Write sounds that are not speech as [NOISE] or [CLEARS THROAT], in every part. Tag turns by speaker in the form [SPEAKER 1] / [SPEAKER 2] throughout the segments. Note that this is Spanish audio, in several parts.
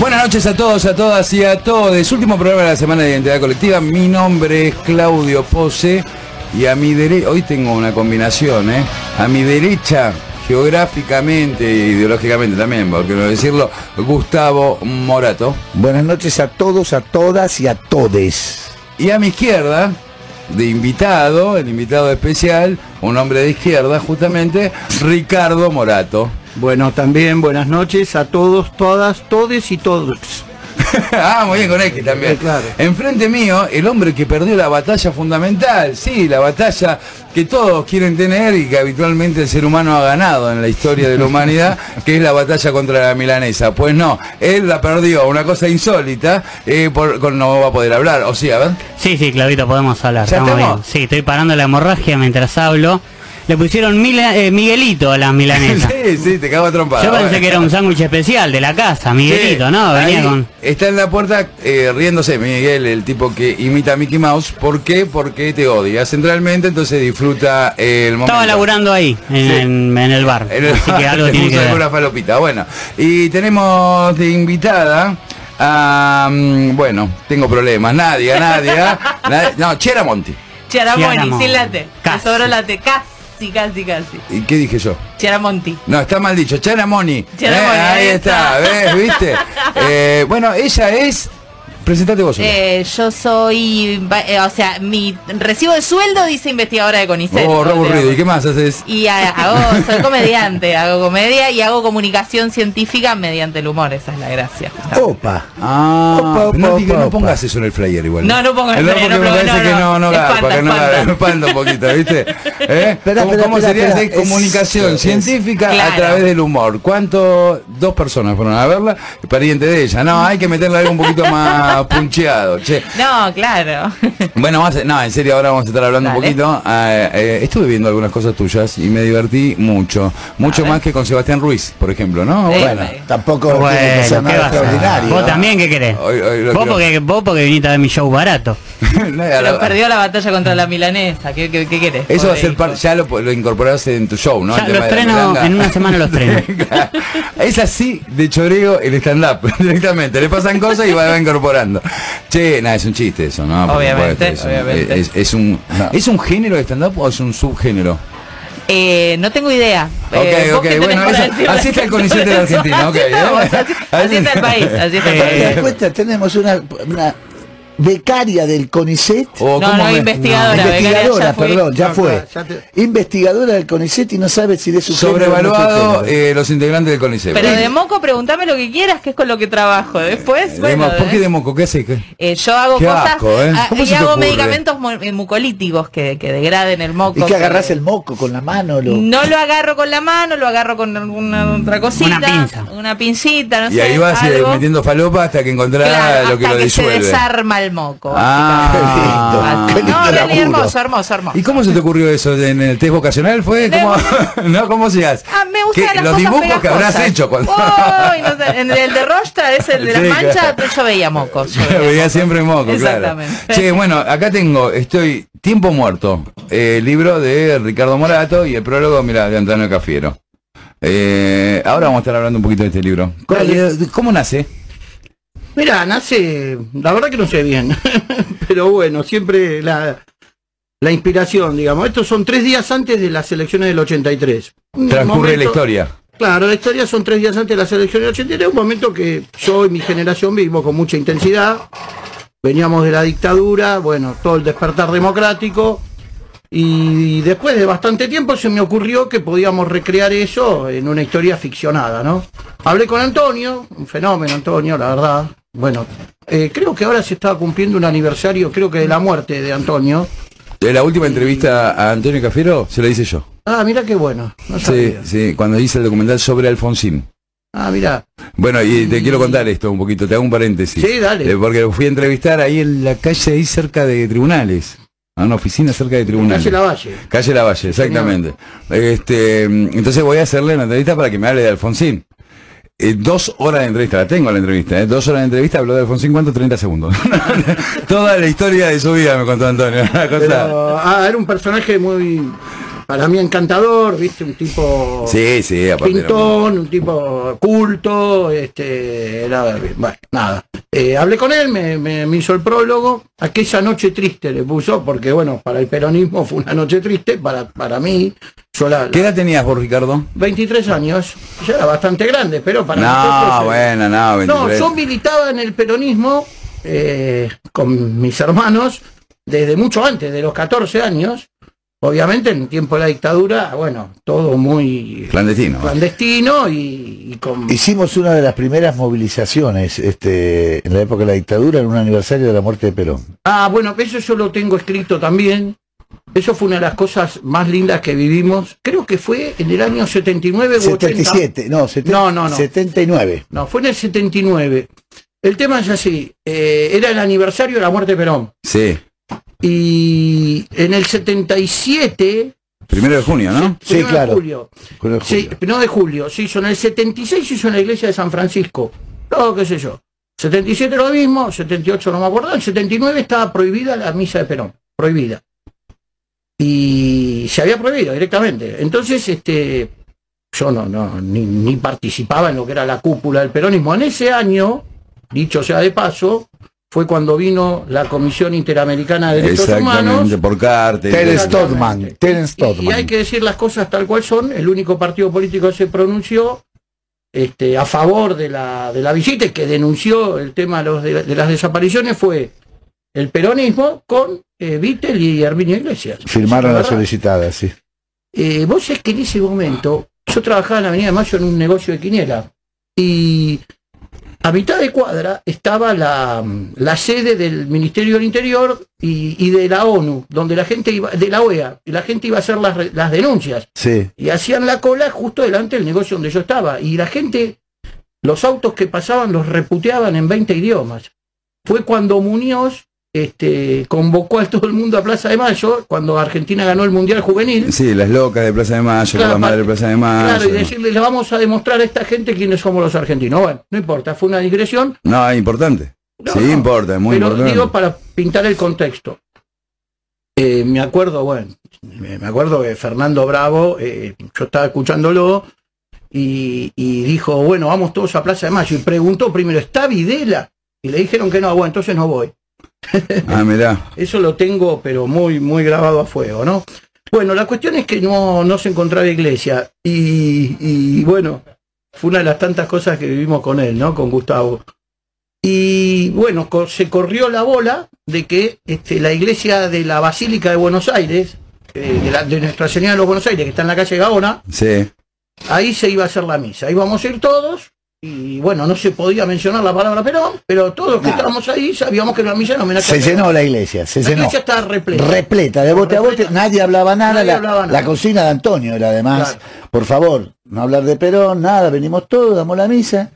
[SPEAKER 1] Buenas noches a todos, a todas y a todos. Último programa de la Semana de Identidad Colectiva. Mi nombre es Claudio Pose y a mi derecha, hoy tengo una combinación, ¿eh? A mi derecha, geográficamente, e ideológicamente también, porque no decirlo, Gustavo Morato.
[SPEAKER 2] Buenas noches a todos, a todas y a todes.
[SPEAKER 1] Y a mi izquierda, de invitado, el invitado especial, un hombre de izquierda justamente, Ricardo Morato.
[SPEAKER 3] Bueno, también buenas noches a todos, todas, todes y todos.
[SPEAKER 1] [LAUGHS] ah, muy bien con X
[SPEAKER 4] Eh,
[SPEAKER 1] también.
[SPEAKER 3] Sí, claro.
[SPEAKER 1] Enfrente mío, el hombre que perdió la batalla fundamental, sí, la batalla que todos quieren tener y que habitualmente el ser humano ha ganado en la historia de la
[SPEAKER 4] [LAUGHS]
[SPEAKER 1] humanidad, que es la batalla contra la milanesa. Pues no, él la perdió, una cosa insólita, eh, por- con- no va a poder hablar, o sí, a ver.
[SPEAKER 4] Sí, sí, Claudito, podemos hablar.
[SPEAKER 1] ¿Ya
[SPEAKER 4] estamos
[SPEAKER 1] estamos?
[SPEAKER 4] bien. Sí, estoy parando la hemorragia mientras hablo. Le pusieron Mila- eh, Miguelito a las milanesas.
[SPEAKER 1] [LAUGHS] Sí, sí, te cago a trompada.
[SPEAKER 4] Yo
[SPEAKER 1] Bueno.
[SPEAKER 4] pensé que era un sándwich especial de la casa, Miguelito,
[SPEAKER 1] Sí,
[SPEAKER 4] ¿no? Venía
[SPEAKER 1] ahí
[SPEAKER 4] con...
[SPEAKER 1] Está en la puerta eh, riéndose Miguel, el tipo que imita a Mickey Mouse. ¿Por qué? Porque te odia centralmente, entonces disfruta eh, el momento.
[SPEAKER 4] Estaba laburando ahí, en,
[SPEAKER 1] Sí.
[SPEAKER 4] en- en el bar.
[SPEAKER 1] En el- [LAUGHS]
[SPEAKER 4] así que algo
[SPEAKER 1] te
[SPEAKER 4] tiene que
[SPEAKER 1] puso
[SPEAKER 4] ver.
[SPEAKER 1] alguna falopita. Bueno, y tenemos de invitada a... mm, bueno, tengo problemas. Nadia,
[SPEAKER 4] [LAUGHS]
[SPEAKER 1] Nadia. Nadia- no, Chera Monti.
[SPEAKER 5] Chiaramonti,
[SPEAKER 4] Chiaramonti.
[SPEAKER 5] sin la T.
[SPEAKER 4] Casi.
[SPEAKER 5] Me sobró la T. Casi, casi, casi.
[SPEAKER 1] ¿Y qué dije yo?
[SPEAKER 5] Chiaramonti.
[SPEAKER 1] No, está mal dicho, Chera Moni.
[SPEAKER 5] Chera
[SPEAKER 1] Eh,
[SPEAKER 5] Moni,
[SPEAKER 1] ahí
[SPEAKER 5] ahí
[SPEAKER 1] está, ¿ves?
[SPEAKER 5] [LAUGHS]
[SPEAKER 1] ¿Viste? Eh, bueno, ella es... Presentate vos. Sola.
[SPEAKER 5] Eh, yo soy, va- eh, o sea, mi recibo de sueldo dice investigadora de CONICET.
[SPEAKER 1] Oh, re
[SPEAKER 5] O sea,
[SPEAKER 1] aburrido. ¿Y qué más haces?
[SPEAKER 5] Y a- hago, soy comediante, hago comedia y hago comunicación científica mediante el humor, esa es la gracia.
[SPEAKER 2] Opa.
[SPEAKER 1] Ah,
[SPEAKER 2] Opa, opa,
[SPEAKER 1] no, diga-
[SPEAKER 2] opa,
[SPEAKER 1] no
[SPEAKER 2] opa.
[SPEAKER 1] pongas eso en el flyer igual.
[SPEAKER 5] No, no pongo en el
[SPEAKER 1] No,
[SPEAKER 5] flyer,
[SPEAKER 1] porque
[SPEAKER 5] no,
[SPEAKER 1] me
[SPEAKER 5] porque
[SPEAKER 1] parece
[SPEAKER 5] no,
[SPEAKER 1] que no,
[SPEAKER 5] no.
[SPEAKER 1] no, garpa,
[SPEAKER 5] Espanta,
[SPEAKER 1] que no
[SPEAKER 5] espanta.
[SPEAKER 1] garpa, me espanta un poquito,
[SPEAKER 5] [LAUGHS]
[SPEAKER 1] ¿viste? ¿Eh?
[SPEAKER 2] Esperá,
[SPEAKER 1] ¿Cómo,
[SPEAKER 2] esperá,
[SPEAKER 1] cómo
[SPEAKER 2] esperá,
[SPEAKER 1] sería
[SPEAKER 2] esperá.
[SPEAKER 1] esa comunicación
[SPEAKER 2] Es-
[SPEAKER 1] científica a
[SPEAKER 5] Claro.
[SPEAKER 1] través del humor? ¿Cuánto? Dos personas fueron a verla, pariente de ella. No, hay que meterle algo un poquito más puncheado, che.
[SPEAKER 5] No, claro.
[SPEAKER 1] Bueno, vamos a- no, en serio, ahora vamos a estar hablando un
[SPEAKER 5] Dale.
[SPEAKER 1] poquito. Eh, eh, estuve viendo algunas cosas tuyas y me divertí mucho. Mucho más que con Sebastián Ruiz, por ejemplo, ¿no?
[SPEAKER 5] Sí.
[SPEAKER 1] Bueno.
[SPEAKER 2] Tampoco
[SPEAKER 4] Bueno,
[SPEAKER 2] tiene que
[SPEAKER 4] ¿qué
[SPEAKER 2] ser nada
[SPEAKER 4] vas a-
[SPEAKER 2] extraordinario.
[SPEAKER 4] Vos también, ¿qué querés?
[SPEAKER 1] Hoy- hoy lo
[SPEAKER 4] vos,
[SPEAKER 1] quiero-
[SPEAKER 4] porque, vos porque viniste a ver mi show barato.
[SPEAKER 1] Nada,
[SPEAKER 5] Pero
[SPEAKER 1] la-
[SPEAKER 5] perdió la batalla contra la milanesa. ¿Qué, qué, qué querés?
[SPEAKER 1] Eso va a ser
[SPEAKER 5] Pobre
[SPEAKER 1] par-
[SPEAKER 5] hijo.
[SPEAKER 1] ya lo, lo incorporaste en tu show, ¿no?
[SPEAKER 4] Ya
[SPEAKER 1] El
[SPEAKER 4] lo
[SPEAKER 1] tema de la
[SPEAKER 4] estreno,
[SPEAKER 1] milanga.
[SPEAKER 4] en una semana lo estreno.
[SPEAKER 1] [LAUGHS] es así de choreo el stand-up, [LAUGHS] directamente. Le pasan cosas y va, va incorporando. Che, nada, es un chiste eso, ¿no? Por
[SPEAKER 5] Obviamente,
[SPEAKER 1] supuesto,
[SPEAKER 5] obviamente.
[SPEAKER 1] Es, un- es- es un, ¿Es un género de stand-up o es un subgénero?
[SPEAKER 5] Eh, no tengo idea. Eh,
[SPEAKER 1] ok,
[SPEAKER 5] vos
[SPEAKER 1] ok,
[SPEAKER 5] que tenés
[SPEAKER 1] bueno,
[SPEAKER 5] para
[SPEAKER 1] eso-
[SPEAKER 5] decirle a
[SPEAKER 1] así está
[SPEAKER 5] la
[SPEAKER 1] el
[SPEAKER 5] gente
[SPEAKER 1] CONICET de la
[SPEAKER 5] eso.
[SPEAKER 1] Argentina, ok,
[SPEAKER 5] Así estamos,
[SPEAKER 1] ¿eh?
[SPEAKER 5] así- Así está el país, así está el
[SPEAKER 4] Eh,
[SPEAKER 2] ¿Te
[SPEAKER 5] país.
[SPEAKER 2] das cuenta? Tenemos una, una becaria del CONICET.
[SPEAKER 1] O
[SPEAKER 5] No,
[SPEAKER 1] Oh, cómo
[SPEAKER 5] no,
[SPEAKER 1] me-
[SPEAKER 5] investigadora,
[SPEAKER 2] investigadora,
[SPEAKER 5] becaria, ya fue.
[SPEAKER 2] perdón, ya
[SPEAKER 3] No,
[SPEAKER 2] fue.
[SPEAKER 3] ya- ya te-
[SPEAKER 2] Investigadora del CONICET y no sabe si es su género o no es su
[SPEAKER 1] Sobrevaluado
[SPEAKER 2] género.
[SPEAKER 1] eh, los integrantes del CONICET.
[SPEAKER 5] Pero
[SPEAKER 1] Bueno.
[SPEAKER 5] de moco, preguntame lo que quieras, que es con lo que trabajo. Después,
[SPEAKER 1] De
[SPEAKER 5] bueno,
[SPEAKER 1] mo- ¿Por qué
[SPEAKER 5] eh,
[SPEAKER 1] de moco? ¿Qué hace? ¿Qué?
[SPEAKER 5] eh, yo hago
[SPEAKER 1] Qué
[SPEAKER 5] cosas
[SPEAKER 1] asco, ¿eh?
[SPEAKER 5] ah,
[SPEAKER 1] ¿Cómo se
[SPEAKER 5] y
[SPEAKER 1] te
[SPEAKER 5] hago
[SPEAKER 1] ocurre?
[SPEAKER 5] medicamentos mu- eh, mucolíticos que, que degraden el moco.
[SPEAKER 2] ¿Y que agarrás el moco con la mano? Lo...
[SPEAKER 5] No lo agarro con la mano, lo agarro con alguna otra cosita.
[SPEAKER 4] Una pinza.
[SPEAKER 5] Una pincita, no
[SPEAKER 1] Y
[SPEAKER 5] sé.
[SPEAKER 1] ahí vas eh,
[SPEAKER 5] algo.
[SPEAKER 1] metiendo falopa hasta que encontrás
[SPEAKER 5] Claro,
[SPEAKER 1] lo que
[SPEAKER 5] hasta
[SPEAKER 1] lo
[SPEAKER 5] que se
[SPEAKER 1] disuelve.
[SPEAKER 5] desarma el moco.
[SPEAKER 1] Ah,
[SPEAKER 5] básicamente.
[SPEAKER 2] qué lindo
[SPEAKER 5] no, en realidad
[SPEAKER 2] laburo.
[SPEAKER 5] hermoso, hermoso, hermoso.
[SPEAKER 1] ¿Y cómo se te ocurrió eso? ¿En el test vocacional fue?
[SPEAKER 5] Me
[SPEAKER 1] ¿Cómo, [LAUGHS] no, ¿cómo se hace?
[SPEAKER 5] Ah, me gusta
[SPEAKER 1] ¿Qué-
[SPEAKER 5] las
[SPEAKER 1] Los
[SPEAKER 5] cosas
[SPEAKER 1] dibujos que
[SPEAKER 5] pegajosas.
[SPEAKER 1] habrás hecho cuando...
[SPEAKER 5] Uy, no sé, en el de Rostra es el de las
[SPEAKER 1] Sí,
[SPEAKER 5] manchas,
[SPEAKER 1] claro.
[SPEAKER 5] pero yo veía mocos. yo
[SPEAKER 1] Yo Veía siempre moco, claro.
[SPEAKER 5] Exactamente.
[SPEAKER 1] Che, bueno, acá tengo, estoy Tiempo Muerto, eh, el libro de Ricardo Morato y el prólogo, mira, de Antonio Cafiero. Eh, ahora vamos a estar hablando un poquito de este libro. ¿Cómo,
[SPEAKER 3] Dale.
[SPEAKER 1] cómo nace?
[SPEAKER 3] Mira, nace, la verdad que no sé bien, [LAUGHS] pero bueno, siempre la, la inspiración, digamos. Estos son tres días antes de las elecciones del 83. Un
[SPEAKER 1] Transcurre la
[SPEAKER 3] momento-
[SPEAKER 1] historia.
[SPEAKER 3] Claro, la historia son tres días antes de las elecciones del 83, un momento que yo y mi generación vivimos con mucha intensidad. Veníamos de la dictadura, bueno, todo el despertar democrático. Y después de bastante tiempo se me ocurrió que podíamos recrear eso en una historia ficcionada, ¿no? Hablé con Antonio, un fenómeno Antonio, la verdad. Bueno, eh, creo que ahora se estaba cumpliendo un aniversario, creo que de la muerte de Antonio.
[SPEAKER 1] De Eh, la última entrevista a Antonio Cafiero se la hice yo.
[SPEAKER 3] Ah, mira qué bueno. No
[SPEAKER 1] Sí,
[SPEAKER 3] sabía.
[SPEAKER 1] sí, cuando hice el documental sobre Alfonsín.
[SPEAKER 3] Ah, mira.
[SPEAKER 1] Bueno, y te quiero contar esto un poquito, te hago un paréntesis.
[SPEAKER 3] Sí, dale.
[SPEAKER 1] Eh, porque lo fui a entrevistar ahí en la calle, ahí cerca de tribunales. A una oficina cerca de tribunales.
[SPEAKER 3] Calle Lavalle.
[SPEAKER 1] Calle Lavalle, exactamente. Este, entonces voy a hacerle una entrevista para que me hable de Alfonsín. Eh, dos horas de entrevista, la tengo la entrevista, eh, dos horas de entrevista, habló de Alfonsín, ¿cuánto? 30 segundos. [LAUGHS] Toda la historia de su vida me contó Antonio. [LAUGHS] una cosa-
[SPEAKER 3] Pero, ah, era un personaje muy para mí encantador, viste, un tipo
[SPEAKER 1] Sí, sí, aparte. era un-
[SPEAKER 3] pintón, un tipo culto, este, era- bueno, nada. Eh, hablé con él, me, me- me hizo el prólogo, aquella noche triste le puso, porque bueno, para el peronismo fue una noche triste, para, para mí, yo la,
[SPEAKER 1] ¿Qué edad tenías vos, Ricardo?
[SPEAKER 3] 23 años, ya era bastante grande, pero para
[SPEAKER 1] No,
[SPEAKER 3] nosotros, eh,
[SPEAKER 1] bueno, no, 23.
[SPEAKER 3] no, yo militaba en el peronismo eh, con mis hermanos desde mucho antes, de los 14 años. Obviamente en el tiempo de la dictadura, bueno, todo muy
[SPEAKER 1] Clandestino.
[SPEAKER 3] clandestino y, y con...
[SPEAKER 2] Hicimos una de las primeras movilizaciones este, en la época de la dictadura, en un aniversario de la muerte de Perón.
[SPEAKER 3] Ah, bueno, eso yo lo tengo escrito también. Eso fue una de las cosas más lindas que vivimos. Creo que fue en el año 79 u 80.
[SPEAKER 2] 77, no, seten-
[SPEAKER 3] No, no, no.
[SPEAKER 2] 79.
[SPEAKER 3] No, fue en el 79. El tema es así, eh, era el aniversario de la muerte de Perón.
[SPEAKER 1] Sí.
[SPEAKER 3] Y en el 77,
[SPEAKER 1] Primero de junio, ¿no?
[SPEAKER 2] Sí,
[SPEAKER 3] primero de
[SPEAKER 2] claro.
[SPEAKER 3] julio,
[SPEAKER 2] Con el
[SPEAKER 3] sí,
[SPEAKER 2] Julio.
[SPEAKER 3] no de julio, se hizo en el 76, se hizo en la iglesia de San Francisco. No, qué sé yo. 77 lo mismo, 78 no me acuerdo, en 79 estaba prohibida la misa de Perón, prohibida. Y se había prohibido directamente. Entonces, este, yo no, no, ni, ni participaba en lo que era la cúpula del peronismo. En ese año, dicho sea de paso, fue cuando vino la Comisión Interamericana de Derechos Humanos.
[SPEAKER 1] Exactamente, por cartel.
[SPEAKER 2] Terence
[SPEAKER 3] Exactamente.
[SPEAKER 2] Todman. Terence
[SPEAKER 3] Y- Y, hay
[SPEAKER 2] Todman.
[SPEAKER 3] que decir las cosas tal cual son. El único partido político que se pronunció este, a favor de la, de la visita y que denunció el tema de, los de, de las desapariciones fue el peronismo con eh, Vittel y Herminio Iglesias.
[SPEAKER 2] Firmaron la
[SPEAKER 3] ¿Verdad?
[SPEAKER 2] solicitada, sí.
[SPEAKER 3] Eh, vos sabés que en ese momento yo trabajaba en la Avenida de Mayo en un negocio de quiniela y a mitad de cuadra estaba la, la sede del Ministerio del Interior y, y de la ONU, donde la gente iba, de la OEA, y la gente iba a hacer las, re- las denuncias
[SPEAKER 2] Sí.
[SPEAKER 3] y hacían la cola justo delante del negocio donde yo estaba. Y la gente, los autos que pasaban los reputeaban en 20 idiomas. Fue cuando Muñoz este, convocó a todo el mundo a Plaza de Mayo, cuando Argentina ganó el Mundial Juvenil.
[SPEAKER 1] Sí, las locas de Plaza de Mayo,
[SPEAKER 3] Claro,
[SPEAKER 1] las madres de Plaza de Mayo.
[SPEAKER 3] Claro, y decirle, le vamos a demostrar a esta gente quiénes somos los argentinos. Bueno, no importa, fue una digresión.
[SPEAKER 1] No, es importante.
[SPEAKER 3] No,
[SPEAKER 1] sí,
[SPEAKER 3] no.
[SPEAKER 1] importa, es muy
[SPEAKER 3] Pero
[SPEAKER 1] importante.
[SPEAKER 3] digo para pintar el contexto. Eh, me acuerdo, bueno, me me acuerdo que Fernando Bravo, eh, yo estaba escuchándolo y, y dijo, bueno, vamos todos a Plaza de Mayo. Y preguntó primero, ¿está Videla? Y le dijeron que no, bueno, entonces no voy.
[SPEAKER 1] Ah, mirá.
[SPEAKER 3] Eso lo tengo, pero muy, muy grabado a fuego, ¿no? Bueno, la cuestión es que no, no se encontraba iglesia. Y, y, bueno, fue una de las tantas cosas que vivimos con él, ¿no? Con Gustavo. Y bueno, co- se corrió la bola de que este, la iglesia de la Basílica de Buenos Aires, eh, de, la- de Nuestra Señora de los Buenos Aires, que está en la calle Gaona,
[SPEAKER 1] Sí.
[SPEAKER 3] ahí se iba a hacer la misa. Íbamos a ir todos. Y bueno, no se podía mencionar la palabra Perón, pero todos los que estábamos ahí sabíamos que la misa era homenaje a
[SPEAKER 2] Se
[SPEAKER 3] Perón.
[SPEAKER 2] llenó la iglesia, se
[SPEAKER 3] La
[SPEAKER 2] llenó.
[SPEAKER 3] iglesia estaba repleta.
[SPEAKER 2] Repleta, de bote a bote,
[SPEAKER 3] Repleta.
[SPEAKER 2] nadie hablaba nada,
[SPEAKER 3] Nadie
[SPEAKER 2] la,
[SPEAKER 3] hablaba nada.
[SPEAKER 2] la cocina de Antonio era además, por favor, no hablar de Perón, nada, venimos todos, damos la misa,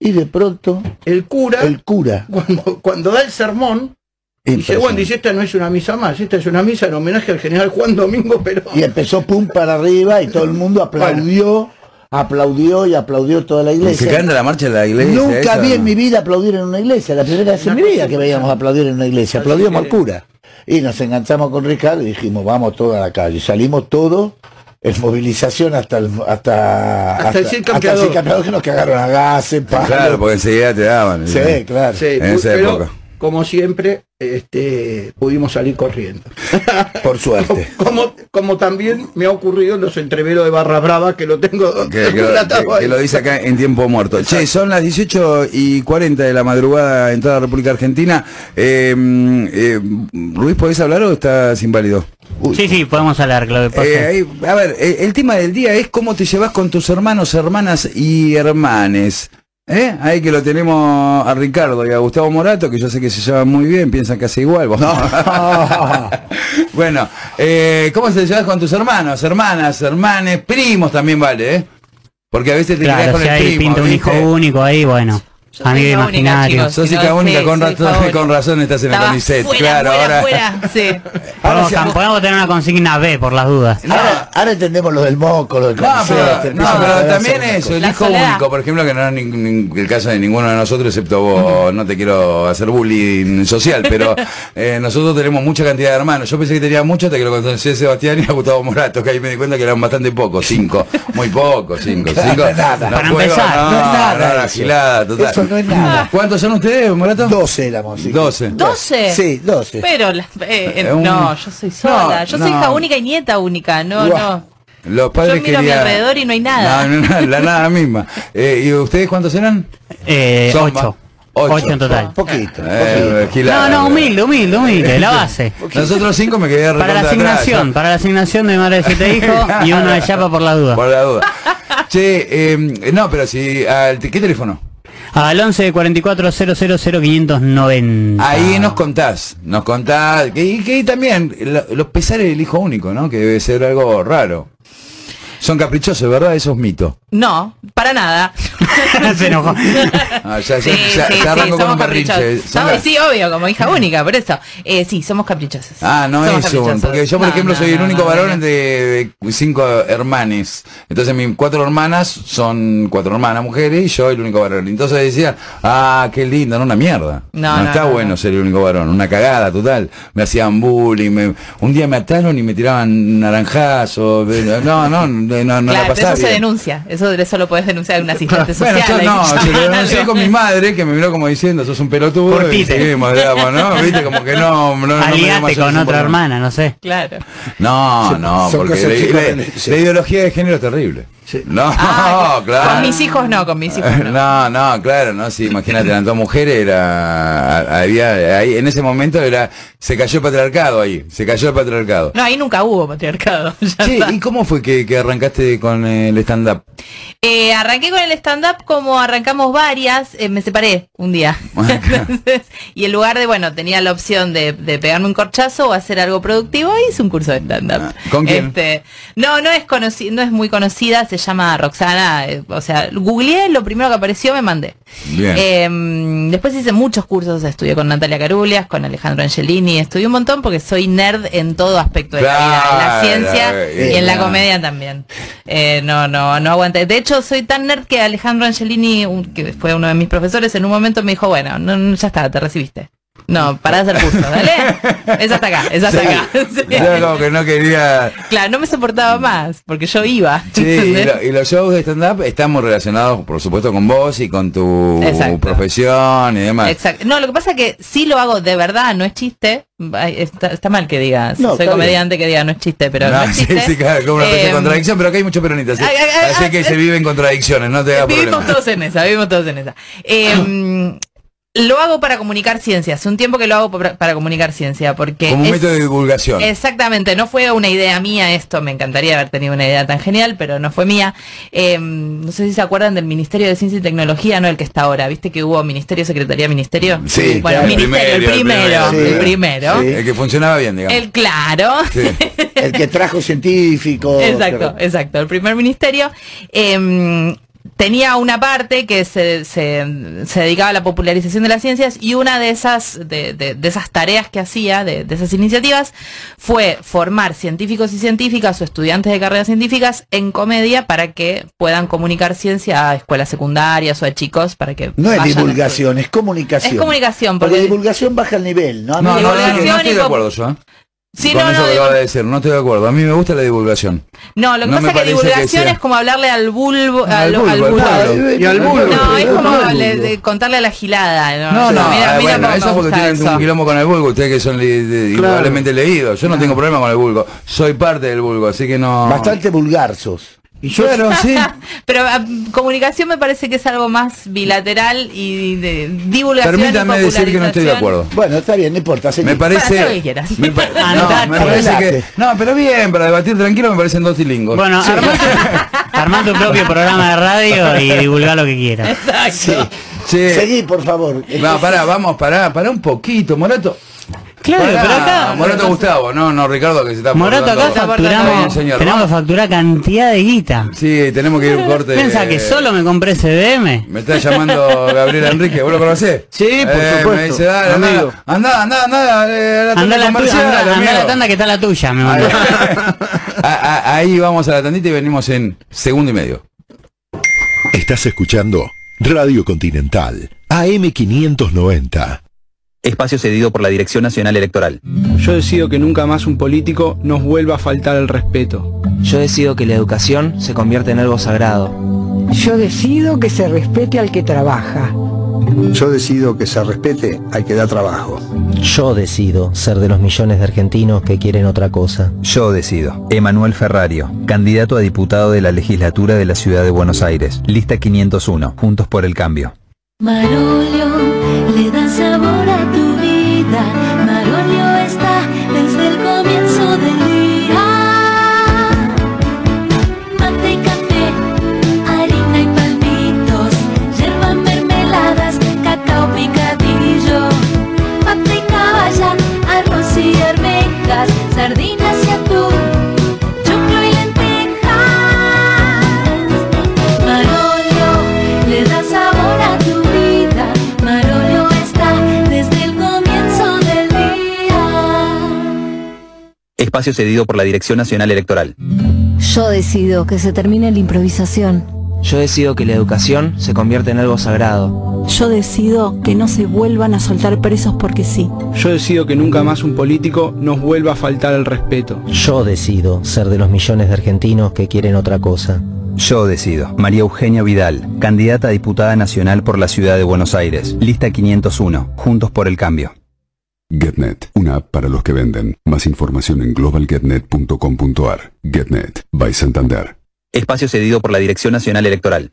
[SPEAKER 2] y de pronto,
[SPEAKER 3] el cura,
[SPEAKER 2] el cura,
[SPEAKER 3] cuando, cuando da el sermón, dice, bueno, dice, esta no es una misa más, esta es una misa en homenaje al general Juan Domingo Perón.
[SPEAKER 2] y empezó pum para arriba, y todo el mundo aplaudió, aplaudió y aplaudió toda la
[SPEAKER 1] Y se
[SPEAKER 2] iglesia.
[SPEAKER 1] canta la marcha de la iglesia.
[SPEAKER 2] Nunca
[SPEAKER 1] esa,
[SPEAKER 2] vi en
[SPEAKER 1] ¿no?
[SPEAKER 2] mi vida aplaudir en una iglesia, la primera vez en
[SPEAKER 3] Una
[SPEAKER 2] mi vida
[SPEAKER 3] cosa
[SPEAKER 2] que veíamos aplaudir en una iglesia,
[SPEAKER 3] Así
[SPEAKER 2] aplaudíamos
[SPEAKER 3] que-
[SPEAKER 2] al cura. Y nos enganchamos con Ricardo y dijimos, vamos todos a la calle. Salimos todos en movilización hasta el, hasta,
[SPEAKER 3] Hasta el circo
[SPEAKER 2] hasta el
[SPEAKER 3] campeador.
[SPEAKER 2] circo campeador que nos cagaron a gases, palos.
[SPEAKER 1] Claro, porque enseguida te daban.
[SPEAKER 2] Sí, claro.
[SPEAKER 3] Sí,
[SPEAKER 1] En esa
[SPEAKER 3] pero,
[SPEAKER 1] época.
[SPEAKER 3] como siempre, este, pudimos salir corriendo.
[SPEAKER 2] Por suerte.
[SPEAKER 3] Como, como también me ha ocurrido en los entreveros de Barra Brava, que lo tengo
[SPEAKER 1] [LAUGHS] Que, que lo-
[SPEAKER 3] relatado
[SPEAKER 1] que- que
[SPEAKER 3] ahí.
[SPEAKER 1] lo dice acá en tiempo muerto. Che, son las 18 y 40 de la madrugada, entrada a la República Argentina. Eh, eh, Ruiz, ¿podés hablar o estás inválido?
[SPEAKER 4] Sí, sí, podemos hablar, Claudio. por
[SPEAKER 1] Eh,
[SPEAKER 4] favor.
[SPEAKER 1] ahí- a ver, eh, el tema del día es cómo te llevas con tus hermanos, hermanas y hermanes. ¿Eh? Ahí que lo tenemos a Ricardo y a Gustavo Morato, que yo sé que se llevan muy bien, piensan que hace igual. vos. [LAUGHS] bueno, eh, ¿cómo te llevas con tus hermanos, hermanas, hermanes, primos también vale, eh? Porque a veces te quedás
[SPEAKER 4] claro,
[SPEAKER 1] con
[SPEAKER 4] si
[SPEAKER 1] el
[SPEAKER 4] ahí
[SPEAKER 1] primo.
[SPEAKER 4] pinta un
[SPEAKER 1] ¿viste?
[SPEAKER 4] hijo único ahí, bueno.
[SPEAKER 5] Yo soy
[SPEAKER 4] Amigo
[SPEAKER 5] la única,
[SPEAKER 4] imaginario.
[SPEAKER 5] chicos.
[SPEAKER 1] Sos
[SPEAKER 5] Si no,
[SPEAKER 1] hija única,
[SPEAKER 5] sí,
[SPEAKER 1] con
[SPEAKER 5] soy hija
[SPEAKER 1] razón,
[SPEAKER 5] única.
[SPEAKER 1] con razón estás en la
[SPEAKER 5] Estaba
[SPEAKER 1] camiseta.
[SPEAKER 5] fuera,
[SPEAKER 1] claro,
[SPEAKER 5] fuera,
[SPEAKER 1] ahora.
[SPEAKER 5] fuera, sí.
[SPEAKER 2] Ahora,
[SPEAKER 4] Podemos,
[SPEAKER 2] se-
[SPEAKER 4] podemos tener una consigna B por las dudas.
[SPEAKER 1] Eh,
[SPEAKER 2] ahora- [LAUGHS] ahora entendemos lo del moco, lo del
[SPEAKER 1] No,
[SPEAKER 2] concepto,
[SPEAKER 1] pero, no,
[SPEAKER 2] empiezan a
[SPEAKER 1] pero
[SPEAKER 2] hablar
[SPEAKER 1] también
[SPEAKER 2] sobre
[SPEAKER 1] eso,
[SPEAKER 2] cosas.
[SPEAKER 1] el
[SPEAKER 5] La
[SPEAKER 1] hijo
[SPEAKER 5] soledad.
[SPEAKER 1] único, por ejemplo, que no es nin- nin- el caso de ninguno de nosotros, excepto vos, no te quiero hacer bullying social, pero eh, nosotros tenemos mucha cantidad de hermanos. Yo pensé que tenía muchos hasta que lo conocí a Sebastián y a Gustavo Morato, que ahí me di cuenta que eran bastante pocos, cinco, muy pocos, cinco, cinco.
[SPEAKER 2] nada.
[SPEAKER 1] No
[SPEAKER 4] Para
[SPEAKER 1] juego,
[SPEAKER 4] empezar,
[SPEAKER 1] no,
[SPEAKER 2] no es nada
[SPEAKER 1] no, una
[SPEAKER 2] eso.
[SPEAKER 1] gilada, total.
[SPEAKER 2] Eso no es nada.
[SPEAKER 1] [LAUGHS] ¿Cuántos son ustedes, Morato?
[SPEAKER 2] 12 éramos. sí.
[SPEAKER 1] 12.
[SPEAKER 5] 12.
[SPEAKER 2] Sí, 12.
[SPEAKER 5] Pero, la- eh,
[SPEAKER 1] Eh, un-
[SPEAKER 5] no, yo soy sola.
[SPEAKER 1] No,
[SPEAKER 5] yo soy
[SPEAKER 1] no.
[SPEAKER 5] hija única y nieta única. No,
[SPEAKER 2] Guau.
[SPEAKER 5] no.
[SPEAKER 1] Los padres
[SPEAKER 5] Yo miro a mi
[SPEAKER 1] querían-
[SPEAKER 5] alrededor y no hay nada.
[SPEAKER 1] No, no, no, la nada misma. Eh, ¿Y ustedes cuántos eran?
[SPEAKER 4] Eh,
[SPEAKER 1] Son
[SPEAKER 4] 8.
[SPEAKER 1] ocho.
[SPEAKER 4] 8 en total.
[SPEAKER 2] Poquito.
[SPEAKER 1] Eh,
[SPEAKER 4] No,
[SPEAKER 1] gilada,
[SPEAKER 4] no, humilde, humilde, humilde,
[SPEAKER 1] [LAUGHS]
[SPEAKER 4] la base.
[SPEAKER 1] Nosotros cinco me quedé
[SPEAKER 4] Para la
[SPEAKER 1] recontra atrás,
[SPEAKER 4] asignación, para la asignación de madre de
[SPEAKER 1] [LAUGHS]
[SPEAKER 4] siete hijos y uno de chapa por la
[SPEAKER 1] ¿no?
[SPEAKER 4] duda.
[SPEAKER 1] Por la duda. Che, eh, no, pero si... al- ¿Qué teléfono?
[SPEAKER 4] Al 11 44 000 590.
[SPEAKER 1] Ahí nos contás, nos contás. que- Y que también la- los pesares del hijo único, ¿no? Que debe ser algo raro. Son caprichosos, ¿verdad? Eso es
[SPEAKER 4] [LAUGHS]
[SPEAKER 1] mito.
[SPEAKER 5] No, para nada.
[SPEAKER 4] Se enojó.
[SPEAKER 1] Ah, ya, ya-
[SPEAKER 5] Sí,
[SPEAKER 1] ya-
[SPEAKER 5] sí,
[SPEAKER 1] ya
[SPEAKER 5] sí,
[SPEAKER 1] arranco con
[SPEAKER 5] somos
[SPEAKER 1] un berrinche.
[SPEAKER 5] caprichosos.
[SPEAKER 1] Son
[SPEAKER 5] No,
[SPEAKER 1] la-
[SPEAKER 5] Sí, obvio, como hija única, por eso. Eh, sí, somos caprichosos.
[SPEAKER 1] Ah, no
[SPEAKER 5] Somos
[SPEAKER 1] eso,
[SPEAKER 5] caprichosos.
[SPEAKER 1] porque yo por
[SPEAKER 5] No,
[SPEAKER 1] ejemplo
[SPEAKER 5] no,
[SPEAKER 1] soy el
[SPEAKER 5] no,
[SPEAKER 1] único
[SPEAKER 5] no,
[SPEAKER 1] varón
[SPEAKER 5] no.
[SPEAKER 1] de, de cinco hermanes. Entonces mis cuatro hermanas son cuatro hermanas mujeres y yo el único varón. Entonces decía, ah, qué lindo, no una mierda.
[SPEAKER 5] No,
[SPEAKER 1] No,
[SPEAKER 5] no,
[SPEAKER 1] está
[SPEAKER 5] no,
[SPEAKER 1] bueno
[SPEAKER 5] no.
[SPEAKER 1] ser el único varón, una cagada total. Me hacían bullying, me- un día me ataron y me tiraban naranjazo. No, no, no, no, no la
[SPEAKER 5] claro, pero
[SPEAKER 1] pasaba
[SPEAKER 5] eso se
[SPEAKER 1] bien.
[SPEAKER 5] denuncia. Eso, eso lo podés denunciar
[SPEAKER 1] [LAUGHS]
[SPEAKER 5] a un asistente social.
[SPEAKER 1] Bueno, yo
[SPEAKER 5] ahí.
[SPEAKER 1] no, se lo denuncié con mi madre que me miró como diciendo, sos un pelotudo.
[SPEAKER 4] Curtite.
[SPEAKER 1] Y seguimos, digamos, ¿no? Viste, como que Ah, no, no, no me dio
[SPEAKER 4] Aliate
[SPEAKER 1] mayores
[SPEAKER 4] con otra
[SPEAKER 1] importancia.
[SPEAKER 4] hermana, no sé.
[SPEAKER 5] Claro.
[SPEAKER 1] No,
[SPEAKER 2] Son-
[SPEAKER 1] no,
[SPEAKER 2] son
[SPEAKER 1] porque
[SPEAKER 2] cosas
[SPEAKER 1] la,
[SPEAKER 2] chicas
[SPEAKER 1] la-
[SPEAKER 2] de- sí.
[SPEAKER 1] la ideología de género es terrible.
[SPEAKER 2] Sí.
[SPEAKER 1] No,
[SPEAKER 5] Ah,
[SPEAKER 1] claro.
[SPEAKER 5] Con mis hijos no,
[SPEAKER 1] [LAUGHS]
[SPEAKER 5] con mis hijos no.
[SPEAKER 1] No, no, claro, no, sí, imagínate, eran dos mujeres, era, había, ahí, en ese momento era, se cayó el patriarcado ahí, se cayó el patriarcado.
[SPEAKER 5] No, ahí nunca hubo patriarcado. ya
[SPEAKER 1] Sí,
[SPEAKER 5] está.
[SPEAKER 1] ¿y cómo fue que, que arrancaste con el stand-up?
[SPEAKER 5] Eh, arranqué con el stand-up como arrancamos varias, eh, me separé un día. [LAUGHS] Entonces, y en lugar de, bueno, tenía la opción de, de pegarme un corchazo o hacer algo productivo, hice un curso de stand-up.
[SPEAKER 1] Ah, ¿con quién?
[SPEAKER 5] Este, no, no es, conoci- no es muy conocida, se llama Roxana, eh, o sea, googleé, lo primero que apareció me mandé.
[SPEAKER 1] Bien.
[SPEAKER 5] Eh, después hice muchos cursos, estudié con Natalia Carulias, con Alejandro Angelini, estudié un montón porque soy nerd en todo aspecto de la vida, en la
[SPEAKER 1] Claro,
[SPEAKER 5] ciencia
[SPEAKER 1] eh,
[SPEAKER 5] y en la
[SPEAKER 1] claro.
[SPEAKER 5] comedia también. Eh, no, no, no aguanté. De hecho, soy tan nerd que Alejandro Angelini, un- que fue uno de mis profesores, en un momento me dijo, bueno, no, no, ya está, te recibiste. No, pará de hacer cursos,
[SPEAKER 1] [LAUGHS]
[SPEAKER 5] dale. Es hasta acá, es hasta
[SPEAKER 1] Sí.
[SPEAKER 5] acá.
[SPEAKER 1] [LAUGHS]
[SPEAKER 5] Sí.
[SPEAKER 1] Yo como que no quería...
[SPEAKER 5] Claro, no me soportaba más, porque yo iba.
[SPEAKER 1] Sí, y,
[SPEAKER 5] ¿entendés?
[SPEAKER 1] lo- y los shows de stand-up están muy relacionados, por supuesto, con vos y con tu
[SPEAKER 5] Exacto.
[SPEAKER 1] profesión y demás.
[SPEAKER 5] Exacto. No, lo que pasa es que sí lo hago de verdad, no es chiste. Ay, Está, está mal que diga, si
[SPEAKER 2] No,
[SPEAKER 5] soy
[SPEAKER 2] está
[SPEAKER 5] comediante que diga no es chiste, pero no,
[SPEAKER 1] No,
[SPEAKER 5] es
[SPEAKER 1] Ah, sí,
[SPEAKER 5] chiste.
[SPEAKER 1] sí, claro, como una especie de
[SPEAKER 5] Eh,
[SPEAKER 1] contradicción, pero acá hay muchos peronistas. ¿sí?
[SPEAKER 5] ay, ay, ay,
[SPEAKER 1] Así
[SPEAKER 5] ay,
[SPEAKER 1] que
[SPEAKER 5] ay.
[SPEAKER 1] se viven contradicciones, no te hagas
[SPEAKER 5] Vivimos
[SPEAKER 1] problema.
[SPEAKER 5] todos en esa, vivimos todos en esa. Eh, lo hago para comunicar ciencia, hace un tiempo que lo hago para, para comunicar ciencia, porque...
[SPEAKER 1] Como un
[SPEAKER 5] es-
[SPEAKER 1] método de divulgación.
[SPEAKER 5] Exactamente, no fue una idea mía esto, me encantaría haber tenido una idea tan genial, pero no fue mía. Eh, no sé si se acuerdan del Ministerio de Ciencia y Tecnología, no el que está ahora, viste que hubo Ministerio, Secretaría, Ministerio.
[SPEAKER 1] Sí, claro,
[SPEAKER 5] bueno,
[SPEAKER 1] el
[SPEAKER 5] Ministerio, el
[SPEAKER 1] primero,
[SPEAKER 5] primero,
[SPEAKER 1] el
[SPEAKER 5] el primero.
[SPEAKER 2] Sí.
[SPEAKER 1] El que funcionaba bien, digamos.
[SPEAKER 5] El claro. [LAUGHS]
[SPEAKER 1] Sí.
[SPEAKER 2] El que trajo científicos.
[SPEAKER 5] Exacto, exacto. El primer ministerio eh, tenía una parte que se, se- se dedicaba a la popularización de las ciencias y una de esas, de, de- de esas tareas que hacía, de, de esas iniciativas, fue formar científicos y científicas o estudiantes de carreras científicas en comedia para que puedan comunicar ciencia a escuelas secundarias o a chicos para que...
[SPEAKER 2] No es
[SPEAKER 5] vayan a
[SPEAKER 2] divulgación, es comunicación.
[SPEAKER 5] Es comunicación,
[SPEAKER 2] Porque,
[SPEAKER 5] porque-
[SPEAKER 2] divulgación baja el nivel, ¿no? A mí
[SPEAKER 1] No, no,
[SPEAKER 2] me
[SPEAKER 1] no,
[SPEAKER 2] parece
[SPEAKER 1] no,
[SPEAKER 2] que-
[SPEAKER 1] no estoy de acuerdo yo. ¿eh?
[SPEAKER 5] estudiar. Sí,
[SPEAKER 1] Con
[SPEAKER 5] no,
[SPEAKER 1] eso
[SPEAKER 5] no,
[SPEAKER 1] que
[SPEAKER 5] digo-
[SPEAKER 1] acabas de decir, no estoy de acuerdo. A mí me gusta la divulgación.
[SPEAKER 5] no, lo que
[SPEAKER 1] No me
[SPEAKER 5] pasa es que
[SPEAKER 1] parece que
[SPEAKER 5] divulgación
[SPEAKER 1] sea-
[SPEAKER 5] es como hablarle al bulbo,
[SPEAKER 1] Al
[SPEAKER 5] al,
[SPEAKER 1] bulbo,
[SPEAKER 5] al
[SPEAKER 1] al
[SPEAKER 5] bulbo.
[SPEAKER 1] pueblo.
[SPEAKER 3] Y al
[SPEAKER 2] Claro,
[SPEAKER 3] bulbo.
[SPEAKER 5] No, es
[SPEAKER 2] no,
[SPEAKER 5] como
[SPEAKER 2] no,
[SPEAKER 5] le-
[SPEAKER 2] no.
[SPEAKER 5] le- contarle a la gilada. No,
[SPEAKER 1] No, no,
[SPEAKER 5] A mí- a
[SPEAKER 1] ah,
[SPEAKER 5] mí
[SPEAKER 1] bueno,
[SPEAKER 5] tampoco
[SPEAKER 1] eso
[SPEAKER 5] me
[SPEAKER 1] porque
[SPEAKER 5] gusta
[SPEAKER 1] tienen un
[SPEAKER 5] eso.
[SPEAKER 1] quilombo con el vulgo, ustedes que son li- de- indudablemente leídos.
[SPEAKER 2] Ah.
[SPEAKER 1] Yo no, tengo problema con el vulgo. Soy parte del vulgo, así que no.
[SPEAKER 2] Bastante vulgar sos.
[SPEAKER 3] Y
[SPEAKER 2] [LAUGHS]
[SPEAKER 3] yo
[SPEAKER 1] Claro, sí.
[SPEAKER 5] Pero ah, comunicación me parece que es algo más bilateral y de divulgación. y
[SPEAKER 1] Permítame decir que no estoy de
[SPEAKER 5] popularización.
[SPEAKER 1] acuerdo.
[SPEAKER 2] Bueno, está bien, no importa. seguí.
[SPEAKER 1] Me
[SPEAKER 5] Para hacer lo que
[SPEAKER 1] parece.
[SPEAKER 5] quieras.
[SPEAKER 1] me
[SPEAKER 5] [LAUGHS]
[SPEAKER 1] pa-
[SPEAKER 4] Anotate.
[SPEAKER 1] no, me parece que. No, pero bien, para debatir tranquilo me parecen dos tilingos.
[SPEAKER 4] Bueno, armá
[SPEAKER 1] [LAUGHS]
[SPEAKER 4] tu- armá tu propio programa de radio y divulgá lo que quieras.
[SPEAKER 5] Exacto.
[SPEAKER 1] Che,
[SPEAKER 2] Seguí, por favor.
[SPEAKER 1] No, pará, vamos, pará, pará un poquito, Morato.
[SPEAKER 4] Claro,
[SPEAKER 1] Pará,
[SPEAKER 4] pero acá-
[SPEAKER 1] Morato Gustavo, no, no, Ricardo, que se está
[SPEAKER 4] Morato acá
[SPEAKER 1] portando-
[SPEAKER 5] Está
[SPEAKER 1] Bien,
[SPEAKER 4] facturamos,
[SPEAKER 1] señor,
[SPEAKER 4] tenemos que
[SPEAKER 1] vamos.
[SPEAKER 4] facturar cantidad de guita.
[SPEAKER 1] Sí, tenemos que ir a
[SPEAKER 4] [LAUGHS]
[SPEAKER 1] un corte.
[SPEAKER 4] Piensa que solo me compré CDM.
[SPEAKER 1] Me está llamando Gabriel Enrique, ¿vos lo conocés? Eh,
[SPEAKER 3] Sí, por supuesto,
[SPEAKER 1] Me dice, dale,
[SPEAKER 3] amigo.
[SPEAKER 1] amigo. Andá, andá, andá, eh, a la
[SPEAKER 4] Anda
[SPEAKER 1] tanda
[SPEAKER 4] a la, tu-
[SPEAKER 1] comercial,
[SPEAKER 4] andá- andá a la
[SPEAKER 1] amigo.
[SPEAKER 4] tanda que está la tuya, me mandó.
[SPEAKER 1] A- a- Ahí vamos a la tandita y venimos en segundo y medio.
[SPEAKER 6] Estás escuchando Radio Continental, AM590.
[SPEAKER 7] Espacio cedido por la Dirección Nacional Electoral.
[SPEAKER 8] Yo decido que nunca más un político nos vuelva a faltar el respeto.
[SPEAKER 9] Yo decido que la educación se convierta en algo sagrado.
[SPEAKER 10] Yo decido que se respete al que trabaja.
[SPEAKER 8] Yo decido que se respete al que da trabajo.
[SPEAKER 9] Yo decido ser de los millones de argentinos que quieren otra cosa.
[SPEAKER 7] Yo decido. Emanuel Ferrario, candidato a diputado de la legislatura de la Ciudad de Buenos Aires. Lista 501. Juntos por el cambio.
[SPEAKER 10] Marolio le da sabor a tu vida. Marolio está desde el comienzo del día. Mate y café, harina y palmitos, yerba, mermeladas, cacao picadillo. Mate y caballa, arroz y arvejas, sardinas y atún, choclo y lentejas. Marolio le da sabor a tu vida. Marolio está desde el comienzo del día.
[SPEAKER 7] Espacio cedido por la Dirección Nacional Electoral.
[SPEAKER 10] Yo decido que se termine la improvisación.
[SPEAKER 9] Yo decido que la educación se convierta en algo sagrado.
[SPEAKER 10] Yo decido que no se vuelvan a soltar presos porque sí.
[SPEAKER 8] Yo decido que nunca más un político nos vuelva a faltar el respeto.
[SPEAKER 9] Yo decido ser de los millones de argentinos que quieren otra cosa.
[SPEAKER 7] Yo decido. María Eugenia Vidal, candidata a diputada nacional por la Ciudad de Buenos Aires. Lista 501. Juntos por el cambio.
[SPEAKER 6] GetNet, una app para los que venden. Más información en globalgetnet.com.ar. GetNet, by Santander.
[SPEAKER 7] Espacio cedido por la Dirección Nacional Electoral.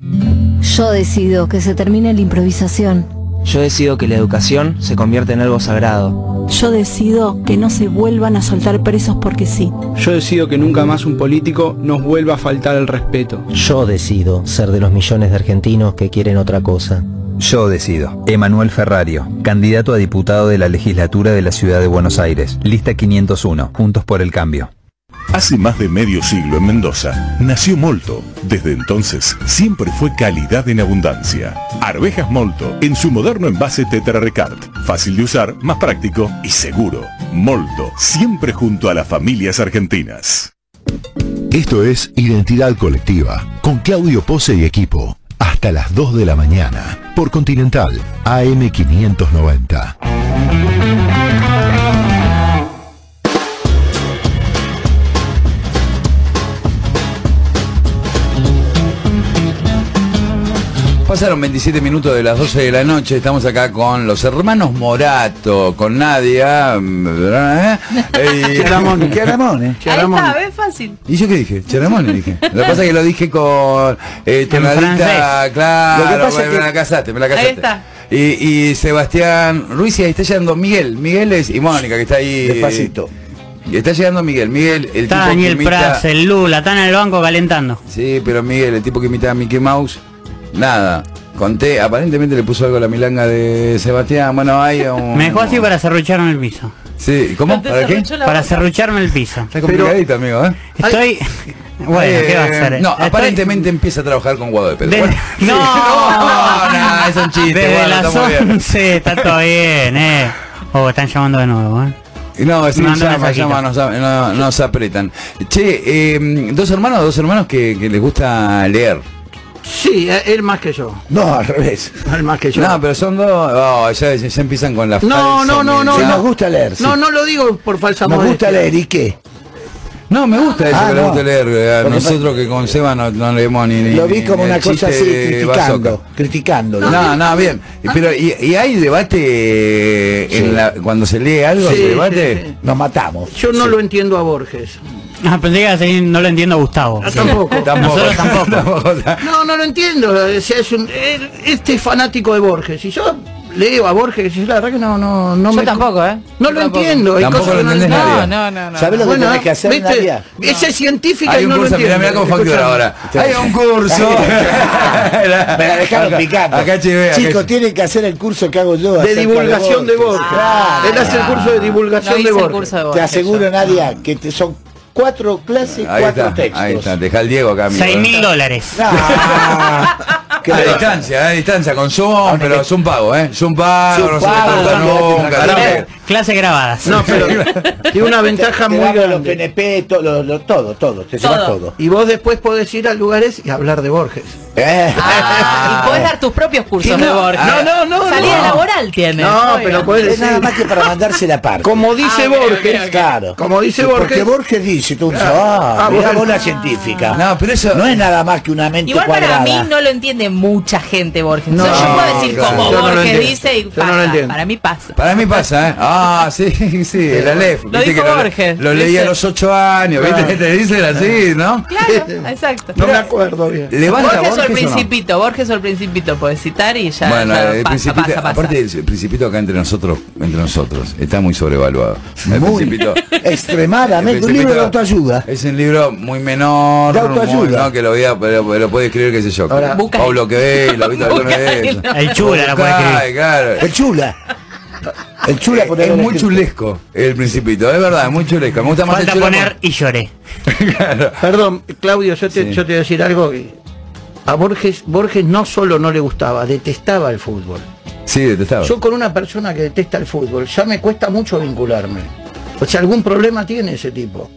[SPEAKER 10] Yo decido que se termine la improvisación.
[SPEAKER 9] Yo decido que la educación se convierta en algo sagrado.
[SPEAKER 10] Yo decido que no se vuelvan a soltar presos porque sí.
[SPEAKER 8] Yo decido que nunca más un político nos vuelva a faltar el respeto.
[SPEAKER 9] Yo decido ser de los millones de argentinos que quieren otra cosa.
[SPEAKER 7] Yo decido. Emanuel Ferrario, candidato a diputado de la legislatura de la Ciudad de Buenos Aires. Lista 501. Juntos por el cambio.
[SPEAKER 6] Hace más de medio siglo en Mendoza nació Molto. Desde entonces siempre fue calidad en abundancia. Arvejas Molto en su moderno envase Tetra Recart. Fácil de usar, más práctico y seguro. Molto, siempre junto a las familias argentinas. Esto es Identidad Colectiva con Claudio Pose y equipo. Hasta las 2 de la mañana por Continental AM590.
[SPEAKER 1] Pasaron 27 minutos de las 12 de la noche, estamos acá con los hermanos Morato, con Nadia. ¿verdad? Eh, y-
[SPEAKER 2] Ramón, ¿qué Ramón, eh?
[SPEAKER 5] Ahí
[SPEAKER 3] Ramón.
[SPEAKER 5] está, ves fácil.
[SPEAKER 1] ¿Y yo qué dije? Cheramón dije. Lo que pasa es que lo dije con eh, tonadita,
[SPEAKER 4] francés.
[SPEAKER 1] claro,
[SPEAKER 2] Lo que pasa
[SPEAKER 1] me,
[SPEAKER 2] es
[SPEAKER 1] me
[SPEAKER 2] que-
[SPEAKER 1] la casaste, me la casaste.
[SPEAKER 5] Ahí está.
[SPEAKER 1] Y, y Sebastián Ruiz y ahí está llegando Miguel, Miguel es, y Mónica que está ahí. eh,
[SPEAKER 2] Despacito.
[SPEAKER 1] y está llegando Miguel, Miguel, el
[SPEAKER 4] Está
[SPEAKER 1] tipo
[SPEAKER 4] Daniel
[SPEAKER 1] que imita.
[SPEAKER 4] Prats, el Lula, están en el banco calentando.
[SPEAKER 1] Sí, pero Miguel, el tipo que imita a Mickey Mouse, nada. Conté, aparentemente le puso algo a la milanga de Sebastián. Bueno, hay un.
[SPEAKER 4] Me dejó así para cerrucharme el piso.
[SPEAKER 1] Sí, ¿cómo?
[SPEAKER 5] No te
[SPEAKER 1] ¿Para qué?
[SPEAKER 5] cerruchó la
[SPEAKER 4] Para
[SPEAKER 5] boca.
[SPEAKER 4] cerrucharme el piso.
[SPEAKER 1] Está complicadito, amigo, ¿eh? [LAUGHS]
[SPEAKER 4] Estoy. Bueno, ¿qué va a
[SPEAKER 1] Eh,
[SPEAKER 4] hacer?
[SPEAKER 1] No,
[SPEAKER 4] Estoy-
[SPEAKER 1] aparentemente empieza a trabajar con Guado de Pedro.
[SPEAKER 4] De-
[SPEAKER 1] Bueno, [LAUGHS]
[SPEAKER 4] No.
[SPEAKER 1] no, no, es un chiste.
[SPEAKER 4] Desde
[SPEAKER 1] bueno,
[SPEAKER 4] las
[SPEAKER 1] está muy bien.
[SPEAKER 4] 11 está todo bien, eh. Oh, están llamando de nuevo, eh.
[SPEAKER 1] No, es
[SPEAKER 4] Me
[SPEAKER 1] un
[SPEAKER 4] mandó
[SPEAKER 1] llama,
[SPEAKER 4] mensajito.
[SPEAKER 1] llama, nos, no- nos apretan. Che, eh, dos hermanos, dos hermanos que, que les gusta leer.
[SPEAKER 3] Sí, eh, él más que yo.
[SPEAKER 2] No, al revés.
[SPEAKER 3] Él más que yo.
[SPEAKER 1] No, pero son dos. oh, ya, ya- ya empiezan con la
[SPEAKER 3] No,
[SPEAKER 1] falsa
[SPEAKER 3] no, no, no,
[SPEAKER 2] Sí,
[SPEAKER 1] humildad.
[SPEAKER 2] nos gusta leer. sí.
[SPEAKER 3] No, no lo digo por falsa
[SPEAKER 2] Nos
[SPEAKER 3] modestia.
[SPEAKER 2] gusta leer, ¿y qué?
[SPEAKER 1] No, me gusta eso
[SPEAKER 2] Ah,
[SPEAKER 1] que le
[SPEAKER 2] no.
[SPEAKER 1] gusta leer. eh, a
[SPEAKER 2] Lo que
[SPEAKER 1] nosotros que con Seba no, no leemos ni, ni-
[SPEAKER 2] Lo vi como
[SPEAKER 1] ni el
[SPEAKER 2] una cosa
[SPEAKER 1] chiste
[SPEAKER 2] así,
[SPEAKER 1] de
[SPEAKER 2] criticando,
[SPEAKER 1] Bazooka.
[SPEAKER 2] criticando.
[SPEAKER 1] No, no, bien. Y- Pero, y, y hay debate en la- cuando se lee algo?
[SPEAKER 3] Sí,
[SPEAKER 1] ¿se debate?
[SPEAKER 3] sí, sí.
[SPEAKER 2] Nos matamos.
[SPEAKER 3] Yo no lo entiendo a Borges.
[SPEAKER 4] Ah, pensé que iba a seguir, no lo entiendo a Gustavo.
[SPEAKER 3] Ah, Tampoco.
[SPEAKER 4] [LAUGHS] Nosotros tampoco.
[SPEAKER 1] tampoco.
[SPEAKER 3] No, no lo entiendo. o sea, es un- él- este es fanático de Borges. Y yo leo a Borges y la verdad que no, no, no
[SPEAKER 5] Yo
[SPEAKER 3] me.
[SPEAKER 5] tampoco, ¿eh?
[SPEAKER 3] No lo
[SPEAKER 5] Tampoco.
[SPEAKER 3] entiendo. hay
[SPEAKER 1] Tampoco
[SPEAKER 3] cosas
[SPEAKER 1] lo
[SPEAKER 3] que no
[SPEAKER 1] entendés,
[SPEAKER 3] entiendo.
[SPEAKER 1] Nadia.
[SPEAKER 5] No, no, no.
[SPEAKER 2] ¿Sabes lo que
[SPEAKER 3] Bueno,
[SPEAKER 2] tenés que hacer,
[SPEAKER 3] ¿viste?
[SPEAKER 2] Nadia?
[SPEAKER 3] Esa es científica
[SPEAKER 1] Hay
[SPEAKER 3] y
[SPEAKER 1] un
[SPEAKER 3] no lo
[SPEAKER 1] curso, mirá,
[SPEAKER 3] entiendo.
[SPEAKER 1] mirá cómo factura ahora. Hay un
[SPEAKER 3] [LAUGHS]
[SPEAKER 1] curso. [LAUGHS]
[SPEAKER 2] Me la dejaron
[SPEAKER 1] Acá-
[SPEAKER 2] picando.
[SPEAKER 1] Acá chivea. acá
[SPEAKER 2] Chicos,
[SPEAKER 1] chi-
[SPEAKER 2] tienen que hacer el curso que hago yo.
[SPEAKER 3] De
[SPEAKER 2] acerca
[SPEAKER 3] divulgación de Borges.
[SPEAKER 2] Claro.
[SPEAKER 3] Él hace el curso de divulgación
[SPEAKER 5] No hice
[SPEAKER 3] de
[SPEAKER 5] el
[SPEAKER 3] Borges.
[SPEAKER 5] curso de
[SPEAKER 2] Te
[SPEAKER 5] Borges,
[SPEAKER 2] aseguro,
[SPEAKER 5] yo.
[SPEAKER 2] Nadia, que te- son cuatro clases,
[SPEAKER 1] Ahí
[SPEAKER 2] cuatro
[SPEAKER 1] está,
[SPEAKER 2] textos.
[SPEAKER 1] ahí está, deja al Diego acá. amigo.
[SPEAKER 4] 6 mil dólares.
[SPEAKER 2] Ah, qué
[SPEAKER 1] a
[SPEAKER 2] bárbaro.
[SPEAKER 1] distancia, a distancia, con Zoom, pero Zoom pago, ¿eh? Zoom pago,
[SPEAKER 2] Zoom
[SPEAKER 1] no se
[SPEAKER 2] pago,
[SPEAKER 1] corta
[SPEAKER 2] olvídate,
[SPEAKER 1] nunca.
[SPEAKER 2] tranquilo.
[SPEAKER 1] ¿sabes?
[SPEAKER 4] Clases grabadas.
[SPEAKER 3] No, pero tiene una ventaja
[SPEAKER 2] Te
[SPEAKER 3] muy
[SPEAKER 2] damos los
[SPEAKER 3] grande.
[SPEAKER 2] PNP, to- lo- lo- todo, todo, te llevas
[SPEAKER 5] Todo.
[SPEAKER 2] todo.
[SPEAKER 3] Y vos después podés ir a lugares y hablar de Borges.
[SPEAKER 2] Eh.
[SPEAKER 5] Ah, y podés dar tus propios cursos de Borges.
[SPEAKER 3] No, no, no.
[SPEAKER 5] Salida
[SPEAKER 3] no.
[SPEAKER 5] laboral tiene.
[SPEAKER 3] No, pero podés
[SPEAKER 2] Es
[SPEAKER 3] decir.
[SPEAKER 2] nada más que para mandarse la parte.
[SPEAKER 3] Como dice
[SPEAKER 5] Ah, ok, ok,
[SPEAKER 3] Borges.
[SPEAKER 5] ok.
[SPEAKER 2] Claro.
[SPEAKER 3] Como dice
[SPEAKER 2] Y Porque
[SPEAKER 3] Borges.
[SPEAKER 2] Borges dice, tú dices,
[SPEAKER 3] Ah,
[SPEAKER 2] ah, mirá
[SPEAKER 3] bueno.
[SPEAKER 2] vos la científica.
[SPEAKER 1] No, pero eso.
[SPEAKER 2] No es nada más que una mente
[SPEAKER 5] Igual
[SPEAKER 2] cuadrada.
[SPEAKER 5] para mí no lo entiende mucha gente Borges.
[SPEAKER 3] No,
[SPEAKER 5] No, yo puedo decir
[SPEAKER 1] claro.
[SPEAKER 5] como
[SPEAKER 3] Yo no lo
[SPEAKER 5] Borges
[SPEAKER 3] entiendo.
[SPEAKER 5] dice y
[SPEAKER 3] Yo no
[SPEAKER 5] pasa.
[SPEAKER 3] lo entiendo.
[SPEAKER 5] Para mí pasa.
[SPEAKER 1] Para mí pasa, ¿eh? Ah, sí, [LAUGHS] sí, el Aleph.
[SPEAKER 5] Lo dijo
[SPEAKER 1] lo,
[SPEAKER 5] Borges,
[SPEAKER 1] lo leí a
[SPEAKER 5] ¿viste?
[SPEAKER 1] los ocho años, ¿viste? Te dicen así, ¿no?
[SPEAKER 3] [LAUGHS]
[SPEAKER 5] Claro, exacto.
[SPEAKER 3] No me acuerdo bien.
[SPEAKER 1] Levanta
[SPEAKER 5] Borges o el
[SPEAKER 1] Borges o no?
[SPEAKER 5] principito, Borges o el principito, puedes citar y ya,
[SPEAKER 1] Bueno,
[SPEAKER 5] ya
[SPEAKER 1] el
[SPEAKER 5] pasa,
[SPEAKER 1] principito,
[SPEAKER 5] pasa, pasa.
[SPEAKER 1] aparte el principito acá entre nosotros, entre nosotros, está muy sobrevaluado. El
[SPEAKER 2] Muy.
[SPEAKER 1] principito,
[SPEAKER 2] Extremadamente.
[SPEAKER 1] el
[SPEAKER 2] un libro de
[SPEAKER 1] Principito
[SPEAKER 2] autoayuda.
[SPEAKER 1] Es un libro muy menor,
[SPEAKER 2] De autoayuda.
[SPEAKER 1] muy- no, que lo, voy a- pero- lo puede escribir, qué sé yo.
[SPEAKER 5] Ahora-
[SPEAKER 1] que Pablo que lo habito alguna vez.
[SPEAKER 5] Bucailo.
[SPEAKER 4] El chula la puede escribir.
[SPEAKER 1] Ay, claro. Eh,
[SPEAKER 2] El chula. El chula por
[SPEAKER 1] Es muy chulesco el principito, es verdad, es muy chulesco. Me gusta más
[SPEAKER 4] Falta
[SPEAKER 1] el chula
[SPEAKER 4] poner y lloré.
[SPEAKER 1] por- [LAUGHS] Claro.
[SPEAKER 3] Perdón, Claudio, yo te,
[SPEAKER 1] Sí.
[SPEAKER 3] yo te voy a decir algo. que A Borges, Borges no solo no le gustaba, detestaba el fútbol.
[SPEAKER 1] Sí, detestaba.
[SPEAKER 3] Yo con una persona que detesta el fútbol, ya me cuesta mucho vincularme. O sea, algún problema tiene ese tipo.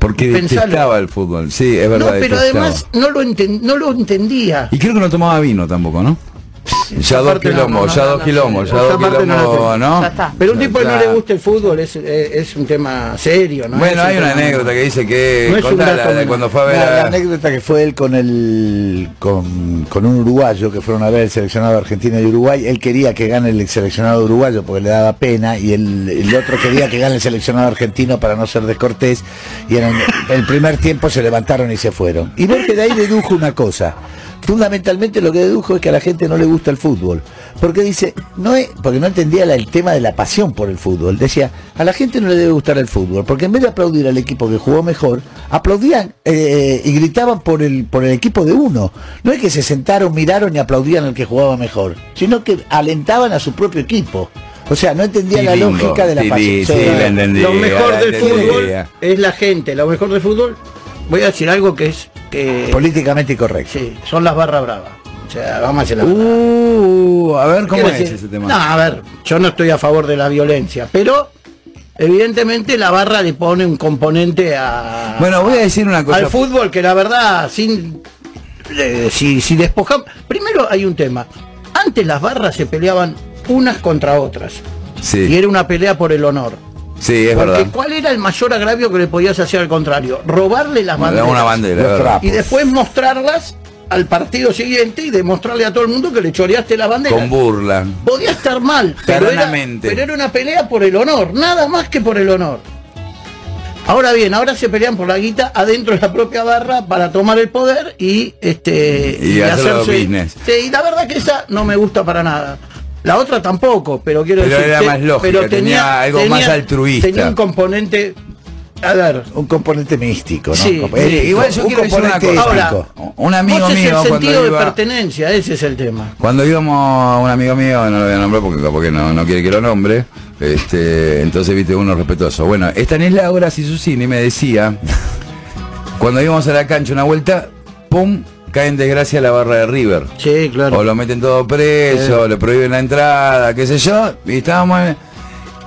[SPEAKER 1] Porque
[SPEAKER 3] pensalo.
[SPEAKER 1] detestaba el fútbol, sí, es
[SPEAKER 3] No,
[SPEAKER 1] verdad.
[SPEAKER 3] pero
[SPEAKER 1] detestaba.
[SPEAKER 3] además no lo, enten- no lo entendía.
[SPEAKER 1] Y creo que no tomaba vino tampoco, ¿no? Ya dos
[SPEAKER 3] Aparte, no,
[SPEAKER 1] quilombos,
[SPEAKER 3] no,
[SPEAKER 1] ya
[SPEAKER 3] no,
[SPEAKER 1] dos
[SPEAKER 3] no,
[SPEAKER 1] quilombos,
[SPEAKER 3] no,
[SPEAKER 1] ya
[SPEAKER 3] esa
[SPEAKER 1] dos
[SPEAKER 3] parte no la
[SPEAKER 1] quilombos,
[SPEAKER 3] tengo.
[SPEAKER 1] ¿no?
[SPEAKER 5] Ya está.
[SPEAKER 3] Pero un tipo que no
[SPEAKER 1] Ya.
[SPEAKER 3] le gusta el fútbol es, es- es un tema serio, ¿no?
[SPEAKER 1] Bueno,
[SPEAKER 3] Es un
[SPEAKER 1] hay una
[SPEAKER 3] tema-
[SPEAKER 1] anécdota que dice que
[SPEAKER 3] No es un
[SPEAKER 1] eh, contala
[SPEAKER 3] dato
[SPEAKER 1] de
[SPEAKER 3] menor.
[SPEAKER 1] cuando fue a
[SPEAKER 2] La,
[SPEAKER 1] ver
[SPEAKER 2] la
[SPEAKER 1] a-
[SPEAKER 2] anécdota que fue él con el con, con un uruguayo que fueron a ver el seleccionado de Argentina y Uruguay, él quería que gane el seleccionado uruguayo porque le daba pena y el, el otro quería que gane el seleccionado argentino para no ser descortés y en el, el primer tiempo se levantaron y se fueron. Y Borges de ahí dedujo una cosa. Fundamentalmente lo que dedujo es que a la gente no le gusta el fútbol. Porque dice, no es, porque no entendía la- el tema de la pasión por el fútbol. Decía, a la gente no le debe gustar el fútbol, porque en vez de aplaudir al equipo que jugó mejor, aplaudían eh, y gritaban por el, por el equipo de uno. No es que se sentaron, miraron y aplaudían al que jugaba mejor, sino que alentaban a su propio equipo. O sea, no entendía la
[SPEAKER 1] Tilingo,
[SPEAKER 2] lógica de la
[SPEAKER 1] tili-
[SPEAKER 2] pasión.
[SPEAKER 1] sí, la
[SPEAKER 2] Sí.
[SPEAKER 1] entendí,
[SPEAKER 3] Lo mejor
[SPEAKER 1] la
[SPEAKER 3] del
[SPEAKER 1] entendí.
[SPEAKER 3] fútbol es la gente. Lo mejor del fútbol, voy a decir algo que es... Que,
[SPEAKER 2] Políticamente incorrecto.
[SPEAKER 3] sí, son las barra bravas. O sea, vamos a hacer la
[SPEAKER 1] Uh, a ver cómo
[SPEAKER 3] Quiero
[SPEAKER 1] es
[SPEAKER 3] decir,
[SPEAKER 1] ese tema.
[SPEAKER 3] No, a ver, yo no estoy a favor de la violencia, pero evidentemente la barra le pone un componente a
[SPEAKER 1] Bueno, voy a decir una cosa.
[SPEAKER 3] al fútbol que la verdad sin eh, si si despojamos, primero hay un tema. Antes las barras se peleaban unas contra otras y
[SPEAKER 1] Sí,
[SPEAKER 3] era una pelea por el honor.
[SPEAKER 1] sí, es
[SPEAKER 3] Porque
[SPEAKER 1] verdad.
[SPEAKER 3] ¿cuál era el mayor agravio que le podías hacer al contrario? Robarle las
[SPEAKER 1] Me da
[SPEAKER 3] banderas.
[SPEAKER 1] una bandera.
[SPEAKER 2] Los
[SPEAKER 1] es verdad.
[SPEAKER 3] Y después mostrarlas al partido siguiente y demostrarle a todo el mundo que le choreaste la bandera.
[SPEAKER 1] Con burla.
[SPEAKER 3] Podía estar mal, pero era,
[SPEAKER 1] Claramente.
[SPEAKER 3] pero era una pelea por el honor, nada más que por el honor. Ahora bien, ahora se pelean por la guita adentro de la propia barra para tomar el poder y este
[SPEAKER 1] Y hacerlo business.
[SPEAKER 3] Sí, y la verdad que esa no me gusta para nada. La otra tampoco, pero quiero
[SPEAKER 1] Pero
[SPEAKER 3] decir
[SPEAKER 1] era
[SPEAKER 3] te-
[SPEAKER 1] más lógica, tenía algo más altruista.
[SPEAKER 3] Tenía un componente a ver,
[SPEAKER 2] Un componente místico, ¿no?
[SPEAKER 3] Sí,
[SPEAKER 2] Com-
[SPEAKER 1] Sí,
[SPEAKER 2] ético,
[SPEAKER 1] igual yo
[SPEAKER 2] un
[SPEAKER 1] quiero decir una
[SPEAKER 2] componente
[SPEAKER 1] cosa.
[SPEAKER 2] ético.
[SPEAKER 1] Ahora, un amigo
[SPEAKER 3] vos es
[SPEAKER 1] mío
[SPEAKER 3] el
[SPEAKER 1] cuando
[SPEAKER 3] sentido de
[SPEAKER 1] iba,
[SPEAKER 3] pertenencia, ese es el tema.
[SPEAKER 1] Cuando íbamos, un amigo mío, no lo voy a nombrar porque capaz que no, no quiere que lo nombre, este, entonces viste uno respetuoso. Bueno, esta es Laura Susini me decía, cuando íbamos a la cancha una vuelta, ¡pum! cae en desgracia la barra de River.
[SPEAKER 3] Sí, claro.
[SPEAKER 1] O lo meten todo preso, le prohíben la entrada, qué sé yo, y estábamos en-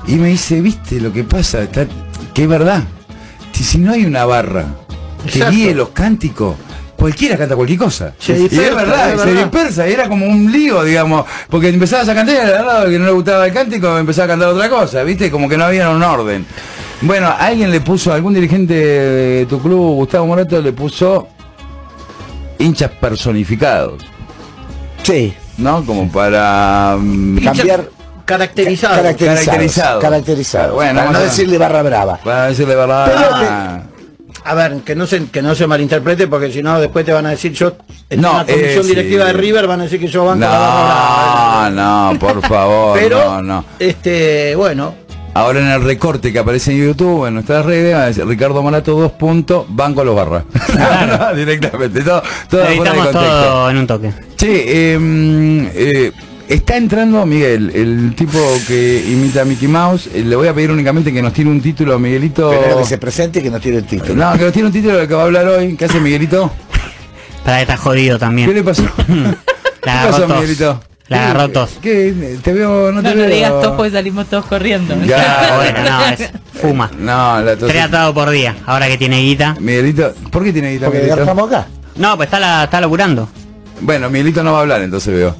[SPEAKER 1] Y me dice, viste lo que pasa, está, que es verdad. Si, si no hay una barra que
[SPEAKER 3] Exacto.
[SPEAKER 1] guíe los cánticos, cualquiera canta cualquier cosa.
[SPEAKER 3] Se
[SPEAKER 1] y es
[SPEAKER 3] dispersa,
[SPEAKER 1] verdad,
[SPEAKER 3] es
[SPEAKER 1] se
[SPEAKER 3] verdad.
[SPEAKER 1] dispersa, y era como un lío, digamos, porque empezabas a cantar y al lado que no le gustaba el cántico empezaba a cantar otra cosa, viste, como que no había un orden. Bueno, alguien le puso, algún dirigente de tu club, Gustavo Morato, le puso hinchas personificados.
[SPEAKER 2] Sí.
[SPEAKER 1] ¿no? Como para... mm,
[SPEAKER 3] Hincha
[SPEAKER 2] cambiar-
[SPEAKER 3] caracterizado.
[SPEAKER 2] Caracterizado.
[SPEAKER 1] Caracterizado.
[SPEAKER 2] Caracterizado.
[SPEAKER 1] Bueno,
[SPEAKER 2] para
[SPEAKER 1] bueno.
[SPEAKER 2] no decirle barra brava.
[SPEAKER 1] para decirle la
[SPEAKER 2] Pero
[SPEAKER 1] verdad.
[SPEAKER 3] a ver, que no se, que no se malinterprete, porque si no después te van a decir yo en
[SPEAKER 1] No,
[SPEAKER 3] una comisión
[SPEAKER 1] eh,
[SPEAKER 3] directiva
[SPEAKER 1] sí.
[SPEAKER 3] de River van a decir que yo banco la barra brava.
[SPEAKER 1] No, no, por favor,
[SPEAKER 3] Pero,
[SPEAKER 1] no, no.
[SPEAKER 3] este, bueno,
[SPEAKER 1] Ahora en el recorte que aparece en YouTube, en nuestras redes, va a decir, Ricardo Morato, dos puntos, banco a los barras. No, [LAUGHS] directamente, todo, todo fuera de
[SPEAKER 4] Editamos
[SPEAKER 1] contexto.
[SPEAKER 4] todo en un toque.
[SPEAKER 1] Che, eh, mm, eh, está entrando Miguel, el tipo que imita a Mickey Mouse. Eh, le voy a pedir únicamente que nos tire un título, Miguelito.
[SPEAKER 2] Pero que se presente y que nos tire el título.
[SPEAKER 1] No, que nos tire un título del que va a hablar hoy. ¿Qué hace
[SPEAKER 4] [LAUGHS]
[SPEAKER 1] Miguelito?
[SPEAKER 4] Para que está jodido también.
[SPEAKER 1] ¿Qué le pasó?
[SPEAKER 4] [LAUGHS] La
[SPEAKER 1] ¿Qué
[SPEAKER 4] agarró
[SPEAKER 1] pasó,
[SPEAKER 4] tos.
[SPEAKER 1] Miguelito?
[SPEAKER 4] La agarró
[SPEAKER 1] ¿Qué-
[SPEAKER 4] tos.
[SPEAKER 1] ¿Qué? Te veo, no
[SPEAKER 5] No,
[SPEAKER 1] te
[SPEAKER 5] no
[SPEAKER 1] veo.
[SPEAKER 5] digas tos, pues salimos todos corriendo. [LAUGHS]
[SPEAKER 1] Ya,
[SPEAKER 4] Ah, Bueno, no, es fuma.
[SPEAKER 1] No, la tos.
[SPEAKER 4] Tres atados por día, ahora que tiene guita.
[SPEAKER 1] Miguelito, ¿por qué tiene guita
[SPEAKER 2] Porque
[SPEAKER 1] Miguelito?
[SPEAKER 2] estamos acá.
[SPEAKER 4] No, pues está, la, está laburando.
[SPEAKER 1] Bueno, Miguelito no va a hablar, entonces veo.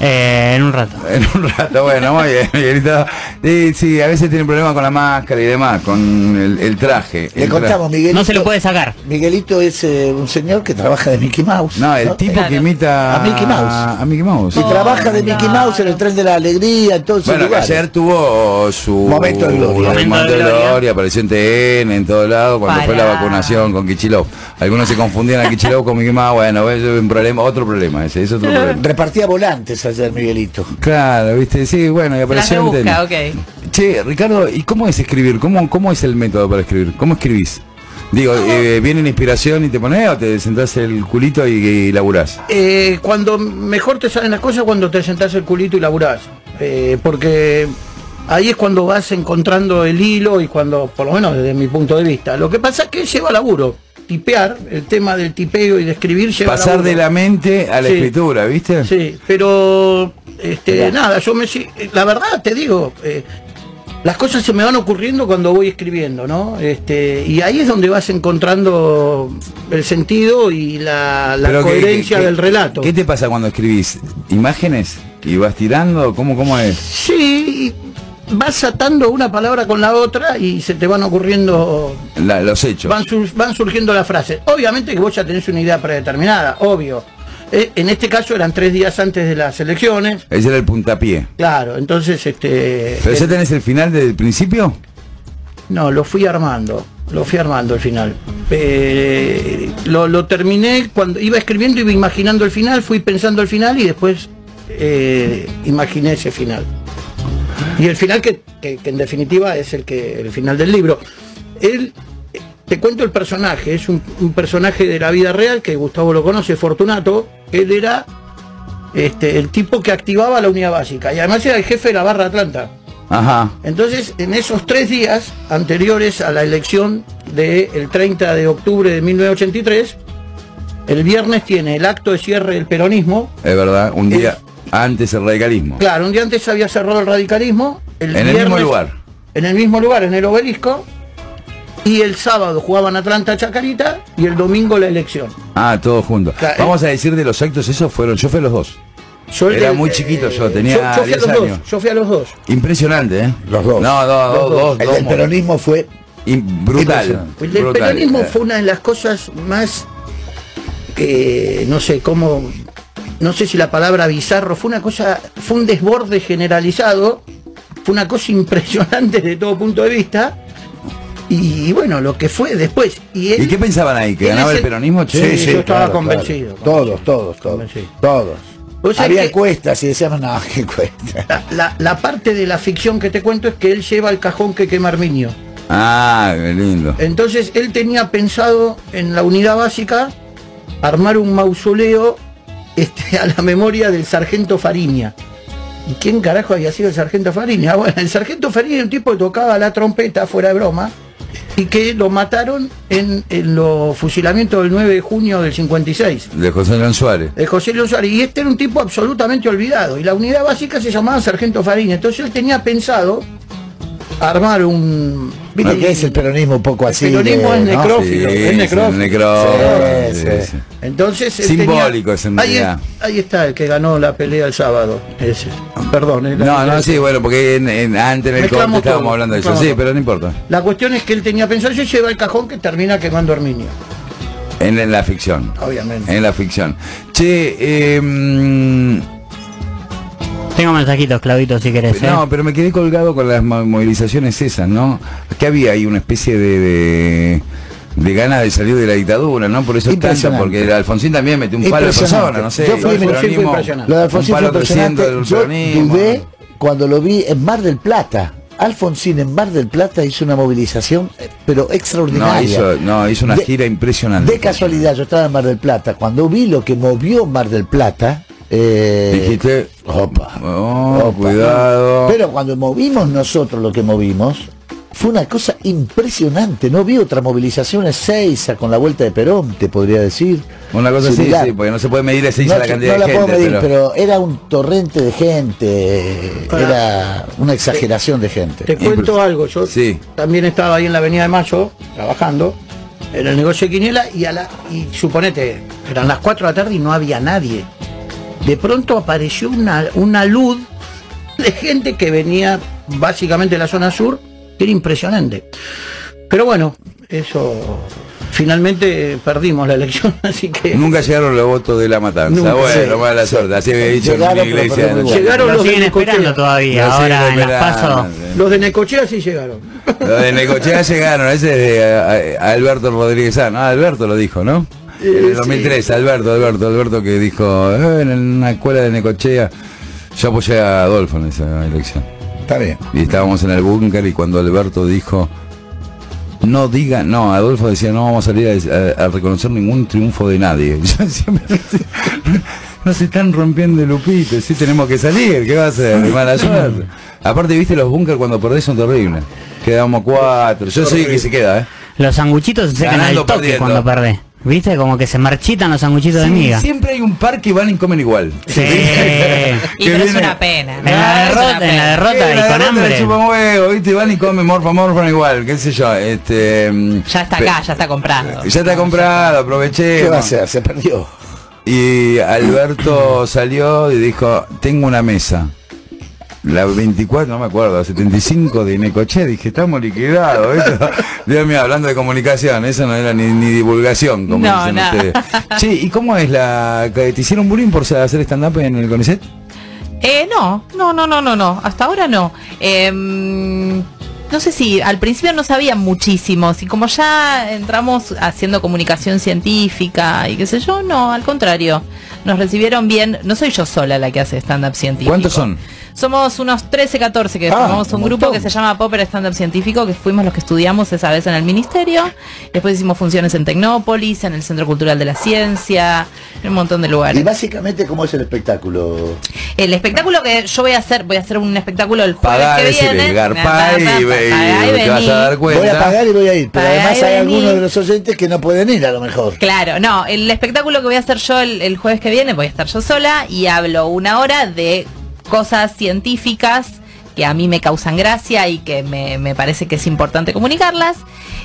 [SPEAKER 4] Eh, en un rato.
[SPEAKER 1] [LAUGHS] En un rato, bueno, muy bien, Miguelito. Sí, sí, a veces tiene problemas con la máscara y demás, con el, el traje.
[SPEAKER 2] Le
[SPEAKER 1] el
[SPEAKER 2] contamos, Miguelito.
[SPEAKER 4] No se lo puede sacar.
[SPEAKER 2] Miguelito es eh, un señor que trabaja de Mickey Mouse.
[SPEAKER 1] traje. No, el tipo
[SPEAKER 5] Claro.
[SPEAKER 1] que imita
[SPEAKER 2] A Mickey Mouse.
[SPEAKER 1] Ah, A Mickey Mouse.
[SPEAKER 2] Que trabaja de Mickey Mouse en el tren de la alegría, en todos
[SPEAKER 1] Bueno,
[SPEAKER 2] esos
[SPEAKER 1] que
[SPEAKER 2] lugares.
[SPEAKER 1] ayer tuvo su
[SPEAKER 2] Momento de gloria.
[SPEAKER 1] momento
[SPEAKER 4] Momento
[SPEAKER 1] de
[SPEAKER 4] de
[SPEAKER 1] gloria,
[SPEAKER 4] gloria,
[SPEAKER 1] apareció en TN, en todos lados, cuando fue la
[SPEAKER 5] Pará.
[SPEAKER 1] vacunación con Kichilov. Algunos se confundían a Kichilov con Mickey Mouse, bueno, es un problema, otro problema ese, es otro
[SPEAKER 4] [LAUGHS]
[SPEAKER 1] problema.
[SPEAKER 2] Repartía volantes ayer Miguelito.
[SPEAKER 1] Claro, viste, sí, bueno, y
[SPEAKER 5] La
[SPEAKER 1] apareció en
[SPEAKER 5] rebusca,
[SPEAKER 1] TN.
[SPEAKER 5] ok.
[SPEAKER 1] Che, Ricardo, ¿y cómo es escribir? ¿Cómo, cómo es el método para escribir? ¿Cómo escribís? Digo, eh, ¿viene la inspiración y te pones o te sentás el culito y, y laburás?
[SPEAKER 3] eh, cuando mejor te salen las cosas cuando te sentás el culito y laburás. Eh, porque ahí es cuando vas encontrando el hilo y cuando, por lo menos desde mi punto de vista. Lo que pasa es que lleva laburo. Tipear, el tema del tipeo y de escribir lleva
[SPEAKER 1] Pasar
[SPEAKER 3] laburo.
[SPEAKER 1] de la mente a la
[SPEAKER 3] Sí.
[SPEAKER 1] escritura, ¿viste?
[SPEAKER 3] Sí, pero este, nada, yo me si- la verdad te digo, eh, las cosas se me van ocurriendo cuando voy escribiendo, ¿no? Este, y ahí es donde vas encontrando el sentido y la, la
[SPEAKER 1] Pero que-
[SPEAKER 3] coherencia
[SPEAKER 1] que- que-
[SPEAKER 3] del relato.
[SPEAKER 1] ¿Qué te pasa cuando escribís? ¿Imágenes? ¿Y vas tirando? ¿Cómo, cómo es?
[SPEAKER 3] Sí, y vas atando una palabra con la otra y se te van ocurriendo
[SPEAKER 1] La- los hechos.
[SPEAKER 3] van, sur- van surgiendo las frases. Obviamente que vos ya tenés una idea predeterminada, obvio. Eh, en este caso eran tres días antes de las elecciones.
[SPEAKER 1] Ese era el puntapié.
[SPEAKER 3] Claro, entonces este.
[SPEAKER 1] ¿Pero ya tenés el final del principio?
[SPEAKER 3] No, lo fui armando. Lo fui armando al final. Eh, lo, lo terminé cuando iba escribiendo, iba imaginando el final, fui pensando el final y después eh, imaginé ese final. Y el final que, que- que en definitiva es el que el final del libro. Él, eh, te cuento el personaje, es un, un personaje de la vida real que Gustavo lo conoce, Fortunato. Él era este, el tipo que activaba la unidad básica y además era el jefe de la barra Atlanta.
[SPEAKER 1] Ajá.
[SPEAKER 3] Entonces, en esos tres días anteriores a la elección del 30 de octubre de 1983, el viernes tiene el acto de cierre del peronismo.
[SPEAKER 1] Es verdad, un día
[SPEAKER 3] Eh.
[SPEAKER 1] antes el radicalismo.
[SPEAKER 3] Claro, un día antes había cerrado el radicalismo.
[SPEAKER 1] En el mismo lugar.
[SPEAKER 3] En el mismo lugar, en el obelisco. Y el sábado jugaban Atlanta Chacarita y el domingo la elección.
[SPEAKER 1] Ah, todo junto.
[SPEAKER 3] Claro,
[SPEAKER 1] Vamos a decir de los actos, esos fueron, yo fui a los dos.
[SPEAKER 3] eh. Yo eh,
[SPEAKER 1] Era muy chiquito yo, tenía
[SPEAKER 3] yo fui
[SPEAKER 1] 10
[SPEAKER 3] a los
[SPEAKER 1] años.
[SPEAKER 3] Dos, yo fui a los dos.
[SPEAKER 1] Impresionante, ¿eh?
[SPEAKER 2] Los dos.
[SPEAKER 1] No, no, dos, dos,
[SPEAKER 2] el
[SPEAKER 1] dos
[SPEAKER 2] del
[SPEAKER 1] mo-
[SPEAKER 2] peronismo fue
[SPEAKER 1] in- brutal.
[SPEAKER 3] El
[SPEAKER 1] brutal.
[SPEAKER 3] peronismo fue una de las cosas más que no sé cómo no sé si la palabra bizarro fue una cosa fue un desborde generalizado fue una cosa [LAUGHS] impresionante desde todo punto de vista y, bueno lo que fue después y él
[SPEAKER 1] ¿Y qué pensaban ahí? ¿Que
[SPEAKER 3] él
[SPEAKER 1] ganaba el
[SPEAKER 3] es el-
[SPEAKER 1] peronismo? Che,
[SPEAKER 3] Sí, yo estaba convencido.
[SPEAKER 2] Todos, todos, todos.
[SPEAKER 3] Convencido.
[SPEAKER 2] Todos.
[SPEAKER 3] Vos sabés
[SPEAKER 2] Había
[SPEAKER 3] que-
[SPEAKER 2] encuestas y decíamos, no, qué encuesta.
[SPEAKER 3] la, la- la parte de la ficción que te cuento es que él lleva el cajón que quema Arminio
[SPEAKER 1] Ah, qué lindo.
[SPEAKER 3] Entonces él tenía pensado en la unidad básica armar un mausoleo este, [LAUGHS] a la memoria del sargento Fariña. ¿Y quién carajo había sido el sargento Fariña? [LAUGHS] Bueno, el sargento Fariña era un tipo que tocaba la trompeta, fuera de broma, y que lo mataron en, en los fusilamientos del 9 de junio del 56.
[SPEAKER 1] De José León Suárez.
[SPEAKER 3] de José León Suárez. Y este era un tipo absolutamente olvidado. Y la unidad básica se llamaba Sargento Fariña. Entonces él tenía pensado armar un...
[SPEAKER 2] ¿Viste que es el peronismo un poco
[SPEAKER 3] El
[SPEAKER 2] así?
[SPEAKER 3] peronismo
[SPEAKER 2] de-
[SPEAKER 3] es
[SPEAKER 2] ¿no?
[SPEAKER 3] necrófilo. es
[SPEAKER 1] sí,
[SPEAKER 3] necrófilo.
[SPEAKER 1] necrófilo,
[SPEAKER 2] Sí, sí.
[SPEAKER 3] Entonces él
[SPEAKER 1] Simbólico es en
[SPEAKER 3] ahí,
[SPEAKER 1] realidad.
[SPEAKER 3] es- ahí está el que ganó la pelea el sábado. Ese. Perdón. eh, la-
[SPEAKER 1] No, no, sí, bueno, porque en- en- antes en el
[SPEAKER 3] Mezclamos
[SPEAKER 1] corte estábamos
[SPEAKER 3] todo,
[SPEAKER 1] hablando de eso.
[SPEAKER 3] mezclamos
[SPEAKER 1] Sí,
[SPEAKER 3] todo.
[SPEAKER 1] pero no importa.
[SPEAKER 3] La cuestión es que él tenía pensado, yo lleva el cajón que termina quemando Arminio,
[SPEAKER 1] En, en la ficción.
[SPEAKER 3] Ah, obviamente.
[SPEAKER 1] En la ficción. Che, eh, mm,
[SPEAKER 4] Tengo mensajitos, Claudito, si querés. ¿eh?
[SPEAKER 1] no, pero me quedé colgado con las mo- movilizaciones esas, ¿no? Que había ahí una especie de... de- de ganas de salir de la dictadura, ¿no? Por eso es tanta,
[SPEAKER 2] Impresionante.
[SPEAKER 1] porque Alfonsín también metió un palo de
[SPEAKER 2] Impresionante.
[SPEAKER 1] persona, no sé.
[SPEAKER 2] Yo fui,
[SPEAKER 1] el peronismo,
[SPEAKER 2] Lo de Alfonsín
[SPEAKER 1] un palo
[SPEAKER 2] fue impresionante.
[SPEAKER 1] 300 del
[SPEAKER 2] Yo
[SPEAKER 1] peronismo.
[SPEAKER 2] dudé cuando lo vi en Mar del Plata. Alfonsín en Mar del Plata hizo una movilización, eh, pero extraordinaria.
[SPEAKER 1] No, hizo, no, hizo una
[SPEAKER 2] De-
[SPEAKER 1] gira impresionante.
[SPEAKER 2] De casualidad, yo estaba en Mar del Plata. Cuando vi lo que movió Mar del Plata, eh,
[SPEAKER 1] Dijiste,
[SPEAKER 2] opa,
[SPEAKER 1] oh,
[SPEAKER 2] opa.
[SPEAKER 1] cuidado.
[SPEAKER 2] Pero cuando movimos nosotros lo que movimos, fue una cosa impresionante. No vi otra movilización en Seiza con la vuelta de Perón, te podría decir.
[SPEAKER 1] Una cosa así,
[SPEAKER 2] Similar.
[SPEAKER 1] sí, porque no se puede medir ese
[SPEAKER 2] No,
[SPEAKER 1] la cantidad
[SPEAKER 2] no la
[SPEAKER 1] de
[SPEAKER 2] puedo
[SPEAKER 1] gente.
[SPEAKER 2] medir,
[SPEAKER 1] pero...
[SPEAKER 2] pero... era un torrente de gente, era una exageración de
[SPEAKER 3] Te
[SPEAKER 2] gente.
[SPEAKER 3] cuento algo, yo
[SPEAKER 1] Sí.
[SPEAKER 3] también estaba ahí en la Avenida de Mayo, trabajando, en el negocio de Quiniela, y, a la, y suponete, eran las 4 de la tarde y no había nadie. De pronto apareció una, una luz de gente que venía básicamente de la zona sur, que era impresionante. Pero bueno, eso... Finalmente perdimos la elección, [LAUGHS] así que...
[SPEAKER 1] Nunca llegaron los votos de la matanza.
[SPEAKER 3] Nunca,
[SPEAKER 1] bueno,
[SPEAKER 2] sí,
[SPEAKER 1] mala
[SPEAKER 2] sí.
[SPEAKER 1] suerte. Así había dicho
[SPEAKER 2] Llegaron,
[SPEAKER 1] en mi
[SPEAKER 2] pero
[SPEAKER 1] iglesia.
[SPEAKER 2] perdieron
[SPEAKER 1] no sé.
[SPEAKER 2] igual.
[SPEAKER 3] Llegaron
[SPEAKER 4] Lo
[SPEAKER 3] los de
[SPEAKER 4] siguen
[SPEAKER 3] Necochea.
[SPEAKER 4] esperando todavía,
[SPEAKER 1] No sé,
[SPEAKER 4] ahora en las
[SPEAKER 1] esperando,
[SPEAKER 4] pasos.
[SPEAKER 1] sí.
[SPEAKER 3] Los de Necochea sí llegaron.
[SPEAKER 1] Los de Necochea llegaron, ese es de eh, a- a Alberto Rodríguez Sano. Ah, Alberto lo dijo, ¿no? En el [LAUGHS] 2003, Alberto, Alberto, Alberto que dijo, "Eh, en una escuela de Necochea, yo apoyé a Adolfo en esa elección.
[SPEAKER 2] Está bien.
[SPEAKER 1] Y estábamos en el búnker y cuando Alberto dijo, no diga, no, Adolfo decía, no vamos a salir a, a- a reconocer ningún triunfo de nadie. [LAUGHS] Yo siempre- no se están rompiendo el lupito, sí tenemos que salir, ¿qué va a hacer? Mala suerte. Aparte, viste, los búnker cuando perdés son terribles. Quedamos cuatro. Yo soy el que se queda, ¿eh?
[SPEAKER 4] Los sanguchitos se secan
[SPEAKER 1] Ganando,
[SPEAKER 4] al toque
[SPEAKER 1] perdiendo.
[SPEAKER 4] cuando perdés. ¿Viste? Como que se marchitan los sanguchitos de
[SPEAKER 1] Sí,
[SPEAKER 4] miga.
[SPEAKER 1] siempre hay un par que van y comen igual.
[SPEAKER 4] Sí.
[SPEAKER 5] Y
[SPEAKER 1] Que
[SPEAKER 5] pero es
[SPEAKER 1] viene-
[SPEAKER 5] una pena.
[SPEAKER 4] En la
[SPEAKER 5] es una
[SPEAKER 4] derrota, en la
[SPEAKER 5] pena.
[SPEAKER 4] derrota
[SPEAKER 1] Sí,
[SPEAKER 4] y
[SPEAKER 1] la
[SPEAKER 4] con
[SPEAKER 1] derrota le
[SPEAKER 4] hambre.
[SPEAKER 1] chupa un huevo, viste, van y comen, morfa, morfa igual, qué sé yo. Este, mm,
[SPEAKER 5] Ya está
[SPEAKER 1] pe-
[SPEAKER 5] acá, ya está comprado.
[SPEAKER 1] Ya está comprado, aproveché.
[SPEAKER 2] ¿Qué va a hacer? Se perdió.
[SPEAKER 1] Y Alberto salió y dijo, tengo una mesa. La 24, no me acuerdo, la 75 de Necoche, dije, estamos liquidados. [LAUGHS] esto". Dios mío, hablando de comunicación, eso no era ni, ni divulgación, como
[SPEAKER 5] No,
[SPEAKER 1] dicen
[SPEAKER 5] nada.
[SPEAKER 1] ustedes.
[SPEAKER 5] [LAUGHS]
[SPEAKER 1] Che, ¿y cómo es la... que ¿Te hicieron bullying por hacer stand-up en el Conicet?
[SPEAKER 5] Eh, no, no, no, no, no, no. Hasta ahora no. Em, no sé si al principio no sabía muchísimo. Si como ya entramos haciendo comunicación científica y qué sé yo, no, al contrario. Nos recibieron bien. No soy yo sola la que hace stand-up científico.
[SPEAKER 1] ¿Cuántos son?
[SPEAKER 5] Somos unos 13, 14 que
[SPEAKER 2] Ah,
[SPEAKER 5] formamos un,
[SPEAKER 2] un
[SPEAKER 5] grupo que
[SPEAKER 2] montón.
[SPEAKER 5] se llama Popper Stand Up Científico, que fuimos los que estudiamos esa vez en el ministerio. Después hicimos funciones en Tecnópolis, en el Centro Cultural de la Ciencia, en un montón de lugares.
[SPEAKER 2] Y básicamente, ¿cómo es el espectáculo?
[SPEAKER 5] El espectáculo que yo voy a hacer, voy a hacer un espectáculo el jueves
[SPEAKER 1] Pagar
[SPEAKER 5] que
[SPEAKER 1] ese
[SPEAKER 5] viene.
[SPEAKER 1] garpar y,
[SPEAKER 5] Pagá
[SPEAKER 1] y-
[SPEAKER 5] pagá
[SPEAKER 1] y te vas
[SPEAKER 5] vení.
[SPEAKER 1] a dar
[SPEAKER 2] Voy a
[SPEAKER 1] cuenta.
[SPEAKER 2] pagar y voy a ir, pero
[SPEAKER 5] Pagá
[SPEAKER 2] además
[SPEAKER 5] y
[SPEAKER 2] hay
[SPEAKER 5] vení.
[SPEAKER 2] algunos de los oyentes que no pueden ir a lo mejor.
[SPEAKER 5] Claro, no, el espectáculo que voy a hacer yo el, el jueves que viene, voy a estar yo sola y hablo una hora de cosas científicas que a mí me causan gracia y que me, me parece que es importante comunicarlas,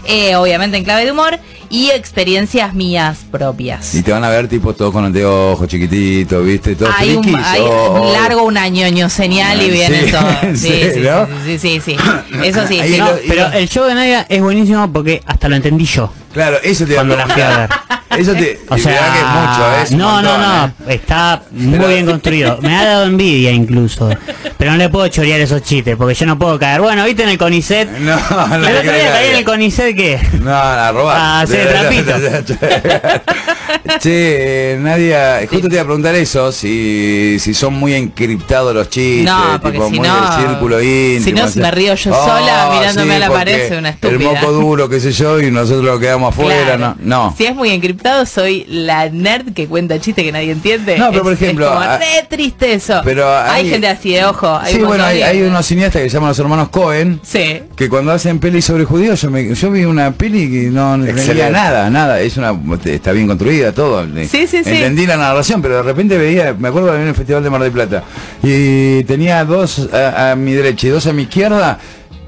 [SPEAKER 5] eh, obviamente en clave de humor, y experiencias mías propias.
[SPEAKER 1] Y te van a ver tipo todos con anteojos, chiquititos, viste, todos
[SPEAKER 5] hay un,
[SPEAKER 1] frikis,
[SPEAKER 5] hay
[SPEAKER 1] o- [LAUGHS]
[SPEAKER 5] un largo un añoño señal y
[SPEAKER 1] Sí,
[SPEAKER 5] viene todo. Sí,
[SPEAKER 1] sí,
[SPEAKER 5] sí, sí,
[SPEAKER 1] ¿no?
[SPEAKER 5] sí, sí,
[SPEAKER 1] [COUGHS]
[SPEAKER 5] sí, sí. Eso sí.
[SPEAKER 1] Ahí
[SPEAKER 5] sí.
[SPEAKER 1] lo-
[SPEAKER 4] Pero el show de Nadia es buenísimo porque hasta lo entendí yo
[SPEAKER 1] Claro, eso te
[SPEAKER 4] cuando la fui a ver.
[SPEAKER 1] [LAUGHS] Eso te.
[SPEAKER 4] O
[SPEAKER 1] y mirá que es mucho,
[SPEAKER 4] sea,
[SPEAKER 1] es un
[SPEAKER 4] no, no,
[SPEAKER 1] montón,
[SPEAKER 4] no,
[SPEAKER 1] ¿eh?
[SPEAKER 4] está muy
[SPEAKER 1] Pero-
[SPEAKER 4] bien construido. Me ha dado envidia incluso, pero no le puedo chorear esos chistes porque yo no puedo caer. Bueno, viste en el Conicet,
[SPEAKER 1] No, no,
[SPEAKER 4] el otro
[SPEAKER 1] creo que
[SPEAKER 4] día caí en
[SPEAKER 1] haya.
[SPEAKER 4] el Conicet que
[SPEAKER 1] No, a robar.
[SPEAKER 4] Ah,
[SPEAKER 1] [LAUGHS]
[SPEAKER 4] sí,
[SPEAKER 1] trapito. [LAUGHS] che, eh, Nadia, justo te iba a preguntar eso, si, si son muy encriptados los chistes,
[SPEAKER 5] No, porque
[SPEAKER 1] tipo
[SPEAKER 5] si
[SPEAKER 1] muy
[SPEAKER 5] no-
[SPEAKER 1] del círculo íntimo.
[SPEAKER 5] si no,
[SPEAKER 1] o sea. Oh,
[SPEAKER 5] me río yo sola mirándome a la
[SPEAKER 1] porque
[SPEAKER 5] pared, soy una
[SPEAKER 1] El
[SPEAKER 5] estúpida.
[SPEAKER 1] moco duro, qué sé yo, y nosotros lo quedamos afuera,
[SPEAKER 5] Claro.
[SPEAKER 1] no. No.
[SPEAKER 5] Si es muy encriptado, soy la nerd que cuenta chiste que nadie entiende.
[SPEAKER 1] No, pero
[SPEAKER 5] Es-
[SPEAKER 1] por
[SPEAKER 5] es
[SPEAKER 1] ejemplo,
[SPEAKER 5] como
[SPEAKER 1] ah,
[SPEAKER 5] re triste eso.
[SPEAKER 1] Pero
[SPEAKER 5] hay, gente así de ojo. Hay
[SPEAKER 1] sí,
[SPEAKER 5] un
[SPEAKER 1] bueno,
[SPEAKER 5] montón
[SPEAKER 1] hay,
[SPEAKER 5] de-
[SPEAKER 1] hay unos cineastas que se llaman los hermanos Cohen.
[SPEAKER 5] Sí.
[SPEAKER 1] Que cuando hacen pelis sobre judíos, yo, me- yo vi una peli que no no entendía
[SPEAKER 2] Excelente.
[SPEAKER 1] nada, nada. Es una, está bien construida, todo.
[SPEAKER 5] Sí, sí, sí.
[SPEAKER 1] Entendí la narración, pero de repente veía, me acuerdo en el Festival de Mar del Plata, y tenía dos a, a mi derecha y dos a mi izquierda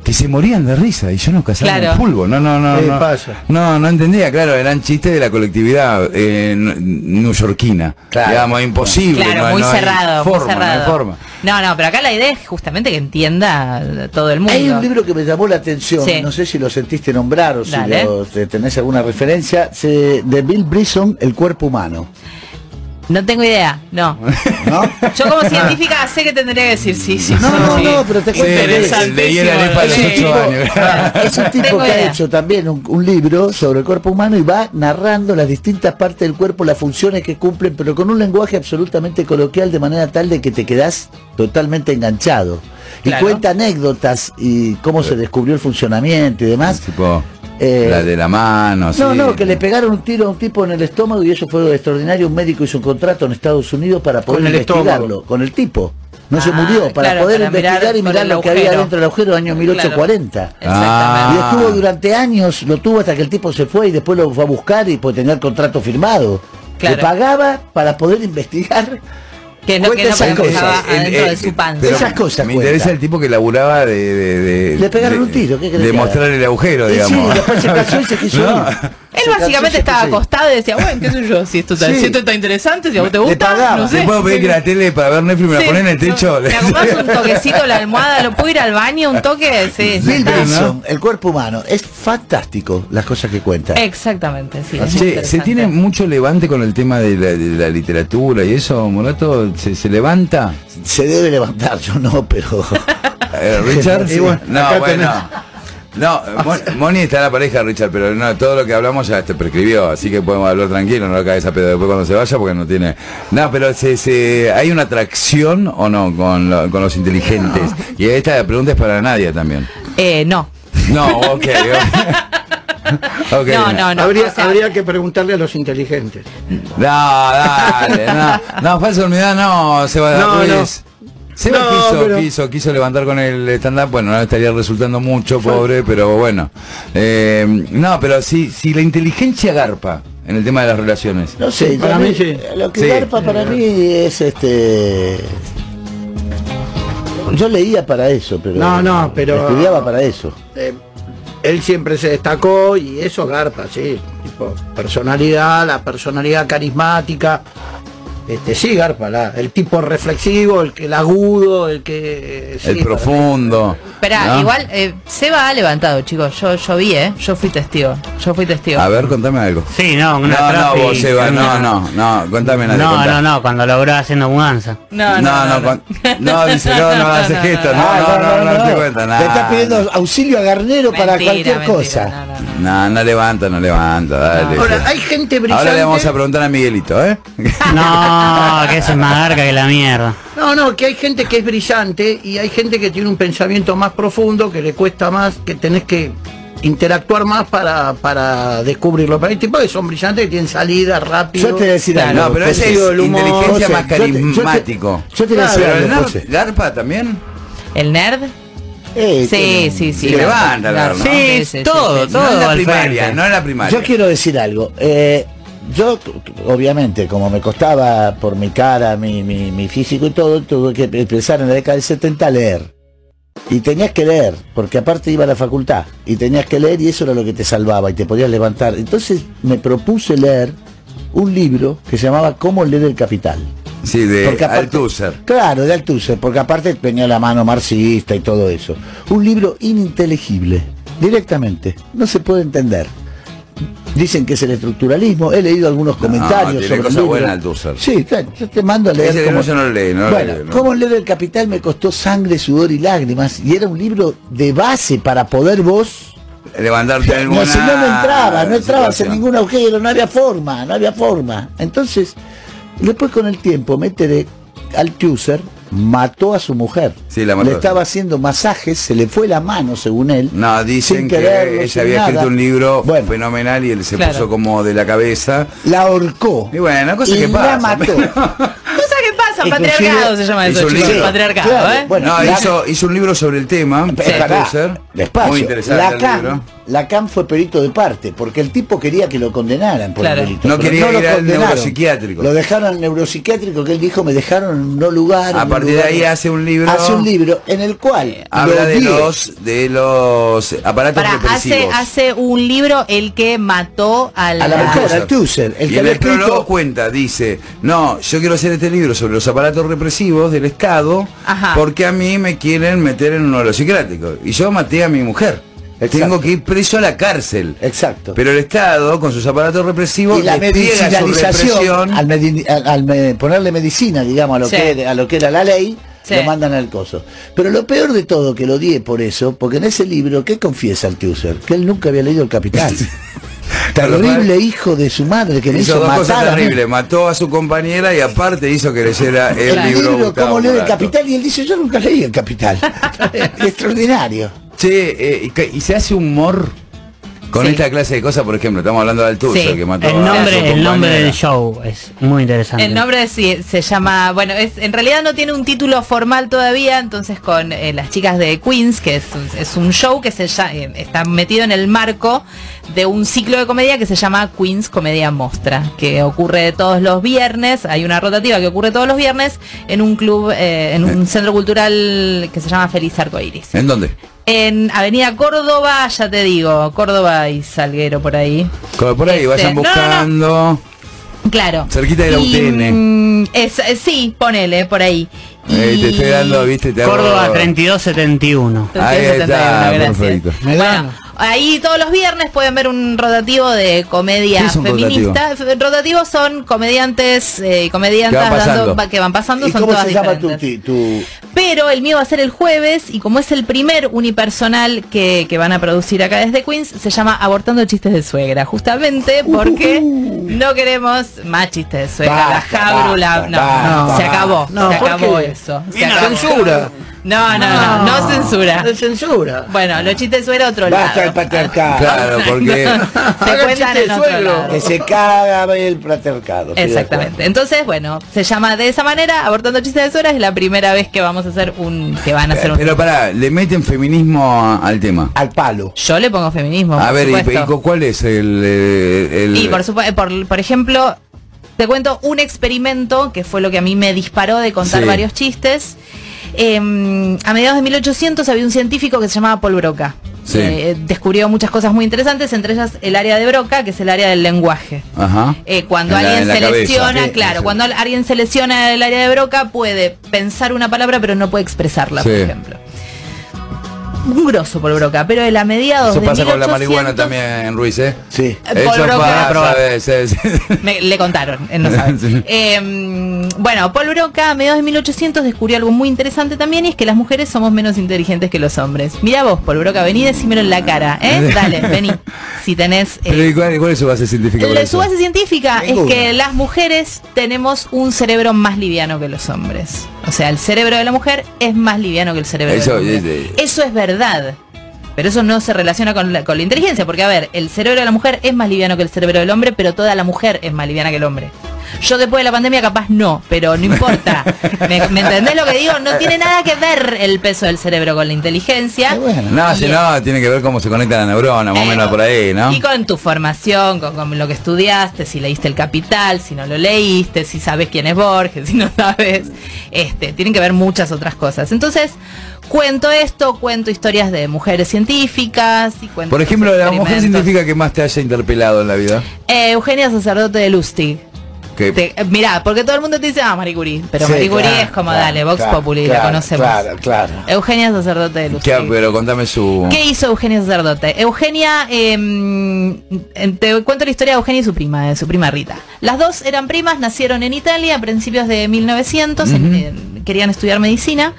[SPEAKER 1] que se morían de risa y yo no cazaba
[SPEAKER 5] Claro.
[SPEAKER 1] un pulvo. No, no, no.
[SPEAKER 3] ¿Qué
[SPEAKER 1] no,
[SPEAKER 3] pasa?
[SPEAKER 1] no, no entendía, claro, eran chistes de la colectividad eh, nu- newyorquina.
[SPEAKER 2] Claro.
[SPEAKER 1] Digamos, imposible.
[SPEAKER 5] Claro,
[SPEAKER 1] no-
[SPEAKER 5] muy,
[SPEAKER 1] no hay
[SPEAKER 5] cerrado,
[SPEAKER 1] forma,
[SPEAKER 5] muy
[SPEAKER 1] no hay
[SPEAKER 5] cerrado.
[SPEAKER 1] forma.
[SPEAKER 5] No, no, pero acá la idea es justamente que entienda todo el mundo.
[SPEAKER 2] Hay un libro que me llamó la atención,
[SPEAKER 5] Sí.
[SPEAKER 2] no sé si lo sentiste nombrar o si
[SPEAKER 5] Dale.
[SPEAKER 2] lo- te- tenés alguna referencia, se- de Bill Brisson, El cuerpo humano.
[SPEAKER 5] No tengo idea, no.
[SPEAKER 1] [LAUGHS]
[SPEAKER 5] Yo
[SPEAKER 1] Ah.
[SPEAKER 5] como científica sé que tendría que decir sí, sí.
[SPEAKER 2] No,
[SPEAKER 5] sí,
[SPEAKER 2] no,
[SPEAKER 5] sí.
[SPEAKER 2] no, pero te cuento que-
[SPEAKER 1] El de Ian Arepa a los
[SPEAKER 2] Es un
[SPEAKER 1] ocho
[SPEAKER 2] tipo- [LAUGHS]
[SPEAKER 1] años.
[SPEAKER 2] Ah, Es un tipo
[SPEAKER 5] Tengo
[SPEAKER 2] que ha
[SPEAKER 5] idea.
[SPEAKER 2] hecho también un, un libro sobre el cuerpo humano y va narrando las distintas partes del cuerpo, las funciones que cumplen, pero con un lenguaje absolutamente coloquial de manera tal de que te quedás totalmente enganchado. Y
[SPEAKER 5] Claro.
[SPEAKER 2] cuenta anécdotas y cómo se descubrió el funcionamiento y demás.
[SPEAKER 1] Tipo,
[SPEAKER 2] Eh,
[SPEAKER 1] la de la
[SPEAKER 3] Ah,
[SPEAKER 1] mano,
[SPEAKER 2] no,
[SPEAKER 1] así.
[SPEAKER 2] no, que le pegaron un tiro a un tipo en el estómago y eso fue extraordinario. Un médico hizo un contrato en Estados Unidos para poder
[SPEAKER 3] Con el
[SPEAKER 2] investigarlo,
[SPEAKER 3] estómago.
[SPEAKER 2] con el tipo. No se
[SPEAKER 5] Ah,
[SPEAKER 2] murió, para
[SPEAKER 5] claro,
[SPEAKER 2] poder
[SPEAKER 5] para mirar
[SPEAKER 2] investigar y
[SPEAKER 5] por
[SPEAKER 2] mirar
[SPEAKER 5] el
[SPEAKER 2] lo que había
[SPEAKER 5] agujero.
[SPEAKER 2] dentro del agujero año 1840.
[SPEAKER 1] Ah.
[SPEAKER 2] Y estuvo durante años, lo tuvo hasta que el tipo se fue y después lo fue a buscar y por tener contrato firmado.
[SPEAKER 5] Claro.
[SPEAKER 2] Le pagaba para poder investigar.
[SPEAKER 5] Que no, que
[SPEAKER 2] Cuenta
[SPEAKER 5] no
[SPEAKER 2] esas
[SPEAKER 5] porque estaba
[SPEAKER 2] cosas.
[SPEAKER 5] adentro
[SPEAKER 1] Eh,
[SPEAKER 5] Ah, de su panza.
[SPEAKER 1] pero
[SPEAKER 2] Esas cosas
[SPEAKER 1] Me
[SPEAKER 2] cuenta.
[SPEAKER 1] interesa el tipo que laburaba de. de, de-
[SPEAKER 2] Le pegaron
[SPEAKER 1] de-
[SPEAKER 2] un tiro, ¿qué querés
[SPEAKER 1] De
[SPEAKER 2] que haga?
[SPEAKER 1] mostrar el agujero,
[SPEAKER 2] Y sí,
[SPEAKER 1] digamos.
[SPEAKER 2] después se casó y se quiso
[SPEAKER 1] No.
[SPEAKER 2] ir.
[SPEAKER 5] Él
[SPEAKER 2] Se casó
[SPEAKER 5] básicamente
[SPEAKER 2] y se
[SPEAKER 5] estaba
[SPEAKER 2] quiso ir.
[SPEAKER 5] acostado y decía, bueno, qué sé yo, si esto está,
[SPEAKER 2] Sí.
[SPEAKER 5] si esto está interesante, si a vos te
[SPEAKER 2] Le
[SPEAKER 5] gusta,
[SPEAKER 2] pagaba.
[SPEAKER 5] no sé.
[SPEAKER 1] ¿Te puedo pedir que la tele para ver Netflix me la
[SPEAKER 5] Sí,
[SPEAKER 1] ponen en el
[SPEAKER 5] no,
[SPEAKER 1] techo?
[SPEAKER 5] ¿Me
[SPEAKER 3] [LAUGHS]
[SPEAKER 5] acomodás un toquecito la almohada? ¿Lo puedo ir al baño un toque? Sí, ya
[SPEAKER 2] Bill
[SPEAKER 5] está.
[SPEAKER 2] Benson, el cuerpo humano, es fantástico las cosas que cuenta.
[SPEAKER 5] Exactamente, sí. Eh, es
[SPEAKER 1] Che,
[SPEAKER 5] muy
[SPEAKER 1] ¿Se
[SPEAKER 5] interesante.
[SPEAKER 1] tiene mucho levante con el tema de la, de la literatura y eso, Morato? ¿Se, se levanta?
[SPEAKER 2] Se debe levantar, yo [LAUGHS] no, pero.
[SPEAKER 1] Eh, ¿Richard?
[SPEAKER 2] [LAUGHS] Y bueno,
[SPEAKER 1] no,
[SPEAKER 2] acá
[SPEAKER 1] bueno. No, Mon- Moni está en la pareja, Richard, pero no, todo lo que hablamos ya te prescribió, así que podemos hablar tranquilo, no lo caes a pedo después cuando se vaya porque no tiene... No, pero se, se- ¿hay una atracción o no con, lo- con los inteligentes? Y esta pregunta es para Nadia también.
[SPEAKER 5] Eh, no.
[SPEAKER 1] No, ok. ok.
[SPEAKER 5] [LAUGHS] No, no, no.
[SPEAKER 3] habría,
[SPEAKER 5] o sea,
[SPEAKER 3] habría que preguntarle a los inteligentes.
[SPEAKER 1] No, dale, no. No, falsa humildad no, se va a
[SPEAKER 3] No, no.
[SPEAKER 1] Seba
[SPEAKER 3] No,
[SPEAKER 1] quiso,
[SPEAKER 3] pero-
[SPEAKER 1] quiso, quiso levantar con el stand-up, bueno, no le estaría resultando mucho, pobre, pero bueno. Eh, no, pero si, si la inteligencia garpa en el tema de las relaciones.
[SPEAKER 2] No sé,
[SPEAKER 3] Para
[SPEAKER 2] para
[SPEAKER 3] mí
[SPEAKER 2] mí,
[SPEAKER 3] sí.
[SPEAKER 2] lo que
[SPEAKER 1] Sí.
[SPEAKER 2] garpa para mí es este. Yo leía para eso, pero.
[SPEAKER 3] No, no, pero-
[SPEAKER 2] Estudiaba para eso.
[SPEAKER 3] Eh, él siempre se destacó y eso garpa, sí. Tipo, personalidad, la personalidad carismática. Este, sí, garpa, la- el tipo reflexivo, el que el agudo, el que. eh, sí,
[SPEAKER 1] el
[SPEAKER 3] para mí.
[SPEAKER 1] profundo.
[SPEAKER 5] Esperá,
[SPEAKER 1] ¿no?
[SPEAKER 5] igual eh, Seba ha levantado, chicos. Yo, yo vi, ¿eh? Yo fui testigo. Yo fui testigo.
[SPEAKER 1] A ver, contame algo.
[SPEAKER 4] Sí, no,
[SPEAKER 1] No,
[SPEAKER 4] una
[SPEAKER 1] no,
[SPEAKER 4] profe
[SPEAKER 1] vos,
[SPEAKER 4] y
[SPEAKER 1] Seba, no,
[SPEAKER 4] termina-
[SPEAKER 1] no, no, contame nada.
[SPEAKER 4] No, no, no, cuando logró haciendo mudanza.
[SPEAKER 1] No, no, no, con- no, dice, no, no, hace gestos, no,
[SPEAKER 2] Ah,
[SPEAKER 1] no, no, no, te cuenta nada.
[SPEAKER 2] Le está pidiendo auxilio a Garnero para
[SPEAKER 5] Mentira,
[SPEAKER 2] cualquier
[SPEAKER 5] mentira,
[SPEAKER 2] cosa.
[SPEAKER 5] no, no, no.
[SPEAKER 1] No, no levanta, no levanta, dale.
[SPEAKER 3] Ahora, hay gente brillante.
[SPEAKER 1] Ahora le vamos a preguntar a Miguelito, ¿eh?
[SPEAKER 4] No, que eso es más garca que la mierda.
[SPEAKER 3] No, no, que hay gente que es brillante y hay gente que tiene un pensamiento más profundo, que le cuesta más, que tenés que interactuar más para, para descubrirlo. Pero hay tipos que son brillantes, que tienen salida rápido.
[SPEAKER 2] Yo te voy a decir
[SPEAKER 1] Claro,
[SPEAKER 2] algo.
[SPEAKER 1] no, pero ese
[SPEAKER 2] José.
[SPEAKER 1] es
[SPEAKER 2] El humor,
[SPEAKER 1] inteligencia
[SPEAKER 2] José,
[SPEAKER 1] más
[SPEAKER 2] yo te- yo te-
[SPEAKER 1] carismático.
[SPEAKER 2] Yo te voy a decir
[SPEAKER 1] Pero el
[SPEAKER 2] algo,
[SPEAKER 1] nar-
[SPEAKER 2] José.
[SPEAKER 1] Garpa también.
[SPEAKER 5] ¿El nerd?
[SPEAKER 2] Eh,
[SPEAKER 5] Sí,
[SPEAKER 2] tiene-
[SPEAKER 5] sí, sí.
[SPEAKER 1] se levanta la garpa.
[SPEAKER 4] Sí, todo, todo.
[SPEAKER 1] no en la
[SPEAKER 4] al
[SPEAKER 1] primaria,
[SPEAKER 4] frente.
[SPEAKER 1] no en la primaria.
[SPEAKER 2] Yo quiero decir algo. Eh, yo, obviamente, como me costaba por mi cara, mi, mi- mi físico y todo, tuve que empezar en la década del 70 a leer. Y tenías que leer, porque aparte iba a la facultad. Y tenías que leer y eso era lo que te salvaba y te podías levantar. Entonces me propuse leer un libro que se llamaba Cómo leer el capital.
[SPEAKER 1] Sí, de
[SPEAKER 2] Porque aparte-
[SPEAKER 1] Althusser.
[SPEAKER 2] Claro, de Althusser, porque aparte tenía la mano marxista y todo eso. Un libro ininteligible, directamente, no se puede entender. Dicen que es el estructuralismo, he leído algunos comentarios
[SPEAKER 1] tiene
[SPEAKER 2] sobre el
[SPEAKER 1] cosas
[SPEAKER 2] libro.
[SPEAKER 1] buenas Althusser.
[SPEAKER 2] Sí, claro, yo te mando a leer
[SPEAKER 1] Ese
[SPEAKER 2] como...
[SPEAKER 1] libro yo no lo leí, no lo
[SPEAKER 2] bueno,
[SPEAKER 1] leí, no.
[SPEAKER 2] cómo leer el capital me costó sangre, sudor y lágrimas y era un libro de base para poder vos
[SPEAKER 1] Levantarte en
[SPEAKER 2] no,
[SPEAKER 1] alguna
[SPEAKER 2] si no, no entraba, no entrabas en
[SPEAKER 1] situación.
[SPEAKER 2] ningún agujero, no había forma, no había forma. Entonces, después con el tiempo, métele al Althusser mató a su mujer.
[SPEAKER 1] Sí, la mató.
[SPEAKER 2] Le estaba haciendo masajes, se le fue la mano, según él.
[SPEAKER 1] No, dicen
[SPEAKER 2] sin
[SPEAKER 1] que
[SPEAKER 2] quererlo,
[SPEAKER 1] ella
[SPEAKER 2] sin
[SPEAKER 1] había escrito
[SPEAKER 2] nada.
[SPEAKER 1] un libro
[SPEAKER 2] Bueno,
[SPEAKER 1] fenomenal y él se
[SPEAKER 5] Claro.
[SPEAKER 1] puso como de la cabeza.
[SPEAKER 2] la ahorcó.
[SPEAKER 1] Y bueno, cosa
[SPEAKER 2] y
[SPEAKER 1] que pasa,
[SPEAKER 2] la
[SPEAKER 1] [LAUGHS]
[SPEAKER 2] mató.
[SPEAKER 5] Cosa que pasa,
[SPEAKER 2] Inclusive-
[SPEAKER 5] patriarcado se llama
[SPEAKER 1] Hizo
[SPEAKER 5] eso,
[SPEAKER 1] un
[SPEAKER 5] chicos.
[SPEAKER 1] libro.
[SPEAKER 5] Patriarcado,
[SPEAKER 2] Claro,
[SPEAKER 5] ¿eh?
[SPEAKER 2] bueno,
[SPEAKER 1] no,
[SPEAKER 2] la-
[SPEAKER 1] hizo, hizo un libro sobre el tema,
[SPEAKER 2] Pará,
[SPEAKER 1] Althusser.
[SPEAKER 2] despacio.
[SPEAKER 1] Muy interesante el libro.
[SPEAKER 2] Lacan, Lacan fue perito de parte, porque el tipo quería que lo condenaran por
[SPEAKER 5] Claro.
[SPEAKER 2] el delito.
[SPEAKER 1] No
[SPEAKER 2] pero
[SPEAKER 1] quería ir
[SPEAKER 2] lo
[SPEAKER 1] al
[SPEAKER 2] condenaron.
[SPEAKER 1] neuropsiquiátrico.
[SPEAKER 2] Lo dejaron al neuropsiquiátrico, que él dijo, me dejaron en no lugar.
[SPEAKER 1] A
[SPEAKER 2] en
[SPEAKER 1] partir de
[SPEAKER 2] lugar".
[SPEAKER 1] ahí hace un libro-
[SPEAKER 2] Hace un libro en el cual
[SPEAKER 1] Habla
[SPEAKER 2] lo
[SPEAKER 1] de
[SPEAKER 2] odié.
[SPEAKER 1] los, de los aparatos
[SPEAKER 5] Para, hace,
[SPEAKER 1] represivos.
[SPEAKER 5] hace un libro el que mató a la,
[SPEAKER 2] A la mujer, al Tusser, el
[SPEAKER 1] y
[SPEAKER 2] que
[SPEAKER 1] en
[SPEAKER 2] había
[SPEAKER 1] el prólogo
[SPEAKER 2] escrito...
[SPEAKER 1] cuenta, dice, no, yo quiero hacer este libro sobre los aparatos represivos del Estado
[SPEAKER 5] Ajá.
[SPEAKER 1] porque a mí me quieren meter en uno de los psiquiátricos. Y yo maté a mi mujer. Tengo que ir preso a la cárcel.
[SPEAKER 2] Exacto.
[SPEAKER 1] Pero el Estado, con sus aparatos represivos,
[SPEAKER 2] y la
[SPEAKER 1] despliega su
[SPEAKER 2] medicinalización,
[SPEAKER 1] represión.
[SPEAKER 2] al, medi- al- al me- ponerle medicina, digamos, a lo,
[SPEAKER 5] Sí.
[SPEAKER 2] que, era- a lo que era la ley,
[SPEAKER 5] Sí.
[SPEAKER 2] lo mandan al coso. Pero lo peor de todo, que lo odié por eso, porque en ese libro, ¿qué confiesa el Tusser? Que él nunca había leído El Capital. [LAUGHS] Terrible hijo de su madre que me
[SPEAKER 1] ¿eh? hizo
[SPEAKER 2] hizo,
[SPEAKER 1] dos cosas
[SPEAKER 2] matar a mí.
[SPEAKER 1] terribles. Mató a su compañera y aparte hizo que leyera el,
[SPEAKER 2] El libro,
[SPEAKER 1] Gustavo
[SPEAKER 2] ¿Cómo leer el
[SPEAKER 1] Morato.
[SPEAKER 2] Capital? Y él dice, yo nunca leí el Capital.
[SPEAKER 5] [LAUGHS]
[SPEAKER 2] Extraordinario.
[SPEAKER 1] Che, eh, y ca- ¿y se hace humor con
[SPEAKER 5] Sí.
[SPEAKER 1] esta clase de cosas? Por ejemplo, estamos hablando del Altuso,
[SPEAKER 5] Sí.
[SPEAKER 1] que mató
[SPEAKER 4] El
[SPEAKER 1] a su
[SPEAKER 4] nombre, el nombre
[SPEAKER 1] compañera.
[SPEAKER 4] del show es muy interesante.
[SPEAKER 5] El nombre sí, se llama, bueno, es, en realidad no tiene un título formal todavía, entonces con eh, las chicas de Queens, que es, un- es un show que se lla- eh, está metido en el marco de un ciclo de comedia que se llama Queens Comedia Mostra, que ocurre todos los viernes, hay una rotativa que ocurre todos los viernes en un club, eh, en un centro cultural que se llama Feliz Arcoiris.
[SPEAKER 1] ¿En dónde?
[SPEAKER 5] En Avenida Córdoba, ya te digo, Córdoba y Salguero por ahí.
[SPEAKER 1] Como Por ahí,
[SPEAKER 5] Este,
[SPEAKER 1] vayan
[SPEAKER 5] no, no, no.
[SPEAKER 1] buscando.
[SPEAKER 5] Claro.
[SPEAKER 1] Cerquita de la
[SPEAKER 5] Y,
[SPEAKER 1] UTN.
[SPEAKER 5] mm, es- eh, sí, ponele, por ahí.
[SPEAKER 1] Eh,
[SPEAKER 5] Y-
[SPEAKER 1] te estoy dando, viste, te hago-
[SPEAKER 4] Córdoba 3271.
[SPEAKER 1] Ahí
[SPEAKER 5] 371,
[SPEAKER 1] está,
[SPEAKER 5] gracias.
[SPEAKER 1] perfecto.
[SPEAKER 2] Me dan.
[SPEAKER 5] Bueno, ahí todos los viernes pueden ver un rotativo de
[SPEAKER 1] ¿Qué
[SPEAKER 5] comedia
[SPEAKER 1] es un
[SPEAKER 5] feminista. F- Rotativos son comediantes eh, y comediantas
[SPEAKER 1] Que van
[SPEAKER 5] dando-
[SPEAKER 1] pasando.
[SPEAKER 5] va- que van pasando,
[SPEAKER 2] ¿Y
[SPEAKER 5] son
[SPEAKER 2] cómo
[SPEAKER 5] todas
[SPEAKER 2] se llama tu,
[SPEAKER 5] diferentes.
[SPEAKER 2] ti- tu-
[SPEAKER 5] Pero el mío va a ser el jueves y como es el primer unipersonal que, que van a producir acá desde Queens, se llama Abortando Chistes de Suegra, justamente
[SPEAKER 3] Uh-huh.
[SPEAKER 5] porque no queremos más chistes de suegra.
[SPEAKER 2] Basta,
[SPEAKER 5] la jabru, la-
[SPEAKER 2] basta,
[SPEAKER 5] no,
[SPEAKER 2] basta.
[SPEAKER 5] se acabó,
[SPEAKER 3] No,
[SPEAKER 5] se
[SPEAKER 3] ¿por
[SPEAKER 5] acabó
[SPEAKER 3] qué?
[SPEAKER 5] eso. se
[SPEAKER 3] Bien,
[SPEAKER 5] acabó.
[SPEAKER 3] censura.
[SPEAKER 5] No, no, no, no, censura.
[SPEAKER 3] No censura.
[SPEAKER 5] Bueno, los chistes de suegra otro
[SPEAKER 2] Basta el
[SPEAKER 5] lado.
[SPEAKER 2] patriarcado. [LAUGHS]
[SPEAKER 1] Claro, [LAUGHS] porque
[SPEAKER 5] [LAUGHS] Se
[SPEAKER 3] Hagan
[SPEAKER 5] cuentan
[SPEAKER 3] chistes
[SPEAKER 5] en
[SPEAKER 3] de
[SPEAKER 5] otro
[SPEAKER 3] suegro.
[SPEAKER 5] lado.
[SPEAKER 2] ah, Que se caga el patriarcado. estoy de
[SPEAKER 5] Exactamente. Entonces, bueno, se llama de esa manera, abortando chistes de suegra, es la primera vez que vamos a hacer un, que van a hacer un
[SPEAKER 1] Eh, Pero pará, le meten feminismo a- al tema.
[SPEAKER 2] acuerdo. Al palo.
[SPEAKER 5] Yo le pongo feminismo.
[SPEAKER 1] A
[SPEAKER 5] por
[SPEAKER 1] ver, y,
[SPEAKER 5] supuesto.
[SPEAKER 1] y cu- ¿cuál es el, eh, el-
[SPEAKER 5] Y por supuesto, por, por ejemplo, te cuento un experimento que fue lo que a mí me disparó de contar
[SPEAKER 1] Sí.
[SPEAKER 5] varios chistes. Eh, a mediados de 1800 había un científico que se llamaba Paul Broca.
[SPEAKER 1] Sí.
[SPEAKER 5] Eh, descubrió muchas cosas muy interesantes, entre ellas el área de Broca, que es el área del lenguaje.
[SPEAKER 1] Ajá.
[SPEAKER 5] Eh, cuando
[SPEAKER 1] En la-
[SPEAKER 5] alguien
[SPEAKER 1] en la
[SPEAKER 5] se
[SPEAKER 1] cabeza.
[SPEAKER 5] lesiona,
[SPEAKER 1] Sí,
[SPEAKER 5] claro,
[SPEAKER 1] sí.
[SPEAKER 5] cuando al- alguien se lesiona el área de broca, puede pensar una palabra pero no puede expresarla, por
[SPEAKER 1] Sí.
[SPEAKER 5] ejemplo. Un grosso por broca, pero él a mediados
[SPEAKER 1] Eso
[SPEAKER 5] de
[SPEAKER 1] pasa con la
[SPEAKER 5] 1800,
[SPEAKER 1] marihuana también, Ruiz, ¿eh?
[SPEAKER 2] Sí.
[SPEAKER 5] Paul
[SPEAKER 1] Eso
[SPEAKER 5] Broca-
[SPEAKER 1] pasa a veces.
[SPEAKER 5] [LAUGHS] Me- le contaron,
[SPEAKER 1] [LAUGHS]
[SPEAKER 5] eh, no saben. Eh, bueno, Paul Broca a mediados de 1800 descubrió algo muy interesante también y es que las mujeres somos menos inteligentes que los hombres. Mira vos, Paul Broca, vení, decímelo en la cara, ¿eh? Dale, vení. Si tenés... eh,
[SPEAKER 1] Pero ¿y ¿cuál, cuál es su base científica? para
[SPEAKER 5] la,
[SPEAKER 1] eso?
[SPEAKER 5] su base científica
[SPEAKER 2] Ninguna.
[SPEAKER 5] es que las mujeres tenemos un cerebro más liviano que los hombres. O sea, el cerebro de la mujer es más liviano que el cerebro
[SPEAKER 1] Eso,
[SPEAKER 5] del hombre.
[SPEAKER 1] eh,
[SPEAKER 5] Eso es verdad. Pero eso no se relaciona con la, con la inteligencia, porque a ver, el cerebro de la mujer es más liviano que el cerebro del hombre, pero toda la mujer es más liviana que el hombre. Yo después de la pandemia capaz no, pero no
[SPEAKER 1] [LAUGHS]
[SPEAKER 5] importa. ¿Me, me entendés lo que digo? No tiene nada que ver el peso del cerebro con la inteligencia.
[SPEAKER 2] Qué bueno.
[SPEAKER 1] No, si no, tiene que ver cómo se conecta la neurona, más o menos por ahí, ¿no?
[SPEAKER 5] Y con tu formación, con, con lo que estudiaste, si leíste El Capital, si no lo leíste, si sabes quién es Borges, [LAUGHS] si no sabes. Este, tienen que ver muchas otras cosas. Entonces, cuento esto, cuento historias de mujeres científicas y cuento
[SPEAKER 1] Por ejemplo,
[SPEAKER 5] otros
[SPEAKER 1] la mujer
[SPEAKER 5] experimentos.
[SPEAKER 1] científica que más te haya interpelado en la vida.
[SPEAKER 5] Eh, Eugenia Sacerdote de Lustig.
[SPEAKER 1] Que-
[SPEAKER 5] Te- eh, mirá, porque todo el mundo te dice, ah, Marie Curie. Pero
[SPEAKER 2] Sí,
[SPEAKER 5] Marie Curie
[SPEAKER 2] claro,
[SPEAKER 5] es como,
[SPEAKER 2] claro,
[SPEAKER 5] dale, Vox
[SPEAKER 2] claro,
[SPEAKER 5] Populi, la
[SPEAKER 2] claro,
[SPEAKER 5] conocemos.
[SPEAKER 2] Claro, claro.
[SPEAKER 5] Eugenia Sacerdote de Lustig.
[SPEAKER 1] que- pero contame su...
[SPEAKER 5] ¿Qué hizo Eugenia Sacerdote? Eugenia, eh, te cuento la historia de Eugenia y su prima, de su prima Rita. Las dos eran primas, nacieron en Italia a principios de 1900, en- en- querían estudiar medicina,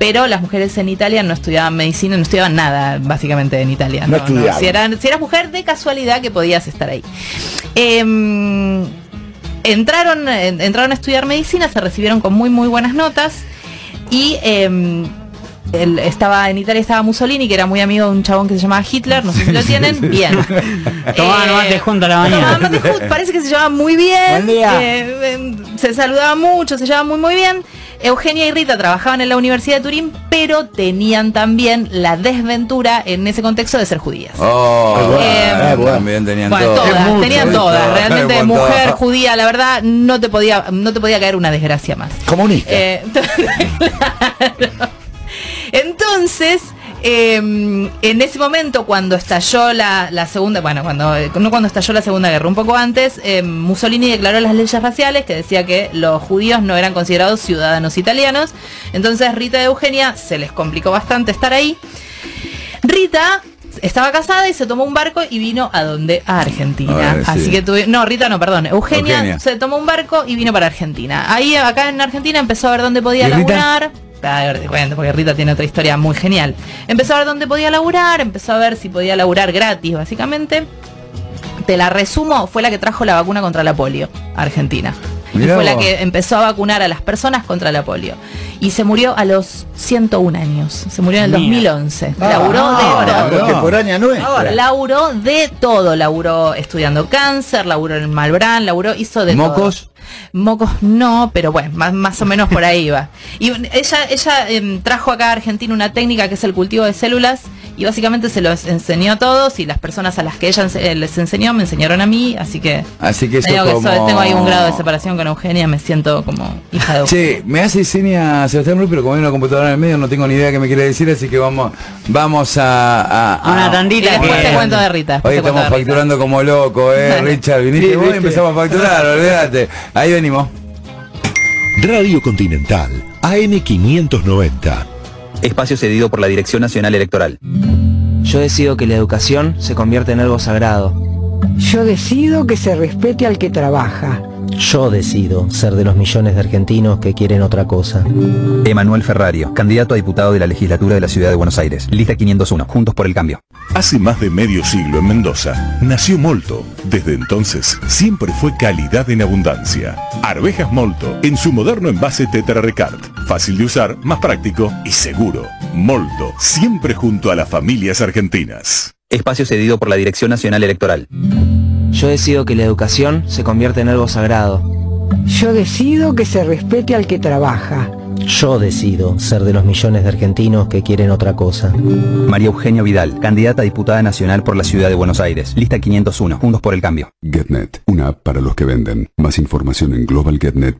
[SPEAKER 5] pero las mujeres en Italia no estudiaban medicina, no estudiaban nada básicamente en Italia.
[SPEAKER 2] No estudiaban.
[SPEAKER 5] Si, eran- si eras mujer, de casualidad que podías estar ahí. Em, entraron, en- entraron a estudiar medicina, se recibieron con muy, muy buenas notas y... em, él estaba en Italia estaba Mussolini que era muy amigo de un chabón que se llamaba Hitler no sé si lo tienen
[SPEAKER 4] [LAUGHS]
[SPEAKER 5] bien
[SPEAKER 11] [LAUGHS]
[SPEAKER 4] Tomaban
[SPEAKER 5] Eh,
[SPEAKER 4] mate juntos a la mañana.
[SPEAKER 5] tomaban mate juntos, parece que se llevaban muy bien
[SPEAKER 2] Buen día.
[SPEAKER 5] eh, eh, se saludaban mucho se llevaban muy muy bien Eugenia y Rita trabajaban en la Universidad de Turín pero tenían también la desventura en ese contexto de ser judías
[SPEAKER 1] Oh,
[SPEAKER 2] Ah, bueno,
[SPEAKER 1] eh,
[SPEAKER 2] ah, bueno.
[SPEAKER 1] también tenían
[SPEAKER 5] bueno,
[SPEAKER 1] todo.
[SPEAKER 5] todas,
[SPEAKER 1] Mucho,
[SPEAKER 5] tenían
[SPEAKER 1] mucho. [LAUGHS]
[SPEAKER 5] todas realmente
[SPEAKER 1] Con
[SPEAKER 5] mujer
[SPEAKER 1] todo.
[SPEAKER 5] judía la verdad no te podía no te podía caer una desgracia más
[SPEAKER 2] Comunista.
[SPEAKER 5] eh, claro. Entonces, eh, en ese momento, cuando estalló la, la segunda, bueno, cuando no cuando estalló la segunda guerra, un poco antes, eh, Mussolini declaró las leyes raciales que decía que los judíos no eran considerados ciudadanos italianos. Entonces, Rita y Eugenia se les complicó bastante estar ahí. Rita estaba casada y se tomó un barco y vino a donde a Argentina.
[SPEAKER 1] A ver, sí.
[SPEAKER 5] Así que tuve, no, Rita no, perdón, Eugenia,
[SPEAKER 1] Eugenia.
[SPEAKER 5] se tomó un barco y vino para Argentina. Ahí acá en Argentina empezó a ver dónde podía
[SPEAKER 1] ¿Y Rita?
[SPEAKER 5] laburar. Ah, A ver, te cuento, porque Rita tiene otra historia muy genial. Empezó a ver dónde podía laburar, empezó a ver si podía laburar gratis, básicamente. Te la resumo, fue la que trajo la vacuna contra la polio a Argentina. Y
[SPEAKER 1] Mirá
[SPEAKER 5] fue la
[SPEAKER 1] vos.
[SPEAKER 5] que empezó a vacunar a las personas contra la polio. Y se murió a los 101 años. Se murió en el
[SPEAKER 4] Mira.
[SPEAKER 5] 2011. Laburó de
[SPEAKER 2] Ah,
[SPEAKER 5] oro.
[SPEAKER 2] contemporánea nuestra.
[SPEAKER 5] Laburó de todo. Laburó estudiando cáncer, laburó en el Malbrán, laburó, hizo de todo.
[SPEAKER 1] ¿Mocos?
[SPEAKER 5] Mocos no, pero bueno, más, más o menos por ahí va. Y ella, ella em, trajo acá a Argentina una técnica que es el cultivo de células y básicamente se los enseñó a todos y las personas a las que ella ens- eh, les enseñó me enseñaron a mí, así que...
[SPEAKER 1] Así que eso
[SPEAKER 5] Tengo, que
[SPEAKER 1] como...
[SPEAKER 5] soy- tengo ahí un grado de separación con Eugenia, me
[SPEAKER 2] [LAUGHS]
[SPEAKER 5] siento como hija de Eugenia.
[SPEAKER 1] Che, me hace seña Sebastián Ruiz, pero como hay una computadora en el medio no tengo ni idea qué me quiere decir, así que vamos, vamos a... a-
[SPEAKER 4] A una
[SPEAKER 1] a-
[SPEAKER 5] Y
[SPEAKER 4] tandita
[SPEAKER 5] después te cuento
[SPEAKER 4] que...
[SPEAKER 5] de Rita. después
[SPEAKER 1] Hoy
[SPEAKER 5] te cuento
[SPEAKER 1] estamos
[SPEAKER 5] de Rita.
[SPEAKER 1] facturando como loco, eh, Richard. Viniste
[SPEAKER 8] Sí,
[SPEAKER 1] vos y
[SPEAKER 8] viste.
[SPEAKER 1] empezamos a facturar, olvídate. Ahí venimos.
[SPEAKER 12] Radio Continental, AM590.
[SPEAKER 7] Espacio cedido por la Dirección Nacional Electoral.
[SPEAKER 9] Yo decido que la educación se convierta en algo sagrado.
[SPEAKER 13] Yo decido que se respete al que trabaja.
[SPEAKER 9] Yo decido ser de los millones de argentinos que quieren otra cosa.
[SPEAKER 7] Emanuel Ferrario, candidato a diputado de la legislatura de la Ciudad de Buenos Aires. Lista 501, Juntos por el Cambio.
[SPEAKER 6] Hace más de medio siglo en Mendoza nació Molto. Desde entonces siempre fue calidad en abundancia. Arvejas Molto en su moderno envase Tetra Recart. Fácil de usar, más práctico y seguro. Molto, siempre junto a las familias argentinas.
[SPEAKER 7] Espacio cedido por la Dirección Nacional Electoral.
[SPEAKER 9] Yo decido que la educación se convierta en algo sagrado.
[SPEAKER 13] Yo decido que se respete al que trabaja.
[SPEAKER 9] Yo decido ser de los millones de argentinos que quieren otra cosa.
[SPEAKER 7] María Eugenia Vidal, candidata a diputada nacional por la Ciudad de Buenos Aires. Lista 501, Juntos por el Cambio.
[SPEAKER 14] GetNet, una app para los que venden. Más información en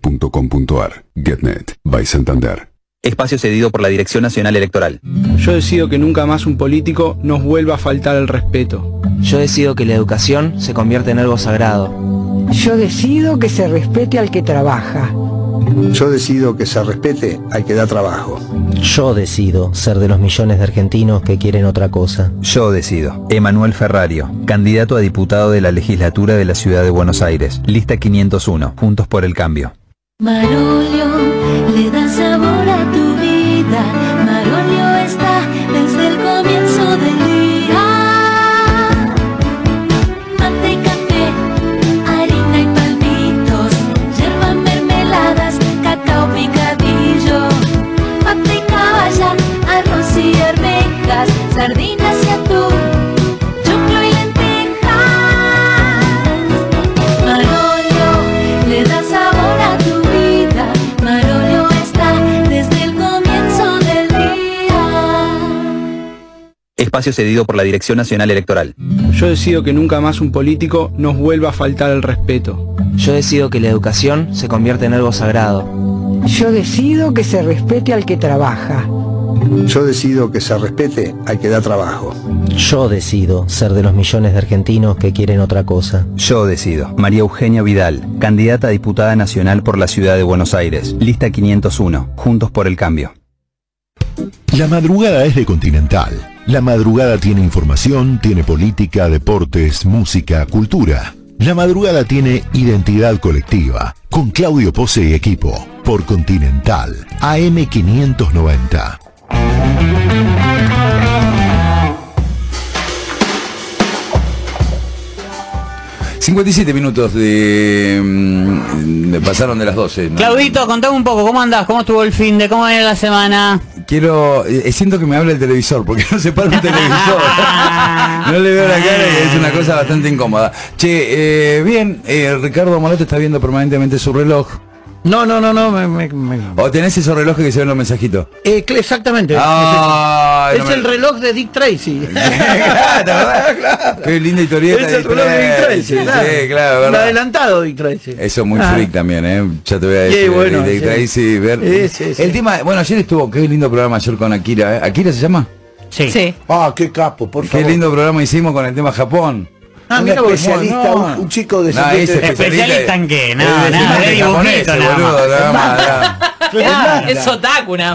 [SPEAKER 14] globalgetnet.com.ar. GetNet, by Santander.
[SPEAKER 7] Espacio cedido por la Dirección Nacional Electoral.
[SPEAKER 8] Yo decido que nunca más un político nos vuelva a faltar el respeto.
[SPEAKER 9] Yo decido que la educación se convierta en algo sagrado.
[SPEAKER 13] Yo decido que se respete al que trabaja.
[SPEAKER 15] Yo decido que se respete al que da trabajo.
[SPEAKER 9] Yo decido ser de los millones de argentinos que quieren otra cosa.
[SPEAKER 7] Yo decido. Emanuel Ferrario, candidato a diputado de la legislatura de la Ciudad de Buenos Aires. Lista 501, Juntos por el Cambio.
[SPEAKER 10] Marolio le da sabor a tu vida. Marolio está desde el comienzo del día. Mate y café, harina y palmitos, yerba, mermeladas, cacao picadillo. Mate y caballa, arroz y arvejas, sardinas y atún, choclo y lentejas. Marolio le da sabor a tu vida. Marolio está desde el comienzo del día.
[SPEAKER 7] Espacio cedido por la Dirección Nacional Electoral.
[SPEAKER 8] Yo decido que nunca más un político nos vuelva a faltar el respeto.
[SPEAKER 9] Yo decido que la educación se convierta en algo sagrado.
[SPEAKER 13] Yo decido que se respete al que trabaja.
[SPEAKER 15] Yo decido que se respete al que da trabajo.
[SPEAKER 9] Yo decido ser de los millones de argentinos que quieren otra cosa.
[SPEAKER 7] Yo decido. María Eugenia Vidal, candidata a diputada nacional por la Ciudad de Buenos Aires. Lista 501, Juntos por el Cambio.
[SPEAKER 12] La madrugada es de Continental. La madrugada tiene información, tiene política, deportes, música, cultura. La madrugada tiene identidad colectiva, con Claudio Pose y equipo, por Continental, AM590.
[SPEAKER 1] Mm, 57 minutos de, mm, de- pasaron de las 12. [LAUGHS] ¿no?
[SPEAKER 4] Claudito, contame un poco, ¿cómo andás? ¿Cómo estuvo el fin de? ¿Cómo viene la semana?
[SPEAKER 1] Quiero, eh, siento que me habla el televisor, porque [LAUGHS] no se para un
[SPEAKER 3] [LAUGHS]
[SPEAKER 1] televisor. no le veo la cara y es
[SPEAKER 3] Ah.
[SPEAKER 1] una cosa bastante incómoda. Che, eh, bien, eh, Ricardo Molato está viendo permanentemente su reloj.
[SPEAKER 3] No, no, no, no. me- me- me-
[SPEAKER 1] ¿O tenés esos relojes que se ven los mensajitos?
[SPEAKER 3] Eh, cl- exactamente.
[SPEAKER 1] Ay,
[SPEAKER 3] es
[SPEAKER 1] Ah, no me-
[SPEAKER 3] el reloj de Dick Tracy.
[SPEAKER 1] Qué linda historieta.
[SPEAKER 3] Ah, Es el
[SPEAKER 1] Dick
[SPEAKER 3] reloj de Dick Tracy,
[SPEAKER 1] Sí,
[SPEAKER 3] claro.
[SPEAKER 1] sí, claro,
[SPEAKER 3] Un
[SPEAKER 1] verdad.
[SPEAKER 3] adelantado Dick Tracy.
[SPEAKER 1] Eso es muy
[SPEAKER 3] Ah.
[SPEAKER 1] freak también, ¿eh? Ya te voy a decir.
[SPEAKER 3] Sí, bueno,
[SPEAKER 1] Dick
[SPEAKER 3] sí.
[SPEAKER 1] Tracy, ver-
[SPEAKER 3] Sí, sí, sí.
[SPEAKER 1] El tema, bueno, ayer estuvo, qué lindo programa ayer con Akira, ¿eh? ¿Akira se llama?
[SPEAKER 4] Sí.
[SPEAKER 5] Sí.
[SPEAKER 2] Ah, qué capo, por
[SPEAKER 1] Qué
[SPEAKER 2] favor.
[SPEAKER 1] lindo programa hicimos con el tema Japón.
[SPEAKER 3] Ah,
[SPEAKER 2] un
[SPEAKER 3] mira vos,
[SPEAKER 2] especialista,
[SPEAKER 3] no.
[SPEAKER 2] un, un chico de
[SPEAKER 1] No, ese
[SPEAKER 4] Especialista en qué, no,
[SPEAKER 1] es
[SPEAKER 4] nada,
[SPEAKER 1] descendiente
[SPEAKER 4] de
[SPEAKER 1] japonés,
[SPEAKER 4] dibujito, nada
[SPEAKER 1] Eh, boludo,
[SPEAKER 4] más.
[SPEAKER 1] nada
[SPEAKER 4] [LAUGHS]
[SPEAKER 1] más, nada más.
[SPEAKER 5] Ah, es otaku nada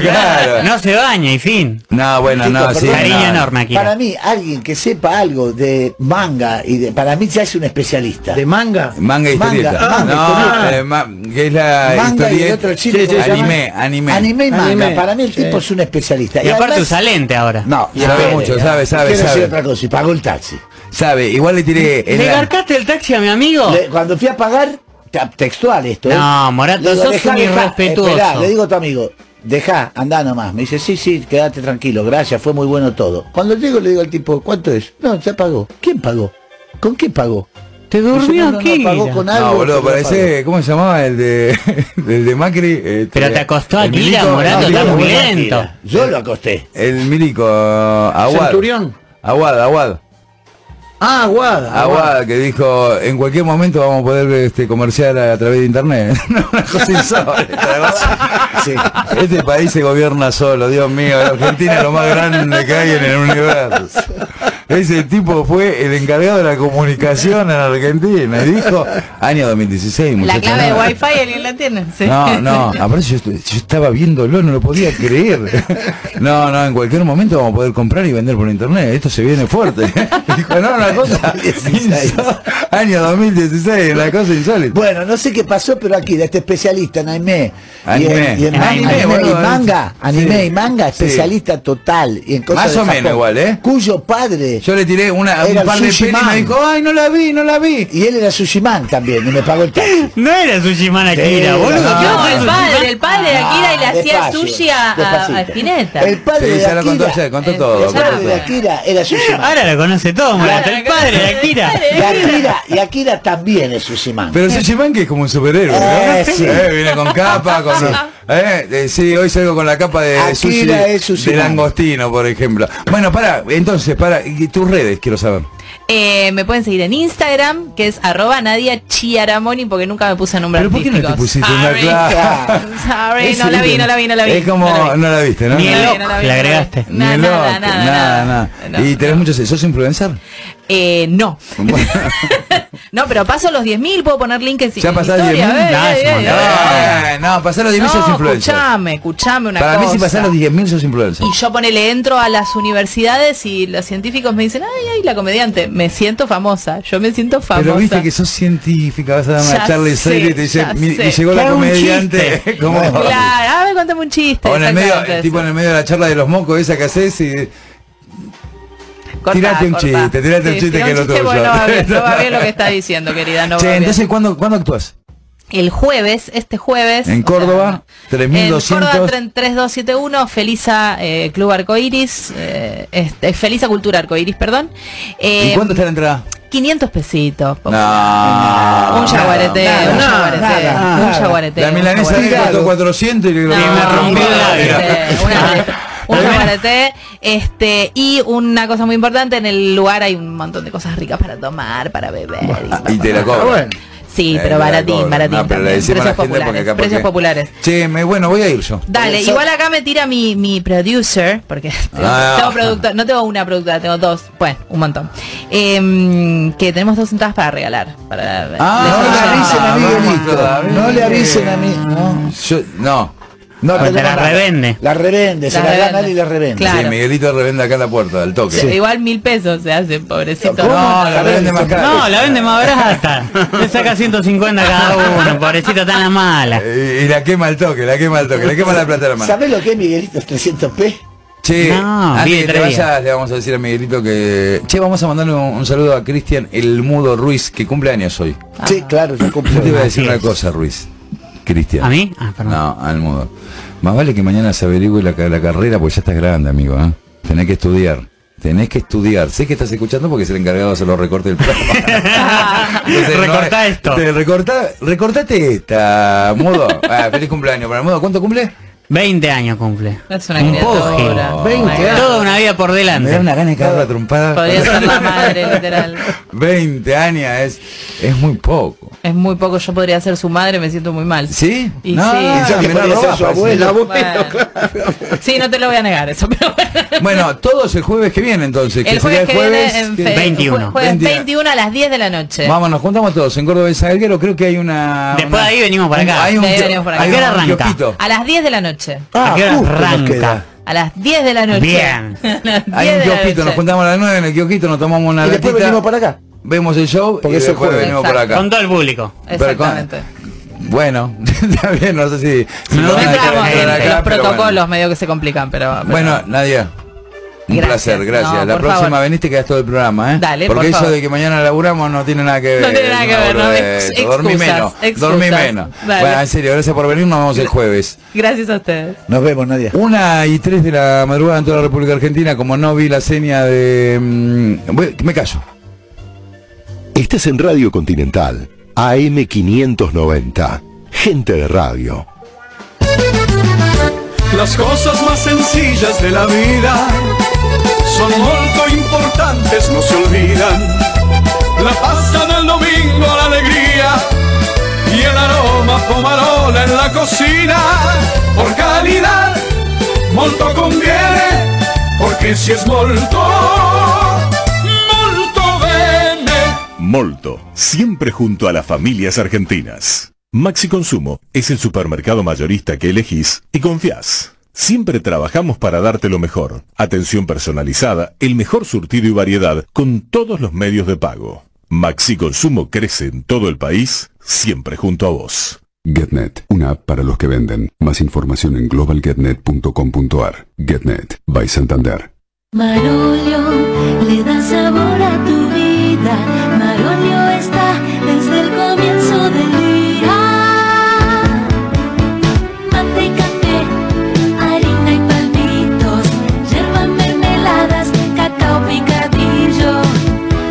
[SPEAKER 1] [LAUGHS] Claro.
[SPEAKER 4] No se baña y fin.
[SPEAKER 1] No, bueno,
[SPEAKER 2] Chico,
[SPEAKER 1] no, sí.
[SPEAKER 2] perdón,
[SPEAKER 1] no.
[SPEAKER 2] Para mí, alguien que sepa algo de manga y de, para mí ya es un especialista. ¿De
[SPEAKER 3] manga?
[SPEAKER 1] Manga historieta.
[SPEAKER 2] Manga, manga,
[SPEAKER 1] no,
[SPEAKER 2] historieta.
[SPEAKER 1] eh, ma- que es la
[SPEAKER 2] Manga y el
[SPEAKER 1] historieta.
[SPEAKER 2] otro chino, ¿cómo se llama?
[SPEAKER 1] anime, anime.
[SPEAKER 2] Anime y manga.
[SPEAKER 1] Anime.
[SPEAKER 2] Para mí el tipo es un especialista.
[SPEAKER 1] Y aparte
[SPEAKER 2] además-
[SPEAKER 1] usa lente ahora.
[SPEAKER 2] No, y
[SPEAKER 1] Sabe
[SPEAKER 2] aparte,
[SPEAKER 1] mucho,
[SPEAKER 2] ya.
[SPEAKER 1] sabe, sabe,
[SPEAKER 2] Quiero
[SPEAKER 1] sabe.
[SPEAKER 2] decir otra cosa, y pagó el taxi.
[SPEAKER 1] Sabe, igual le tiré. en
[SPEAKER 4] ¿Le
[SPEAKER 1] la-
[SPEAKER 4] garcaste el taxi a mi amigo?
[SPEAKER 2] Le- cuando fui a pagar, ta- textual esto.
[SPEAKER 4] No,
[SPEAKER 2] ¿eh?
[SPEAKER 4] Morato,
[SPEAKER 2] Le digo,
[SPEAKER 4] sos
[SPEAKER 2] "Dejá,
[SPEAKER 4] un
[SPEAKER 2] dejá,
[SPEAKER 4] irrespetuoso".
[SPEAKER 2] esperá, le digo a tu amigo, deja, andá nomás. Me dice, sí, sí, quédate tranquilo, gracias, fue muy bueno todo. Cuando llego le digo al tipo, ¿cuánto es? No, ya pagó. ¿Quién pagó? ¿Con qué pagó?
[SPEAKER 4] ¿Te
[SPEAKER 2] durmió? ¿Qué era?
[SPEAKER 1] No, boludo,
[SPEAKER 2] que no
[SPEAKER 1] parece, ¿cómo se llamaba el de, [LAUGHS] el de Macri? Este,
[SPEAKER 4] Pero te acostó a
[SPEAKER 1] el
[SPEAKER 4] Kira,
[SPEAKER 1] milico-
[SPEAKER 4] Morato,
[SPEAKER 1] no,
[SPEAKER 4] estás
[SPEAKER 1] digo,
[SPEAKER 4] muy
[SPEAKER 1] bueno,
[SPEAKER 4] lento.
[SPEAKER 1] Kira.
[SPEAKER 2] Yo lo acosté.
[SPEAKER 1] El milico, eh, Aguad.
[SPEAKER 3] Centurión.
[SPEAKER 1] Aguad, Aguad.
[SPEAKER 3] Ah, Aguada.
[SPEAKER 1] Aguad, que dijo, en cualquier momento vamos a poder este, comerciar a, a través de internet. [LAUGHS] Una cosa insólita.
[SPEAKER 2] Sí.
[SPEAKER 1] Este país se gobierna solo, Dios mío. La Argentina es lo más grande que hay en el universo. Ese tipo fue el encargado de la comunicación en Argentina. Y dijo, año 2016,
[SPEAKER 5] La
[SPEAKER 1] muchachos,
[SPEAKER 5] clave de
[SPEAKER 1] no.
[SPEAKER 5] Wi-Fi alguien la tiene. Sí.
[SPEAKER 1] No, no, aparte yo, est- yo estaba viéndolo, no lo podía creer. No, no, en cualquier momento vamos a poder comprar y vender por internet, esto se viene fuerte. [LAUGHS] Dijo, no, una
[SPEAKER 2] [LAUGHS]
[SPEAKER 1] cosa, insó- año 2016, una cosa insólita.
[SPEAKER 2] Bueno, no sé qué pasó, pero aquí, de este especialista en anime. Y
[SPEAKER 1] Anime.
[SPEAKER 2] en, y en
[SPEAKER 1] En
[SPEAKER 2] manga,
[SPEAKER 1] anime,
[SPEAKER 2] anime
[SPEAKER 1] boludo,
[SPEAKER 2] y manga,
[SPEAKER 1] sí.
[SPEAKER 2] anime y manga, especialista total. Y en cosas
[SPEAKER 1] Más
[SPEAKER 2] de
[SPEAKER 1] o menos
[SPEAKER 2] Japón,
[SPEAKER 1] igual, ¿eh?
[SPEAKER 2] Cuyo padre.
[SPEAKER 1] Yo le tiré una,
[SPEAKER 2] era
[SPEAKER 1] un
[SPEAKER 2] el
[SPEAKER 1] par de
[SPEAKER 2] sushi
[SPEAKER 1] pelis y me
[SPEAKER 2] man.
[SPEAKER 1] dijo, ay, no la vi, no la vi.
[SPEAKER 2] Y él era Sushiman también, y me pagó el taxi.
[SPEAKER 4] [LAUGHS] No era Sushiman Akira,
[SPEAKER 2] no,
[SPEAKER 4] boludo. ¿Qué
[SPEAKER 5] Eh, No,
[SPEAKER 4] haces,
[SPEAKER 5] el
[SPEAKER 4] Sushiman?
[SPEAKER 5] padre, el padre de Akira y le hacía
[SPEAKER 2] despacio,
[SPEAKER 5] sushi a, a, a
[SPEAKER 2] despacito.
[SPEAKER 1] Eh.
[SPEAKER 5] Spinetta.
[SPEAKER 2] El padre
[SPEAKER 1] Sí,
[SPEAKER 2] de
[SPEAKER 1] ya lo contó
[SPEAKER 2] Akira.
[SPEAKER 1] ayer, contó
[SPEAKER 2] el
[SPEAKER 1] todo,
[SPEAKER 2] padre
[SPEAKER 1] contó
[SPEAKER 2] de
[SPEAKER 1] todo.
[SPEAKER 2] Akira era Sushiman.
[SPEAKER 4] Ahora lo conoce todo, Morato. El padre de Akira.
[SPEAKER 2] Y Akira, y Akira también es Sushiman.
[SPEAKER 1] Pero Sushiman que es como un superhéroe, ¿no?
[SPEAKER 2] Eh, sí.
[SPEAKER 1] Eh, viene con capa, con...
[SPEAKER 2] Sí.
[SPEAKER 1] Eh, eh, sí, hoy salgo con la capa de
[SPEAKER 2] Akira
[SPEAKER 1] sushi,
[SPEAKER 2] es
[SPEAKER 1] de
[SPEAKER 2] Sushiman.
[SPEAKER 1] langostino, por ejemplo. Bueno, para, entonces, para, tus redes quiero saber.
[SPEAKER 5] Eh, me pueden seguir en Instagram, que es arroba Nadia Chiaramoni, porque nunca me puse nombre
[SPEAKER 1] ¿Pero por qué no te
[SPEAKER 5] artístico.
[SPEAKER 1] pusiste una
[SPEAKER 5] Sorry. [LAUGHS]
[SPEAKER 1] [LAUGHS] clave?
[SPEAKER 5] Sorry,
[SPEAKER 1] Ese,
[SPEAKER 5] Ah, no la vi, no la vi, no la vi.
[SPEAKER 1] Es como,
[SPEAKER 5] No la
[SPEAKER 1] no la,
[SPEAKER 5] vi.
[SPEAKER 1] viste, ¿no?
[SPEAKER 5] Ni el No la vi, no la vi,
[SPEAKER 1] le
[SPEAKER 5] la agregaste.
[SPEAKER 1] Ni
[SPEAKER 5] No,
[SPEAKER 1] el
[SPEAKER 5] nada,
[SPEAKER 1] loco,
[SPEAKER 5] nada,
[SPEAKER 1] nada,
[SPEAKER 5] nada.
[SPEAKER 1] nada. Y tenés muchos, ¿sos influencer?
[SPEAKER 5] Eh, no. [LAUGHS] no, pero paso los 10.000, puedo poner link en
[SPEAKER 1] ¿Ya
[SPEAKER 5] en
[SPEAKER 1] pasás
[SPEAKER 5] historia,
[SPEAKER 1] 10.000?
[SPEAKER 5] eh,
[SPEAKER 1] No,
[SPEAKER 5] eh,
[SPEAKER 1] es un
[SPEAKER 5] eh,
[SPEAKER 1] montón.
[SPEAKER 5] eh.
[SPEAKER 1] No, pasar los 10.000 sos
[SPEAKER 5] No,
[SPEAKER 1] influencer.
[SPEAKER 5] Escuchame, escuchame una
[SPEAKER 1] Para
[SPEAKER 5] cosa.
[SPEAKER 1] mí si pasás los 10.000 sos influencer.
[SPEAKER 5] Y yo ponele, entro a las universidades y los científicos me dicen, ay, ay, la comediante, me siento famosa, yo me siento famosa.
[SPEAKER 1] Pero viste que sos científica, vas a dar
[SPEAKER 5] Ya
[SPEAKER 1] una charla de
[SPEAKER 5] sé,
[SPEAKER 1] serie y te dice,
[SPEAKER 5] ya
[SPEAKER 1] "Mi-
[SPEAKER 5] sé.
[SPEAKER 1] me llegó la
[SPEAKER 5] Claro, un
[SPEAKER 1] comediante. [LAUGHS]
[SPEAKER 5] chiste.
[SPEAKER 1] como-
[SPEAKER 5] Claro, a ver, contame un chiste.
[SPEAKER 1] O en el medio, eh,
[SPEAKER 5] exactamente
[SPEAKER 1] tipo en el medio de la charla de los mocos esa que haces y
[SPEAKER 5] eso. Cortá,
[SPEAKER 1] tirate un
[SPEAKER 5] cortá.
[SPEAKER 1] chiste, tirate un
[SPEAKER 5] Sí,
[SPEAKER 1] chiste
[SPEAKER 5] tirá
[SPEAKER 1] que es lo tuyo.
[SPEAKER 5] porque no
[SPEAKER 1] [LAUGHS]
[SPEAKER 5] va bien, no va bien lo que está diciendo, querida. No
[SPEAKER 1] Che,
[SPEAKER 5] va bien.
[SPEAKER 1] entonces ¿cuándo, ¿cuándo actúas?
[SPEAKER 5] El jueves, este jueves.
[SPEAKER 1] En
[SPEAKER 5] o sea,
[SPEAKER 1] Córdoba,
[SPEAKER 5] En Córdoba
[SPEAKER 1] 3200.
[SPEAKER 5] 3271, Feliza eh, Club Arcoiris, eh, este, Feliza Cultura Arcoiris, perdón. Eh,
[SPEAKER 1] ¿Y cuánto está la entrada?
[SPEAKER 5] 500 pesitos. po.
[SPEAKER 1] No.
[SPEAKER 5] un yaguareté,
[SPEAKER 1] Ah, Nada,
[SPEAKER 5] un
[SPEAKER 1] nada,
[SPEAKER 5] yaguareté,
[SPEAKER 1] nada,
[SPEAKER 5] un
[SPEAKER 1] nada.
[SPEAKER 5] yaguareté.
[SPEAKER 1] La
[SPEAKER 5] un
[SPEAKER 1] milanesa
[SPEAKER 5] yaguareté.
[SPEAKER 1] le costó 400 y le
[SPEAKER 5] No,
[SPEAKER 1] rompió
[SPEAKER 5] un
[SPEAKER 1] el
[SPEAKER 5] yaguareté,
[SPEAKER 1] labio.
[SPEAKER 5] una- un yaguareté, este, y una cosa muy importante, en el lugar hay un montón de cosas ricas para tomar, para beber. y-
[SPEAKER 1] Y te la
[SPEAKER 5] Ah,
[SPEAKER 1] cobran.
[SPEAKER 5] bueno. Sí,
[SPEAKER 1] Eh,
[SPEAKER 5] pero
[SPEAKER 1] la
[SPEAKER 5] baratín,
[SPEAKER 1] cobran.
[SPEAKER 5] baratín.
[SPEAKER 1] No, pero le
[SPEAKER 5] también.
[SPEAKER 1] decimos a la
[SPEAKER 5] Precios
[SPEAKER 1] gente porque
[SPEAKER 5] populares.
[SPEAKER 1] capaz
[SPEAKER 5] Precios
[SPEAKER 1] que-
[SPEAKER 5] populares.
[SPEAKER 1] Che, me, bueno, voy a ir yo.
[SPEAKER 5] Dale,
[SPEAKER 1] Yo-
[SPEAKER 5] igual acá me tira mi, mi producer, porque [LAUGHS]
[SPEAKER 1] Ah.
[SPEAKER 5] tengo producto, no tengo una productora, tengo dos, bueno, un montón. Em, que tenemos dos entradas para regalar. Para
[SPEAKER 1] Ah,
[SPEAKER 2] no le avisen a
[SPEAKER 1] vamos
[SPEAKER 2] mí,
[SPEAKER 1] todavía.
[SPEAKER 2] No le avisen a mí, no.
[SPEAKER 1] Eh, Yo, no.
[SPEAKER 2] No,
[SPEAKER 4] Porque te la
[SPEAKER 2] no, no.
[SPEAKER 4] revende.
[SPEAKER 2] La revende, se
[SPEAKER 5] La
[SPEAKER 2] la gana
[SPEAKER 5] revende.
[SPEAKER 2] y la revende.
[SPEAKER 5] Claro.
[SPEAKER 1] Sí, Miguelito revende acá la puerta, al toque.
[SPEAKER 5] Sí, Igual mil pesos se hacen, pobrecito.
[SPEAKER 1] No, la revende más cara.
[SPEAKER 4] No, la vende más barata. Le saca 150 cada uno, pobrecito tan la mala.
[SPEAKER 1] Eh, Y la quema al toque, la quema al toque, la quema la plata a la mano.
[SPEAKER 2] ¿Sabés lo que es Miguelito 300p?
[SPEAKER 1] Che,
[SPEAKER 4] No,
[SPEAKER 1] antes
[SPEAKER 4] vive
[SPEAKER 1] que te
[SPEAKER 4] tres días.
[SPEAKER 1] vayas, le vamos a decir a Miguelito que... Che, vamos a mandarle un, un saludo a Cristian El Mudo Ruiz, que cumple años hoy.
[SPEAKER 2] Sí, claro, yo
[SPEAKER 1] Yo te iba a decir
[SPEAKER 4] Así
[SPEAKER 1] una
[SPEAKER 4] es.
[SPEAKER 1] cosa, Ruiz. Cristian.
[SPEAKER 4] ¿A mí? Ah, perdón.
[SPEAKER 1] No, al mudo. Más vale que mañana se averigüe la, ca- la carrera porque ya estás grande, amigo. ¿eh? Tenés que estudiar. Tenés que estudiar. Sé que estás escuchando porque es el encargado de hacer los recortes del programa.
[SPEAKER 4] [LAUGHS]
[SPEAKER 1] Entonces, no
[SPEAKER 4] Recortá
[SPEAKER 1] es-
[SPEAKER 4] esto.
[SPEAKER 1] te recortá- recortate esta, mudo. Ah, feliz cumpleaños para el mudo. ¿Cuánto cumple?
[SPEAKER 4] 20 años cumple.
[SPEAKER 5] Es una
[SPEAKER 4] Un
[SPEAKER 5] criatura.
[SPEAKER 4] pogio.
[SPEAKER 5] 20 años.
[SPEAKER 4] Toda una vida por delante.
[SPEAKER 1] Me da una gana de cagar la trompada.
[SPEAKER 5] Podría ser la madre,
[SPEAKER 1] [LAUGHS]
[SPEAKER 5] literal.
[SPEAKER 1] 20 años es, es muy poco.
[SPEAKER 5] Es muy poco, yo podría ser su madre, me siento muy mal.
[SPEAKER 1] ¿Sí?
[SPEAKER 5] Y
[SPEAKER 1] No,
[SPEAKER 5] sí.
[SPEAKER 1] pensá que me la robás, parece.
[SPEAKER 5] Bueno. Sí, no te lo voy a negar eso, pero bueno.
[SPEAKER 1] Bueno, todos el jueves que viene entonces.
[SPEAKER 5] El
[SPEAKER 1] sería
[SPEAKER 5] jueves que viene, en
[SPEAKER 1] ¿qué?
[SPEAKER 5] fe- jue- Jueves 21 a las 10 de la noche.
[SPEAKER 1] Vamos, nos juntamos todos en Córdoba de Salguero, creo que hay una...
[SPEAKER 5] Después
[SPEAKER 1] una-
[SPEAKER 5] de ahí venimos para acá.
[SPEAKER 1] Hay un,
[SPEAKER 5] De ahí venimos para acá.
[SPEAKER 1] hay
[SPEAKER 5] ¿A qué hora
[SPEAKER 1] un
[SPEAKER 5] arranca?
[SPEAKER 1] kiosquito.
[SPEAKER 5] A las 10 de la noche.
[SPEAKER 1] Ah, ¿A qué hora justo nos arranca? queda.
[SPEAKER 5] A las 10 de la noche.
[SPEAKER 1] Bien.
[SPEAKER 5] [LAUGHS] A las 10
[SPEAKER 1] Hay un
[SPEAKER 5] de la
[SPEAKER 1] kiosquito, nos
[SPEAKER 5] noche.
[SPEAKER 1] juntamos a las 9 en el kiosquito, nos tomamos una
[SPEAKER 2] Y después
[SPEAKER 1] latita,
[SPEAKER 2] venimos para acá.
[SPEAKER 1] Vemos el show
[SPEAKER 2] Porque
[SPEAKER 1] y
[SPEAKER 2] es el
[SPEAKER 1] después
[SPEAKER 2] jueves.
[SPEAKER 1] venimos para acá.
[SPEAKER 4] Con todo el público.
[SPEAKER 1] Pero con-
[SPEAKER 5] Exactamente.
[SPEAKER 1] Bueno, [LAUGHS] está bien, no sé si... si
[SPEAKER 5] No,
[SPEAKER 1] lo van a dejar
[SPEAKER 5] entramos,
[SPEAKER 1] entrar
[SPEAKER 5] gente,
[SPEAKER 1] acá,
[SPEAKER 5] los
[SPEAKER 1] Ah, pero bueno.
[SPEAKER 5] protocolos medio que se complican, pero, pero-
[SPEAKER 1] Bueno, Nadia. Un
[SPEAKER 5] Gracias.
[SPEAKER 1] placer, gracias.
[SPEAKER 5] No,
[SPEAKER 1] la
[SPEAKER 5] por
[SPEAKER 1] próxima
[SPEAKER 5] favor.
[SPEAKER 1] veniste y quedás todo el programa, ¿eh?
[SPEAKER 5] Dale, por
[SPEAKER 1] Porque eso
[SPEAKER 5] favor.
[SPEAKER 1] de que mañana laburamos no tiene nada que ver.
[SPEAKER 5] No tiene nada que
[SPEAKER 1] una
[SPEAKER 5] ver, no,
[SPEAKER 1] boludez.
[SPEAKER 5] ex-
[SPEAKER 1] Dormí
[SPEAKER 5] excusas,
[SPEAKER 1] menos,
[SPEAKER 5] excusas.
[SPEAKER 1] dormí menos.
[SPEAKER 5] Dale.
[SPEAKER 1] Bueno, en serio, gracias por venir, nos vemos el jueves.
[SPEAKER 5] gracias a ustedes.
[SPEAKER 1] Nos vemos, Nadia. Una y tres de la madrugada en toda la República Argentina, como no vi la seña de... mm, voy- me callo.
[SPEAKER 12] Estás en Radio Continental, AM590. Gente de radio.
[SPEAKER 16] Las cosas más sencillas de la vida son muy importantes, no se olvidan. La pasta del domingo, la alegría y el aroma pomarola en la cocina. Por calidad, molto conviene, porque si es molto, molto bene.
[SPEAKER 6] Molto, siempre junto a las familias argentinas. Maxi Consumo es el supermercado mayorista que elegís y confías. Siempre trabajamos para darte lo mejor. Atención personalizada, el mejor surtido y variedad con todos los medios de pago. Maxi Consumo crece en todo el país, siempre junto a vos.
[SPEAKER 14] GetNet, una app para los que venden. Más información en globalgetnet.com.ar. GetNet, by Santander.
[SPEAKER 10] Marolio le da sabor a tu vida. Marolio está desde el comienzo del día. Mate y café, harina y palmitos, yerba, mermeladas, cacao picadillo.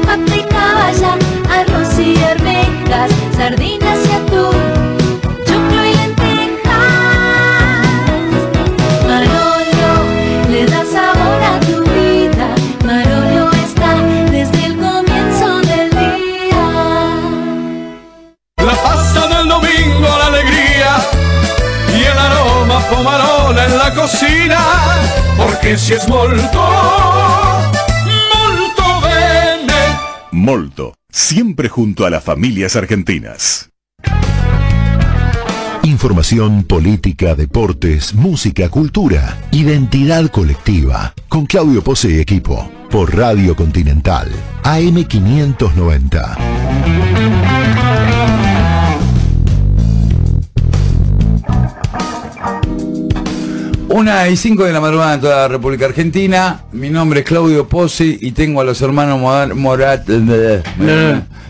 [SPEAKER 10] Mate y caballa, arroz y arvejas, sardinas y atún, choclo y lentejas. Marolio le da sabor a tu vida. Marolio está desde el comienzo del día.
[SPEAKER 16] La pasta del domingo, la alegría y el aroma pomarola en la cocina, porque si es molto, molto bene.
[SPEAKER 6] Molto, siempre junto a las familias argentinas.
[SPEAKER 12] Información, política, deportes, música, cultura, identidad colectiva. Con Claudio Pose y equipo. Por Radio Continental, AM590.
[SPEAKER 1] Una y cinco de la madrugada en toda la República Argentina. Mi nombre es Claudio Pozzi y tengo a los hermanos Moda- Morat. eh,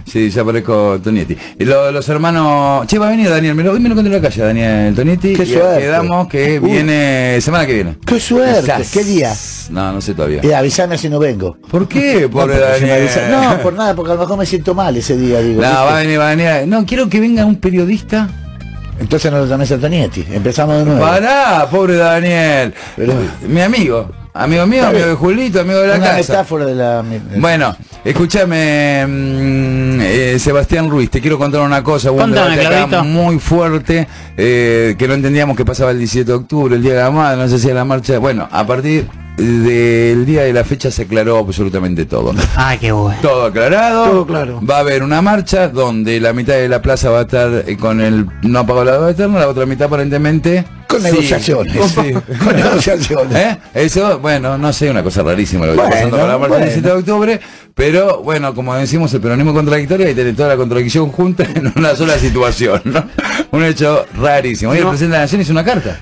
[SPEAKER 1] Sí, ya parezco Tonietti. Y lo- los hermanos. Che, va a venir Daniel. Me lo, hoy me lo encontré en la calle, Daniel Tonietti.
[SPEAKER 2] Qué
[SPEAKER 1] y
[SPEAKER 2] suerte.
[SPEAKER 1] Quedamos que
[SPEAKER 2] Uy.
[SPEAKER 1] viene semana que viene.
[SPEAKER 2] ¡Qué suerte!
[SPEAKER 1] Quizás.
[SPEAKER 2] ¿Qué día?
[SPEAKER 1] No, no sé todavía.
[SPEAKER 2] Eh, avisame si no vengo.
[SPEAKER 1] ¿Por qué, pobre
[SPEAKER 2] no, porque si me
[SPEAKER 1] Daniel?
[SPEAKER 2] avisa- no, por nada, porque a lo mejor me siento mal ese día, digo.
[SPEAKER 1] No,
[SPEAKER 2] ¿viste?
[SPEAKER 1] va a venir, va a venir. No, quiero que venga un periodista.
[SPEAKER 2] Entonces no lo llamé Santonietti. Empezamos de nuevo.
[SPEAKER 1] Pará, pobre Daniel. Mi amigo. Amigo mío,
[SPEAKER 2] Está
[SPEAKER 1] amigo
[SPEAKER 2] bien.
[SPEAKER 1] de Julito, amigo de la
[SPEAKER 2] Una
[SPEAKER 1] casa.
[SPEAKER 2] metáfora de la.
[SPEAKER 1] Bueno, escúchame, mm, eh, Sebastián Ruiz, te quiero contar una cosa, hubo un
[SPEAKER 4] Contame,
[SPEAKER 1] debate acá
[SPEAKER 4] Claudito.
[SPEAKER 1] muy fuerte, eh, que no entendíamos que pasaba el 17 de octubre, el Día de la Madre, no sé si era la marcha. Bueno, a partir del día de la fecha se aclaró absolutamente todo.
[SPEAKER 4] Ah, qué bueno.
[SPEAKER 1] Todo aclarado. Va a haber una marcha donde la mitad de la plaza va a estar eh, con el no apagado la deuda eterna, la otra mitad aparentemente.
[SPEAKER 2] Con
[SPEAKER 1] Sí.
[SPEAKER 2] negociaciones.
[SPEAKER 1] [LAUGHS] Sí.
[SPEAKER 2] Con negociaciones.
[SPEAKER 1] ¿Eh? Eso, bueno, no sé, una cosa rarísima lo que está
[SPEAKER 2] Bueno,
[SPEAKER 1] pasando con la marcha del
[SPEAKER 2] bueno.
[SPEAKER 1] 17 de octubre, pero bueno, como decimos, el peronismo contradictorio y tiene toda la contradicción junta en una sola situación, ¿no? [LAUGHS] Un hecho rarísimo. Hoy el
[SPEAKER 3] No.
[SPEAKER 1] presidente de la Nación hizo una carta.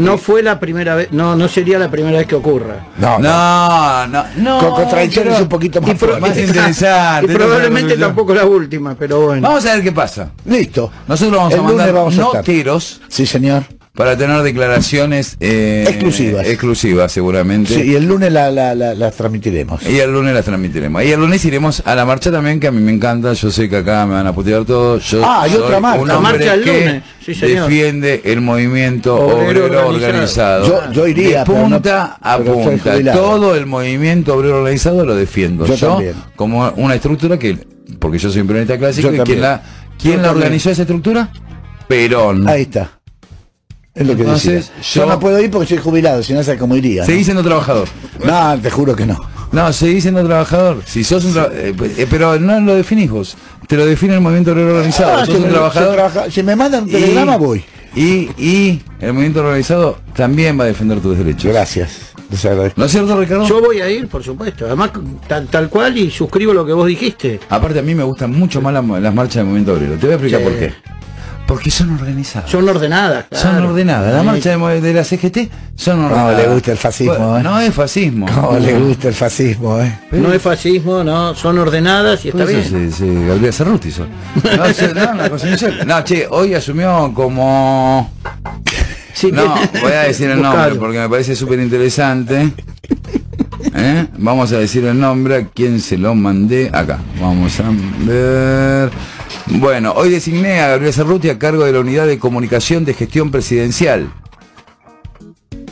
[SPEAKER 3] No fue la primera vez, no, no sería la primera vez que ocurra.
[SPEAKER 1] No, no, no.
[SPEAKER 3] Con contradicciones
[SPEAKER 1] pero-
[SPEAKER 3] un poquito más
[SPEAKER 1] y pro-
[SPEAKER 3] fuertes.
[SPEAKER 1] más interesante.
[SPEAKER 3] [LAUGHS] Y probablemente tampoco
[SPEAKER 1] la última, pero bueno. Vamos a ver qué pasa.
[SPEAKER 2] Listo.
[SPEAKER 1] Nosotros vamos
[SPEAKER 2] El
[SPEAKER 1] a
[SPEAKER 2] lunes
[SPEAKER 1] mandar
[SPEAKER 2] vamos a estar.
[SPEAKER 1] noteros.
[SPEAKER 2] Sí, señor.
[SPEAKER 1] para tener declaraciones eh,
[SPEAKER 2] Exclusivas.
[SPEAKER 1] Exclusivas, seguramente.
[SPEAKER 2] Sí, y el lunes la- la- la- las transmitiremos.
[SPEAKER 1] Y el lunes las transmitiremos. Y el lunes iremos a la marcha también, que a mí me encanta. Yo sé que acá me van a putear todos. Yo
[SPEAKER 2] Ah, y
[SPEAKER 1] soy
[SPEAKER 2] otra marcha.
[SPEAKER 1] Un
[SPEAKER 2] La
[SPEAKER 1] hombre
[SPEAKER 2] marcha el
[SPEAKER 1] que
[SPEAKER 2] lunes. Sí, señor.
[SPEAKER 1] defiende el movimiento
[SPEAKER 2] Obrero
[SPEAKER 1] obrero,
[SPEAKER 2] organizado.
[SPEAKER 1] organizado.
[SPEAKER 2] Yo- yo iría,
[SPEAKER 1] De
[SPEAKER 2] pero no-
[SPEAKER 1] punta a
[SPEAKER 2] pero soy
[SPEAKER 1] punta.
[SPEAKER 2] jubilado.
[SPEAKER 1] Todo el movimiento obrero organizado lo defiendo.
[SPEAKER 2] Yo
[SPEAKER 1] Yo,
[SPEAKER 2] también.
[SPEAKER 1] como una estructura que, porque yo soy un peronista
[SPEAKER 2] Yo
[SPEAKER 1] clásico, y
[SPEAKER 2] también.
[SPEAKER 1] quien la, ¿quién
[SPEAKER 2] Yo
[SPEAKER 1] la
[SPEAKER 2] también.
[SPEAKER 1] organizó esa estructura? Perón.
[SPEAKER 2] Ahí está. Es lo que
[SPEAKER 1] Entonces,
[SPEAKER 2] decía. Yo,
[SPEAKER 1] yo-
[SPEAKER 2] no puedo ir porque soy jubilado, si no sé cómo iría. ¿no?
[SPEAKER 1] Seguís siendo trabajador.
[SPEAKER 2] No, te juro que no.
[SPEAKER 1] No, seguís siendo trabajador. Si sos un tra- eh, eh, pero no lo definís vos. Te lo define el movimiento obrero organizado.
[SPEAKER 2] Ah,
[SPEAKER 1] sos
[SPEAKER 2] si
[SPEAKER 1] un
[SPEAKER 2] me-
[SPEAKER 1] trabajador.
[SPEAKER 2] si trabaja- si me mandan un telegrama voy.
[SPEAKER 1] Y, y el movimiento organizado también va a defender tus derechos.
[SPEAKER 2] Gracias.
[SPEAKER 1] ¿No es cierto, Ricardo?
[SPEAKER 3] Yo voy a ir, por supuesto. Además, tal, tal cual y suscribo lo que vos dijiste.
[SPEAKER 1] Aparte, a mí me gustan mucho más las, las marchas del movimiento obrero. Te voy a explicar
[SPEAKER 3] Sí.
[SPEAKER 1] por qué. Porque son organizadas.
[SPEAKER 3] Son ordenadas.
[SPEAKER 1] Son ordenadas. La
[SPEAKER 3] Sí.
[SPEAKER 1] marcha de, mo- de la CGT son ordenadas.
[SPEAKER 2] le gusta el fascismo,
[SPEAKER 1] Bueno,
[SPEAKER 2] eh.
[SPEAKER 1] No es fascismo.
[SPEAKER 2] Cómo le gusta el fascismo, eh.
[SPEAKER 3] No es fascismo, no. Son ordenadas y está
[SPEAKER 1] Por eso
[SPEAKER 3] bien.
[SPEAKER 1] se- se- Gabriel Cerruti son. Pues No, se- no, una cosa inocente. No, che, hoy asumió como... no, voy a decir el nombre
[SPEAKER 3] Buscalo.
[SPEAKER 1] porque me parece súper interesante. ¿Eh? Vamos a decir el nombre a quien se lo mandé acá. Vamos a ver. Bueno, hoy designé a Gabriel Cerruti a cargo de la Unidad de Comunicación de Gestión Presidencial.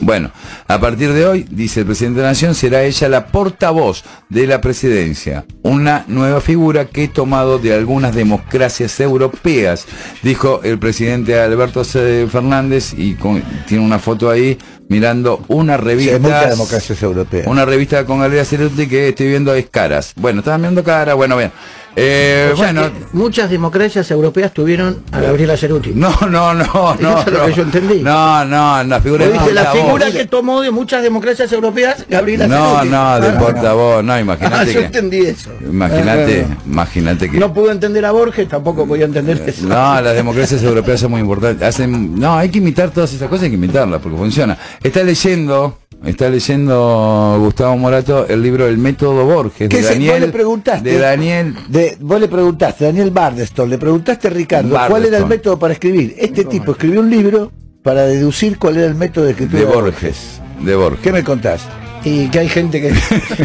[SPEAKER 1] Bueno, a partir de hoy, dice el presidente de la Nación, será ella la portavoz de la presidencia, una nueva figura que he tomado de algunas democracias europeas, dijo el presidente Alberto C. Fernández y con- tiene una foto ahí mirando una
[SPEAKER 2] Sí,
[SPEAKER 1] revista.
[SPEAKER 2] hay muchas democracias europeas.
[SPEAKER 1] Una revista con Galería Ceruti que estoy viendo es caras. Bueno, estaban viendo caras, bueno, bien. Eh,
[SPEAKER 3] O sea
[SPEAKER 1] bueno,
[SPEAKER 3] que muchas democracias europeas tuvieron a Gabriela Ceruti.
[SPEAKER 1] no, no, no, no.
[SPEAKER 3] [LAUGHS] Eso es lo
[SPEAKER 1] no.
[SPEAKER 3] que yo entendí.
[SPEAKER 1] No, no, la figura de
[SPEAKER 3] Vos dijiste, la
[SPEAKER 1] portavoz.
[SPEAKER 3] figura que tomó de muchas democracias europeas, Gabriela
[SPEAKER 1] No,
[SPEAKER 3] Ceruti.
[SPEAKER 1] no, de
[SPEAKER 3] Ah,
[SPEAKER 1] portavoz, no,
[SPEAKER 3] Ah,
[SPEAKER 1] imagínate
[SPEAKER 3] yo
[SPEAKER 1] que.
[SPEAKER 3] entendí eso.
[SPEAKER 1] Imagínate,
[SPEAKER 3] Ah,
[SPEAKER 1] imagínate que.
[SPEAKER 3] No pude entender a Borges, tampoco podía entender eso.
[SPEAKER 1] Eh, No, las democracias europeas son muy importantes. Hacen, no, hay que imitar todas esas cosas, hay que imitarlas porque funciona. Está leyendo, está leyendo Gustavo Morato el libro El método Borges
[SPEAKER 2] ¿Qué
[SPEAKER 1] de
[SPEAKER 2] es- vos le
[SPEAKER 1] Daniel
[SPEAKER 2] preguntaste?
[SPEAKER 1] de Daniel
[SPEAKER 2] De- vos le preguntaste, Daniel Bardeston, le preguntaste a Ricardo cuál era el
[SPEAKER 1] Bardeston.
[SPEAKER 2] método para escribir. Este tipo escribió un libro para deducir cuál era el método de escritura.
[SPEAKER 1] de Borges, de Borges.
[SPEAKER 2] ¿Qué me contás?
[SPEAKER 3] Y que hay gente que,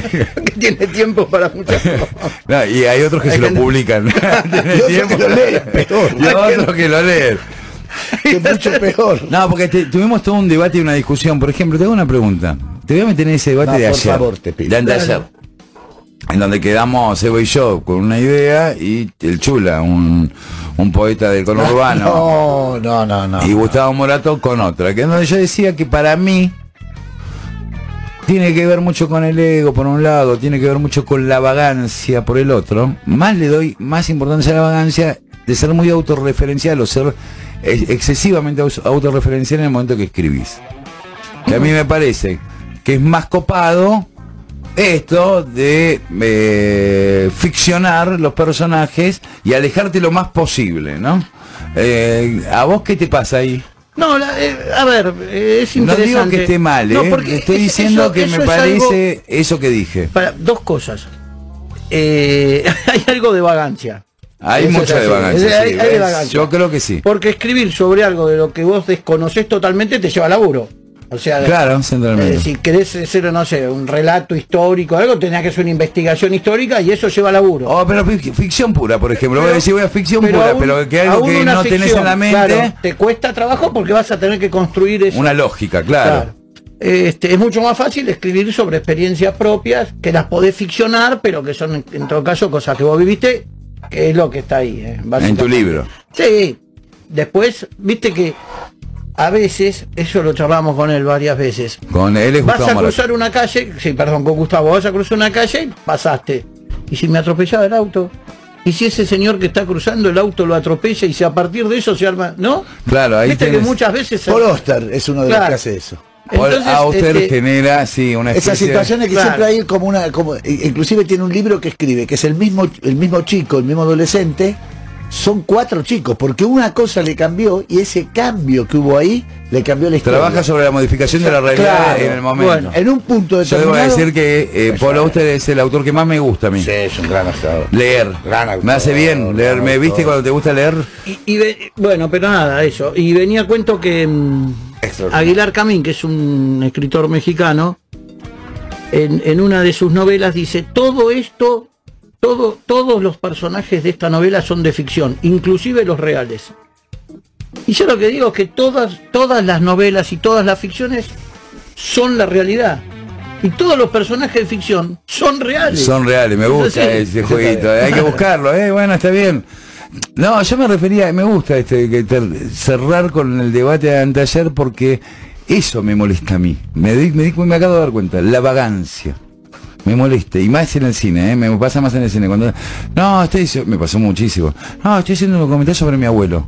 [SPEAKER 3] que tiene tiempo para
[SPEAKER 1] [LAUGHS]
[SPEAKER 3] muchas cosas.
[SPEAKER 1] No, y hay otros que
[SPEAKER 3] Hay
[SPEAKER 1] se lo
[SPEAKER 3] gente- [LAUGHS]
[SPEAKER 1] publican. [LAUGHS] Tiene
[SPEAKER 2] Y otros
[SPEAKER 1] tiempo.
[SPEAKER 2] que lo leen, peor.
[SPEAKER 1] Y otros que lo
[SPEAKER 3] [LAUGHS]
[SPEAKER 1] leen.
[SPEAKER 2] Que es mucho peor.
[SPEAKER 1] No, porque te- tuvimos todo un debate y una discusión. Por ejemplo, te hago una pregunta. Te voy a meter en ese debate
[SPEAKER 2] No,
[SPEAKER 1] de
[SPEAKER 2] por
[SPEAKER 1] ayer.
[SPEAKER 2] favor, te pido.
[SPEAKER 1] De, de
[SPEAKER 2] Dale.
[SPEAKER 1] ayer. En donde quedamos Sebo y yo con una idea y el Chula, un, un poeta del conurbano.
[SPEAKER 2] [LAUGHS] No, no, no, no.
[SPEAKER 1] y Gustavo Morato con otra. Que es donde yo decía que para mí tiene que ver mucho con el ego por un lado, tiene que ver mucho con la vagancia por el otro. Más le doy más importancia a la vagancia de ser muy autorreferencial o ser eh, excesivamente aus- autorreferencial en el momento que escribís. Que a mí me parece que es más copado esto de eh, ficcionar los personajes y alejarte lo más posible, ¿no? Eh, ¿A vos qué te pasa ahí?
[SPEAKER 3] No, la- eh, a ver, eh, es
[SPEAKER 1] No
[SPEAKER 3] interesante.
[SPEAKER 1] digo que esté mal,
[SPEAKER 3] No,
[SPEAKER 1] ¿eh?
[SPEAKER 3] porque
[SPEAKER 1] estoy
[SPEAKER 3] es-
[SPEAKER 1] diciendo
[SPEAKER 3] eso-
[SPEAKER 1] que
[SPEAKER 3] eso
[SPEAKER 1] me
[SPEAKER 3] es
[SPEAKER 1] parece
[SPEAKER 3] algo-
[SPEAKER 1] eso que dije.
[SPEAKER 3] para, dos cosas. Eh, [LAUGHS] hay algo de vagancia.
[SPEAKER 1] Hay
[SPEAKER 3] Eso es
[SPEAKER 1] mucha de
[SPEAKER 3] así.
[SPEAKER 1] vagancia.
[SPEAKER 3] Es- hay-
[SPEAKER 1] sí,
[SPEAKER 3] hay de
[SPEAKER 1] es-
[SPEAKER 3] vagancia.
[SPEAKER 1] Yo creo que sí.
[SPEAKER 3] Porque escribir sobre algo de lo que vos desconoces totalmente te lleva a laburo. O sea,
[SPEAKER 1] Claro,
[SPEAKER 3] eh,
[SPEAKER 1] centralmente.
[SPEAKER 3] si querés hacer, no sé, un relato histórico, algo, tenés que hacer una investigación histórica y eso lleva a laburo.
[SPEAKER 1] Oh, pero fic- ficción pura, por ejemplo. voy a
[SPEAKER 3] Pero-
[SPEAKER 1] decir, voy a ficción pura,
[SPEAKER 3] aún-
[SPEAKER 1] pero que algo
[SPEAKER 3] aún
[SPEAKER 1] que
[SPEAKER 3] una
[SPEAKER 1] no tenés en
[SPEAKER 3] ficción,
[SPEAKER 1] la mente,
[SPEAKER 3] claro, te cuesta trabajo porque vas a tener que construir eso.
[SPEAKER 1] una lógica, claro.
[SPEAKER 3] Este, es mucho más fácil escribir sobre experiencias propias que las podés ficcionar, pero que son en, en todo caso cosas que vos viviste, que es lo que está ahí. eh,
[SPEAKER 1] en tu
[SPEAKER 3] básicamente.
[SPEAKER 1] libro.
[SPEAKER 3] Sí. Después, viste que a veces, eso lo charlamos con él varias veces,
[SPEAKER 1] Con él es
[SPEAKER 3] vas
[SPEAKER 1] Gustavo
[SPEAKER 3] a
[SPEAKER 1] Morato.
[SPEAKER 3] cruzar una calle, sí, perdón, con Gustavo, vas a cruzar una calle y pasaste. Y si me atropellaba el auto, y si ese señor que está cruzando el auto lo atropella y si a partir de eso se arma, ¿no?
[SPEAKER 1] Claro, ahí
[SPEAKER 3] Viste que
[SPEAKER 1] tenés-
[SPEAKER 3] muchas veces...
[SPEAKER 2] Paul Oster es uno de los
[SPEAKER 3] Claro.
[SPEAKER 2] que hace eso.
[SPEAKER 1] Paul
[SPEAKER 3] Entonces,
[SPEAKER 1] Auster
[SPEAKER 3] este,
[SPEAKER 1] genera, sí, una especie
[SPEAKER 2] Esas situaciones que
[SPEAKER 3] Claro.
[SPEAKER 2] siempre hay como una, como, e, inclusive tiene un libro que escribe, que es el mismo, el mismo chico, el mismo adolescente, son cuatro chicos, porque una cosa le cambió y ese cambio que hubo ahí le cambió la historia.
[SPEAKER 1] Trabaja sobre la modificación de la realidad
[SPEAKER 2] Claro.
[SPEAKER 1] en el momento.
[SPEAKER 2] Bueno, en un punto
[SPEAKER 1] Yo debo
[SPEAKER 2] determinado.
[SPEAKER 1] decir que eh, Paul Auster es el autor que más me gusta a mí.
[SPEAKER 2] Sí, es un gran asado.
[SPEAKER 1] Leer. me hace bien leer. ¿Me viste cuando te gusta leer?
[SPEAKER 3] Y, y ve- bueno, pero nada, eso. Y venía a cuento que mm,
[SPEAKER 2] Extraordinario.
[SPEAKER 3] Aguilar Camín, que es un escritor mexicano, en, en una de sus novelas dice, todo esto, todo, todos los personajes de esta novela son de ficción, inclusive los reales. Y yo lo que digo es que todas, todas las novelas y todas las ficciones son la realidad. Y todos los personajes de ficción son reales.
[SPEAKER 1] Son reales, me gusta
[SPEAKER 3] Entonces,
[SPEAKER 1] ese jueguito, eh, hay que buscarlo, eh, bueno, está bien. No, yo me refería, me gusta este que ter- cerrar con el debate de anteayer porque eso me molesta a mí. Me di, me, di- me acabo de dar cuenta, la vagancia. Me molesta, y más en el cine, ¿eh? me pasa más en el cine. Cuando, no, estoy dici- me pasó muchísimo. No, estoy haciendo un documental sobre mi abuelo.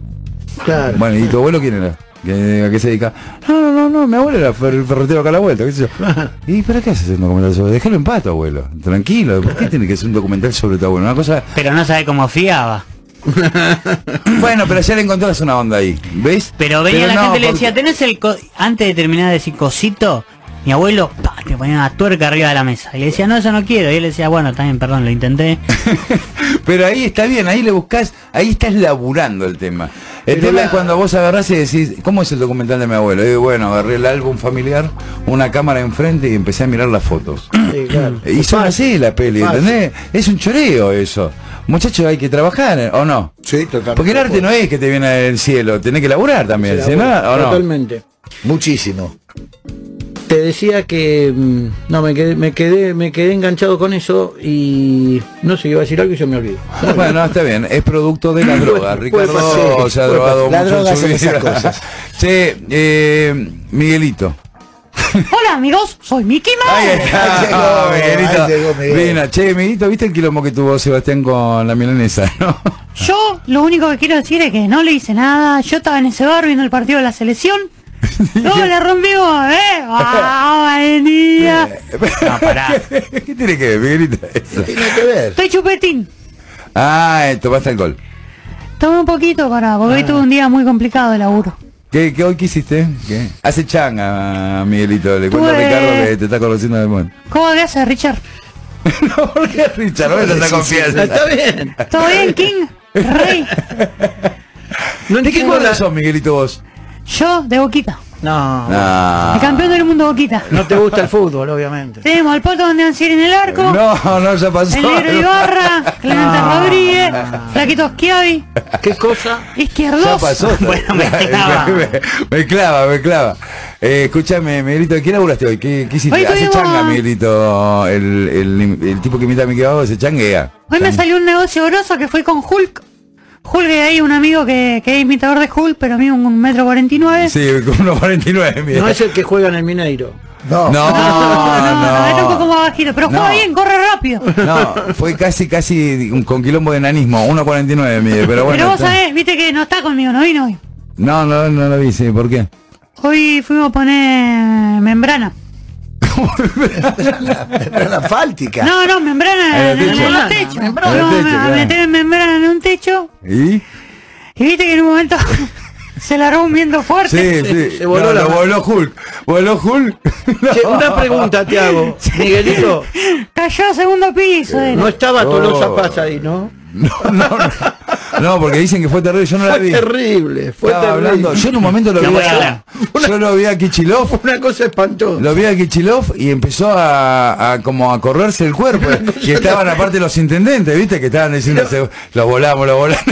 [SPEAKER 3] Claro.
[SPEAKER 1] Bueno, ¿y tu abuelo quién era? ¿Qué- ¿A qué se dedica? No, no, no, no, mi abuelo era fer- ferretero acá a la vuelta, qué sé yo.
[SPEAKER 4] [LAUGHS]
[SPEAKER 1] ¿Y para qué haces un documental sobre? Déjalo en paz, tu abuelo. Tranquilo, ¿por qué tiene que ser un documental sobre tu abuelo? Una cosa. [COUGHS]
[SPEAKER 4] Pero no sabe cómo fiaba.
[SPEAKER 1] Bueno, pero ya le encontrás una onda ahí, ¿ves?
[SPEAKER 4] Pero venía la
[SPEAKER 1] no,
[SPEAKER 4] gente y le
[SPEAKER 1] porque-
[SPEAKER 4] decía, ¿tenés el co antes de terminar de decir cosito? Mi abuelo, pa, te ponía una tuerca arriba de la mesa. Y le decía, no, eso no quiero. Y él decía, bueno, también, perdón, lo intenté.
[SPEAKER 1] Pero ahí está bien, ahí le buscas, ahí estás laburando el tema. El
[SPEAKER 4] Pero
[SPEAKER 1] tema
[SPEAKER 4] la-
[SPEAKER 1] es cuando vos agarrás y decís, ¿cómo es el documental de mi abuelo? Y bueno, agarré el álbum familiar, una cámara enfrente y empecé a mirar las fotos.
[SPEAKER 3] Sí, [LAUGHS] claro.
[SPEAKER 1] Y son así la peli,
[SPEAKER 3] Fácil.
[SPEAKER 1] ¿entendés? Es un choreo eso. Muchachos, hay que trabajar, ¿o no?
[SPEAKER 2] Sí, totalmente.
[SPEAKER 1] Porque el arte no es que te viene del cielo, tenés que laburar también, ¿sí, no? ¿o no?
[SPEAKER 3] Totalmente.
[SPEAKER 1] [COUGHS]
[SPEAKER 2] Muchísimo.
[SPEAKER 3] Te decía que mm, no me quedé, me quedé, me quedé enganchado con eso y no sé, iba a decir algo y yo
[SPEAKER 1] [LAUGHS]
[SPEAKER 3] me olvido.
[SPEAKER 1] Bueno, está bien, es producto
[SPEAKER 3] [LAUGHS]
[SPEAKER 1] de la droga. Ricardo
[SPEAKER 3] pasar,
[SPEAKER 1] se ha
[SPEAKER 3] puede
[SPEAKER 1] drogado
[SPEAKER 3] pasar. La
[SPEAKER 1] mucho
[SPEAKER 3] droga
[SPEAKER 1] en su
[SPEAKER 3] hace esas
[SPEAKER 1] vida.
[SPEAKER 3] cosas.
[SPEAKER 1] [LAUGHS] Che, eh, Miguelito.
[SPEAKER 4] Hola, amigos, soy Mickey Mouse.
[SPEAKER 1] Ah, Miguelito. Bien, che, Miguelito, ¿viste el quilombo que tuvo Sebastián con la milanesa, [LAUGHS] no?
[SPEAKER 4] Yo lo único que quiero decir es que no le hice nada. Yo estaba en ese bar viendo el partido de la selección.
[SPEAKER 3] [LAUGHS]
[SPEAKER 4] No, la rompimos, ¿eh? ¡Ah,
[SPEAKER 3] [LAUGHS]
[SPEAKER 4] venía!
[SPEAKER 3] Eh,
[SPEAKER 1] [LAUGHS] ¿Qué tiene que ver, Miguelito? eso?
[SPEAKER 3] eh.
[SPEAKER 4] Estoy chupetín.
[SPEAKER 1] Ah, eh, tomaste alcohol.
[SPEAKER 4] Tomé un poquito para, porque
[SPEAKER 3] Ah.
[SPEAKER 4] hoy tuve un día muy complicado de laburo.
[SPEAKER 1] ¿Qué, qué hoy qué hiciste? ¿Qué? Hace changa, Miguelito. Le cuento a
[SPEAKER 3] Pues-
[SPEAKER 4] Tuve-
[SPEAKER 1] Ricardo que te está conociendo de
[SPEAKER 3] [LAUGHS]
[SPEAKER 1] mundo.
[SPEAKER 4] ¿Cómo que haces, Richard?
[SPEAKER 1] ¿Por qué, Richard? No me tanta confianza.
[SPEAKER 3] Está bien. [LAUGHS]
[SPEAKER 4] ¿Todo bien, King? Rey.
[SPEAKER 1] ¿De qué
[SPEAKER 4] entiendo
[SPEAKER 1] cuadra
[SPEAKER 4] la-
[SPEAKER 1] sos, Miguelito, vos?
[SPEAKER 4] Yo, de Boquita.
[SPEAKER 3] No.
[SPEAKER 4] El campeón del mundo Boquita.
[SPEAKER 3] Ah. No te gusta el fútbol, obviamente.
[SPEAKER 4] Tenemos al Pato donde Ancier en el arco.
[SPEAKER 1] No, no, ya pasó.
[SPEAKER 4] El negro
[SPEAKER 1] [LAUGHS]
[SPEAKER 4] Ibarra, Clemente
[SPEAKER 3] Ah.
[SPEAKER 1] No.
[SPEAKER 4] Rodríguez, Flaquito Schiavi.
[SPEAKER 3] ¿Qué cosa?
[SPEAKER 4] Izquierdos.
[SPEAKER 1] Ya
[SPEAKER 3] [LAUGHS]
[SPEAKER 1] pasó.
[SPEAKER 4] Bueno, me
[SPEAKER 1] mezclaba. [LAUGHS] me, me clava, me clava. Eh, escúchame, Miguelito, ¿qué laburaste hoy? ¿Qué, qué hiciste?
[SPEAKER 4] Hoy
[SPEAKER 1] Hace
[SPEAKER 4] tuvimos-
[SPEAKER 1] changa, Miguelito. El, el- el tipo que imita a Mickey Mouse se changuea.
[SPEAKER 4] Hoy me salió un negocio grosso que fue con Hulk. Hulk de ahí, un amigo que, que es imitador de Hulk, pero mide un metro cuarenta y nueve.
[SPEAKER 1] Sí, con unos 49, mira.
[SPEAKER 3] No es el que juega en el Mineiro.
[SPEAKER 1] No,
[SPEAKER 3] [LAUGHS]
[SPEAKER 1] no,
[SPEAKER 4] Ah, era un poco
[SPEAKER 1] no.
[SPEAKER 4] más bajito, pero juega
[SPEAKER 1] No.
[SPEAKER 4] bien, corre rápido. [LAUGHS]
[SPEAKER 1] No, fue casi, casi un- con quilombo de nanismo. 1.49 mide, pero bueno.
[SPEAKER 4] pero vos
[SPEAKER 1] está-
[SPEAKER 4] sabés, viste que no está conmigo, no vino hoy.
[SPEAKER 1] No, no, no lo vi, sí, ¿por qué?
[SPEAKER 4] Hoy fuimos a
[SPEAKER 1] [LAUGHS]
[SPEAKER 4] poner membrana.
[SPEAKER 2] Membrana fáltica.
[SPEAKER 4] No, no, membrana
[SPEAKER 2] En
[SPEAKER 4] en,
[SPEAKER 2] el
[SPEAKER 4] en
[SPEAKER 2] techo.
[SPEAKER 4] los techos.
[SPEAKER 2] Membrana. En
[SPEAKER 4] Fuimos
[SPEAKER 2] el techo,
[SPEAKER 4] a
[SPEAKER 2] claro.
[SPEAKER 4] meter membrana en un techo
[SPEAKER 1] ¿Y?
[SPEAKER 4] y viste que en un momento [LAUGHS] se largó un viento fuerte.
[SPEAKER 1] Sí, sí.
[SPEAKER 3] se voló
[SPEAKER 1] No,
[SPEAKER 3] la-
[SPEAKER 1] lo voló Hulk. Voló Hulk.
[SPEAKER 3] Che, una pregunta
[SPEAKER 1] [LAUGHS]
[SPEAKER 3] te hago, Miguelito.
[SPEAKER 4] Cayó a segundo piso. era.
[SPEAKER 3] No estaba
[SPEAKER 1] Oh.
[SPEAKER 3] Tolosa Paz ahí, ¿no?
[SPEAKER 1] No, porque dicen que fue terrible, yo no la vi.
[SPEAKER 3] Terrible, fue
[SPEAKER 1] Estaba
[SPEAKER 3] terrible.
[SPEAKER 1] hablando, yo en un momento lo
[SPEAKER 3] No
[SPEAKER 1] vi
[SPEAKER 3] voy a
[SPEAKER 1] a,
[SPEAKER 3] hablar.
[SPEAKER 1] yo lo vi a Kichilov,
[SPEAKER 3] Una cosa espantosa.
[SPEAKER 1] lo vi a Kichilov y empezó a, a como a correrse el cuerpo. Y estaban aparte los intendentes, ¿viste? Que estaban diciendo, "Se- lo volamos, lo
[SPEAKER 3] [LAUGHS]
[SPEAKER 1] volamos.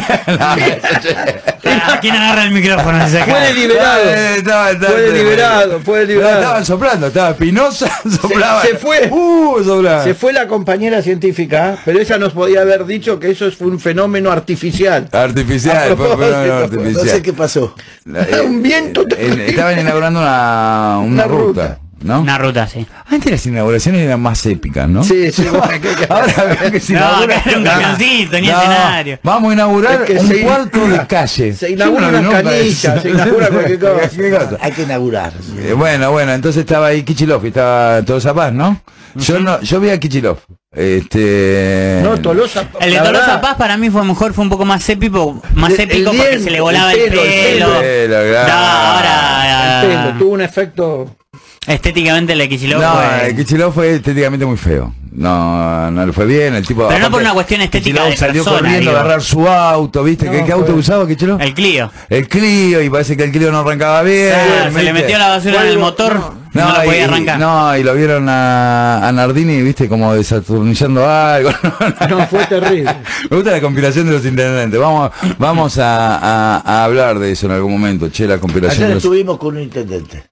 [SPEAKER 4] ¿A quién agarra el micrófono? en ese caso?
[SPEAKER 3] Fue deliberado.
[SPEAKER 1] Eh, estaba- estaba-
[SPEAKER 3] Fue deliberado, fue deliberado.
[SPEAKER 1] No, estaban soplando, estaba [LAUGHS] Pinoza, [LAUGHS] soplaba.
[SPEAKER 3] Se fue.
[SPEAKER 1] Uh, soplaba.
[SPEAKER 3] Se fue la compañera científica, pero ella nos podía haber dicho que eso es un fenómeno artificial.
[SPEAKER 1] Artificial,
[SPEAKER 3] [LAUGHS] A
[SPEAKER 1] fue un fenómeno
[SPEAKER 3] propósito,
[SPEAKER 1] artificial.
[SPEAKER 2] No sé qué pasó.
[SPEAKER 1] Eh,
[SPEAKER 3] un viento
[SPEAKER 1] en- Eh, estaban inaugurando una, una, ruta, ¿no? Ah,
[SPEAKER 4] Una ruta, sí.
[SPEAKER 1] Antes las inauguraciones eran más épicas, ¿no?
[SPEAKER 3] Sí,
[SPEAKER 9] [LAUGHS]
[SPEAKER 3] sí,
[SPEAKER 1] [LAUGHS]
[SPEAKER 3] bueno, que- que-
[SPEAKER 1] Ahora veo que se
[SPEAKER 4] [LAUGHS] No,
[SPEAKER 1] inaugura-
[SPEAKER 4] acá era un camioncito, ni
[SPEAKER 1] No,
[SPEAKER 4] escenario.
[SPEAKER 1] Vamos a inaugurar
[SPEAKER 3] Es que
[SPEAKER 1] un
[SPEAKER 3] se-
[SPEAKER 1] cuarto
[SPEAKER 3] [LAUGHS]
[SPEAKER 1] de calle.
[SPEAKER 3] se inaugura
[SPEAKER 1] eh, Yo no vi
[SPEAKER 3] unas
[SPEAKER 1] nunca
[SPEAKER 3] canillas,
[SPEAKER 1] eso. [LAUGHS]
[SPEAKER 3] se inaugura cualquier cosa.
[SPEAKER 1] Cualquier cosa.
[SPEAKER 2] Hay que inaugurar.
[SPEAKER 1] Eh, bueno, bueno, entonces estaba ahí Kichilov y estaba todo Zapaz, ¿no? Yo no, yo vi a Kichilov. Este.
[SPEAKER 3] No, Tolosa.
[SPEAKER 4] El de
[SPEAKER 3] la
[SPEAKER 4] Tolosa
[SPEAKER 3] verdad,
[SPEAKER 4] Paz para mí fue mejor, fue un poco más épico, más
[SPEAKER 3] El- el
[SPEAKER 4] épico porque
[SPEAKER 3] diente,
[SPEAKER 4] se le volaba
[SPEAKER 3] el
[SPEAKER 4] el
[SPEAKER 3] pelo,
[SPEAKER 4] pelo.
[SPEAKER 3] el
[SPEAKER 1] pelo. El pelo,
[SPEAKER 4] No,
[SPEAKER 1] claro.
[SPEAKER 4] ahora.
[SPEAKER 3] el pelo, tuvo un efecto.
[SPEAKER 11] Ah. Estéticamente pues. el de Kicillof
[SPEAKER 1] no, eh,
[SPEAKER 11] fue-
[SPEAKER 1] el Kicillof fue estéticamente muy feo. No, no le fue bien. El tipo.
[SPEAKER 11] Pero no por
[SPEAKER 1] aparte,
[SPEAKER 11] una cuestión estética
[SPEAKER 1] Kicillof
[SPEAKER 11] de
[SPEAKER 1] salió
[SPEAKER 11] persona,
[SPEAKER 1] corriendo
[SPEAKER 11] digo.
[SPEAKER 1] a agarrar su auto, ¿viste? ¿Qué, qué auto usaba Kicillof?
[SPEAKER 11] El Clio.
[SPEAKER 1] El Clio, y parece que el Clio no arrancaba bien.
[SPEAKER 11] Claro, se le
[SPEAKER 1] ¿viste?
[SPEAKER 11] metió la basura en el motor, no, la podía
[SPEAKER 1] y,
[SPEAKER 11] arrancar.
[SPEAKER 1] no, y lo vieron a, a Nardini, viste, como desatornillando algo. [LAUGHS]
[SPEAKER 3] No, fue terrible.
[SPEAKER 1] Me gusta la compilación de los intendentes. Vamos, vamos a, a- a hablar de eso en algún momento, che, la compilación
[SPEAKER 2] Ayer
[SPEAKER 1] de los-
[SPEAKER 2] estuvimos con un intendente.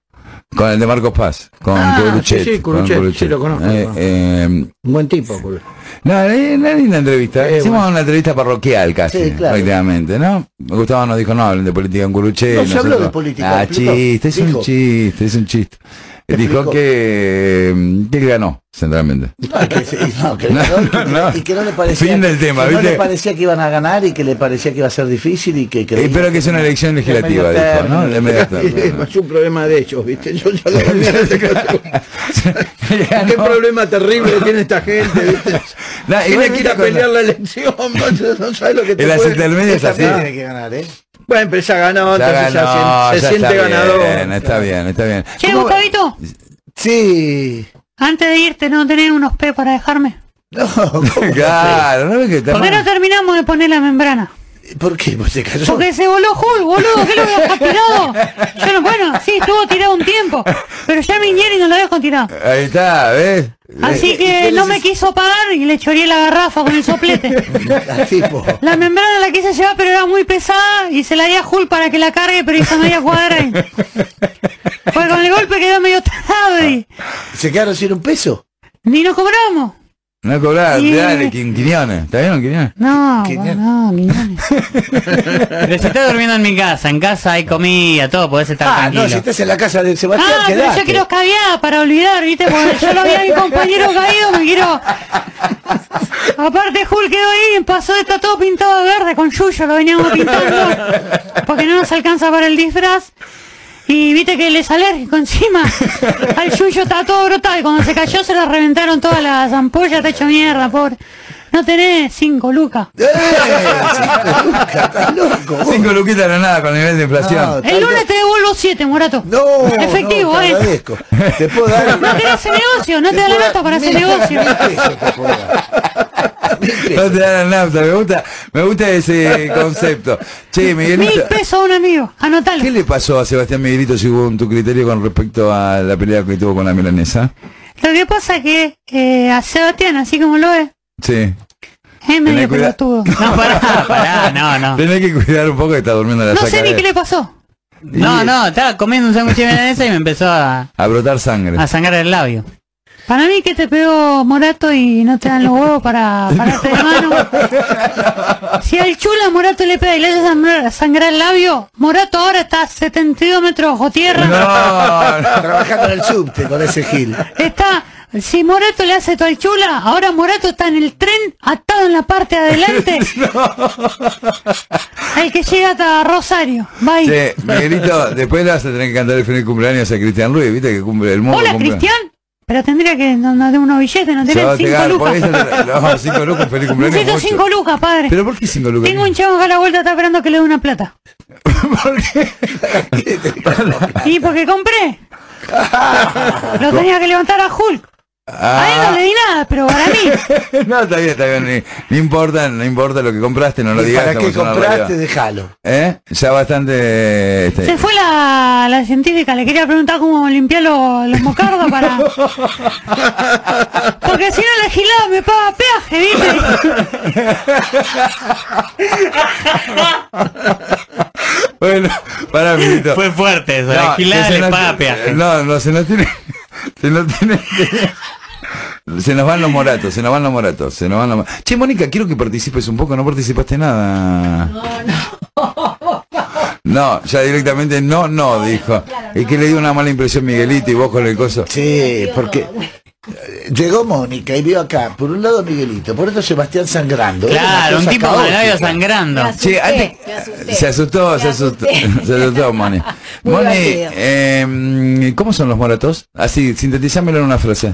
[SPEAKER 1] con el de Marcos Paz, con
[SPEAKER 2] Ah,
[SPEAKER 1] Curuchet.
[SPEAKER 2] sí, sí, Curuchet, sí, lo conozco,
[SPEAKER 1] Eh,
[SPEAKER 2] lo conozco.
[SPEAKER 1] eh,
[SPEAKER 3] Un buen tipo, Curuchet.
[SPEAKER 1] no, eh, una linda entrevista. Hicimos una entrevista parroquial casi,
[SPEAKER 2] Sí, claro.
[SPEAKER 1] prácticamente, ¿no? Gustavo nos dijo, no, hablen de política en Curuchet.
[SPEAKER 2] No, se habló
[SPEAKER 1] nosotros-
[SPEAKER 2] de política,
[SPEAKER 1] Ah,
[SPEAKER 2] explicó.
[SPEAKER 1] chiste, es
[SPEAKER 2] Dijo.
[SPEAKER 1] un chiste, es un chiste. Dijo
[SPEAKER 2] Explicó.
[SPEAKER 1] que, mm, que él ganó, centralmente.
[SPEAKER 2] No, que se- y
[SPEAKER 1] [LAUGHS]
[SPEAKER 2] no, que- y que- Y que no le parecía,
[SPEAKER 1] Fin del tema,
[SPEAKER 2] que no
[SPEAKER 1] ¿viste?
[SPEAKER 2] le parecía que iban a ganar y que le parecía que iba a ser difícil y que creía-
[SPEAKER 1] Espero que sea una elección legislativa,
[SPEAKER 2] medio
[SPEAKER 1] dijo, ¿no?
[SPEAKER 2] término.
[SPEAKER 1] De medio
[SPEAKER 2] [LAUGHS]
[SPEAKER 1] término.
[SPEAKER 3] Es un problema Ah, de ellos, ¿viste? Yo ya lo
[SPEAKER 1] [LAUGHS]
[SPEAKER 3] tenía en este [LAUGHS] caso. Qué problema terrible que tiene esta gente, ¿viste?
[SPEAKER 1] No, igual
[SPEAKER 3] Tiene que
[SPEAKER 1] viste
[SPEAKER 3] ir a
[SPEAKER 1] cuando-
[SPEAKER 3] pelear la elección, no, no sabes lo que te
[SPEAKER 1] En las
[SPEAKER 3] puede-
[SPEAKER 1] intermedias es así.
[SPEAKER 3] Tiene que ganar, ¿eh? Bueno, pero ya ganó, entonces ya, se, se siente ganador.
[SPEAKER 1] Bien, está bien, está bien.
[SPEAKER 4] Che, Gustavito,
[SPEAKER 2] Sí.
[SPEAKER 4] antes de irte, ¿no tenés unos P para dejarme?
[SPEAKER 1] [LAUGHS] Claro, no ves que está
[SPEAKER 4] ¿Por qué no
[SPEAKER 1] mal?
[SPEAKER 4] terminamos de poner la membrana?
[SPEAKER 2] ¿Por qué? Pues se cayó.
[SPEAKER 4] Porque se voló Hulk, boludo, que lo había tirado. Yo no, bueno, sí, estuvo tirado un tiempo, pero ya me vinieron y no lo dejo tirado.
[SPEAKER 1] Ahí está, ¿ves? eh,
[SPEAKER 2] Eh,
[SPEAKER 4] Así que no me quiso pagar y le choré la garrafa con el soplete. La membrana la quise llevar, pero era muy pesada y se la di a Hulk para que la cargue, pero hizo media cuadra. Y... Pues con el golpe quedó medio tarado y
[SPEAKER 2] ¿Se quedaron sin un peso?
[SPEAKER 4] ni nos cobramos.
[SPEAKER 1] No cobrar,
[SPEAKER 4] Sí.
[SPEAKER 1] dale, quin- quiniones. ¿Está bien, quiniones?
[SPEAKER 4] No, no,
[SPEAKER 2] [LAUGHS]
[SPEAKER 4] Quiñones.
[SPEAKER 11] [LAUGHS] Pero si estás durmiendo en mi casa, en casa hay comida, todo, podés estar
[SPEAKER 2] Ah,
[SPEAKER 11] tranquilo.
[SPEAKER 2] no, si estás en la casa de Sebastián,
[SPEAKER 4] Ah, pero
[SPEAKER 2] quedate.
[SPEAKER 4] yo quiero caviar para olvidar, ¿viste? Porque yo lo vi a mi compañero caído, me
[SPEAKER 2] [LAUGHS]
[SPEAKER 4] quiero. Aparte, Hulk quedó ahí, pasó, está todo pintado de verde con yuyo, lo veníamos pintando.
[SPEAKER 2] [LAUGHS]
[SPEAKER 4] Porque no nos alcanza para el disfraz. Y viste que él es alérgico encima. Al yuyo está todo brotado. Y cuando se cayó, se le reventaron todas las ampollas, está hecho mierda, pobre. No tenés cinco lucas.
[SPEAKER 2] Eh,
[SPEAKER 3] Eh,
[SPEAKER 1] Cinco luquitas no es nada con el nivel de inflación.
[SPEAKER 4] El lunes te devuelvo siete, Morato.
[SPEAKER 2] No,
[SPEAKER 4] Efectivo,
[SPEAKER 2] no, te
[SPEAKER 4] eh.
[SPEAKER 2] agradezco. Te puedo
[SPEAKER 4] [LAUGHS]
[SPEAKER 2] dar.
[SPEAKER 4] No tenés ese negocio, no te da la nota para
[SPEAKER 2] Mil-
[SPEAKER 4] ese
[SPEAKER 2] [LAUGHS]
[SPEAKER 4] negocio.
[SPEAKER 2] mil pesos te puedo dar.
[SPEAKER 1] No te dan la nafta, me gusta, me gusta ese concepto. Che,
[SPEAKER 4] Mil
[SPEAKER 1] Miguelito,
[SPEAKER 4] pesos a un amigo, anotalo.
[SPEAKER 1] ¿qué le pasó a Sebastián Miguelito según tu criterio con respecto a la pelea que tuvo con la milanesa?
[SPEAKER 4] Lo que pasa es que eh, a Sebastián, así como lo es,
[SPEAKER 1] Sí.
[SPEAKER 4] es medio
[SPEAKER 1] cuidado. [LAUGHS]
[SPEAKER 4] pelotudo.
[SPEAKER 11] Pará, no, no.
[SPEAKER 1] Tenés que cuidar un poco que está durmiendo en la
[SPEAKER 4] No
[SPEAKER 1] saca
[SPEAKER 4] sé ni
[SPEAKER 1] de-
[SPEAKER 4] qué le pasó.
[SPEAKER 11] No, no, estaba comiendo un sándwich de milanesa y me empezó a,
[SPEAKER 1] A brotar sangre.
[SPEAKER 11] a sangrar el labio.
[SPEAKER 4] Para mí que te pegó Morato y no te dan los huevos para
[SPEAKER 2] [LAUGHS]
[SPEAKER 4] pararte de mano. Si al chula Morato le pega y le hace sangrar, sangrar el labio, Morato ahora está a 72 metros bajo tierra.
[SPEAKER 2] Trabajando en el subte con ese gil.
[SPEAKER 4] Está, si Morato le hace esto al chula, ahora Morato está en el tren atado en la parte
[SPEAKER 1] [LAUGHS]
[SPEAKER 4] de adelante. El que llega hasta Rosario. Bye.
[SPEAKER 1] Che, Miguelito, después le vas a tener que cantar el feliz cumpleaños a Cristian Ruiz, viste que cumple el mundo.
[SPEAKER 4] Hola,
[SPEAKER 1] cumple-
[SPEAKER 4] Cristian. Pero tendría que no, no de unos billetes, no
[SPEAKER 1] Se va
[SPEAKER 4] tenés
[SPEAKER 1] a
[SPEAKER 4] cinco
[SPEAKER 1] pegar, por
[SPEAKER 4] [LAUGHS]
[SPEAKER 1] eso
[SPEAKER 4] lucas.
[SPEAKER 1] te- No, cinco lucas, feliz cumpleaños.
[SPEAKER 4] Necesito
[SPEAKER 1] mucho.
[SPEAKER 4] cinco lucas, padre.
[SPEAKER 1] ¿Pero por qué cinco lucas?
[SPEAKER 4] Tengo un chavo que a la vuelta está esperando que le dé
[SPEAKER 1] [LAUGHS]
[SPEAKER 4] una plata. ¿Por qué? y
[SPEAKER 1] [LAUGHS]
[SPEAKER 4] porque compré. Lo tenía que levantar a Hulk. A él
[SPEAKER 1] Ah.
[SPEAKER 4] no le di nada, pero para mí.
[SPEAKER 1] [LAUGHS] no, está bien, está bien. ni- No importa, no importa lo que compraste, no lo
[SPEAKER 2] Y
[SPEAKER 1] digas.
[SPEAKER 2] para qué
[SPEAKER 1] estamos en una
[SPEAKER 2] compraste,
[SPEAKER 1] radio.
[SPEAKER 2] déjalo.
[SPEAKER 1] ¿Eh? Ya bastante. este,
[SPEAKER 4] Se fue la, la científica, le quería preguntar cómo limpiar los, los mocardos para. Porque si no la gilada me paga peaje, ¿viste?
[SPEAKER 1] [LAUGHS] Bueno, para Miguelito.
[SPEAKER 11] Fue fuerte eso, la gilada
[SPEAKER 1] que se
[SPEAKER 11] le
[SPEAKER 1] nos-
[SPEAKER 11] paga peaje.
[SPEAKER 1] No, no, se nos tiene. [LAUGHS] Se nos tiene Se nos van los moratos, se nos van los moratos, se nos van los moratos. Che, Mónica, quiero que participes un poco, no participaste nada. No, ya directamente no, no, dijo. Es que le dio una mala impresión Miguelito y vos con el coso.
[SPEAKER 2] Sí, porque llegó Mónica y vio acá, por un lado Miguelito, por otro Sebastián sangrando. Era una
[SPEAKER 11] Claro, un
[SPEAKER 2] cosa
[SPEAKER 11] tipo con el
[SPEAKER 2] caótica.
[SPEAKER 11] labio sangrando.
[SPEAKER 1] Che, antes- se asustó, se asustó, [LAUGHS] se asustó,
[SPEAKER 2] [LAUGHS]
[SPEAKER 1] Moni.
[SPEAKER 17] Muy
[SPEAKER 1] Moni,
[SPEAKER 17] divertido.
[SPEAKER 1] eh, ¿cómo son los moratos? Así, sintetizámelo en una frase.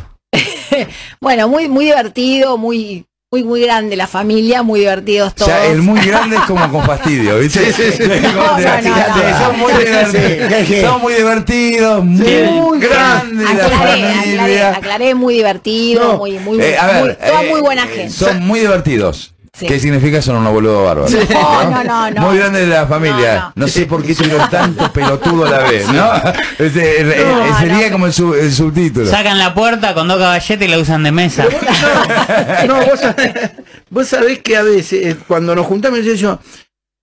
[SPEAKER 17] Bueno, muy, muy divertido, muy muy, muy grande la familia, muy divertidos
[SPEAKER 1] O
[SPEAKER 17] todos.
[SPEAKER 1] sea, el muy grande es
[SPEAKER 17] [LAUGHS]
[SPEAKER 1] como con fastidio,
[SPEAKER 11] [LAUGHS]
[SPEAKER 1] ¿viste?
[SPEAKER 2] Sí, sí, sí.
[SPEAKER 1] Es como
[SPEAKER 2] No,
[SPEAKER 1] te-
[SPEAKER 2] no, no,
[SPEAKER 1] fíjate,
[SPEAKER 2] no.
[SPEAKER 1] Son muy
[SPEAKER 2] Sí,
[SPEAKER 1] grandes,
[SPEAKER 2] sí, sí.
[SPEAKER 1] son muy divertidos, muy grandes la
[SPEAKER 17] Aclaré, aclaré,
[SPEAKER 1] familia.
[SPEAKER 17] aclaré, muy divertido,
[SPEAKER 1] No.
[SPEAKER 17] muy, muy,
[SPEAKER 1] Eh, a
[SPEAKER 17] muy-
[SPEAKER 1] ver,
[SPEAKER 17] toda
[SPEAKER 1] eh,
[SPEAKER 17] muy buena
[SPEAKER 1] eh,
[SPEAKER 17] gente.
[SPEAKER 1] Son muy divertidos.
[SPEAKER 17] Sí.
[SPEAKER 1] ¿Qué significa son unos boludos bárbaros?
[SPEAKER 17] Sí. No, no, no, no.
[SPEAKER 1] Muy grande la familia. No, sé por qué tuvieron tantos pelotudos a la vez, ¿no? Ese- el- el- sería como el, sub- el subtítulo.
[SPEAKER 11] Sacan la puerta con dos caballetes y la usan de mesa.
[SPEAKER 3] No, vos sabés, vos sabés que a veces, eh, cuando nos juntamos, yo, yo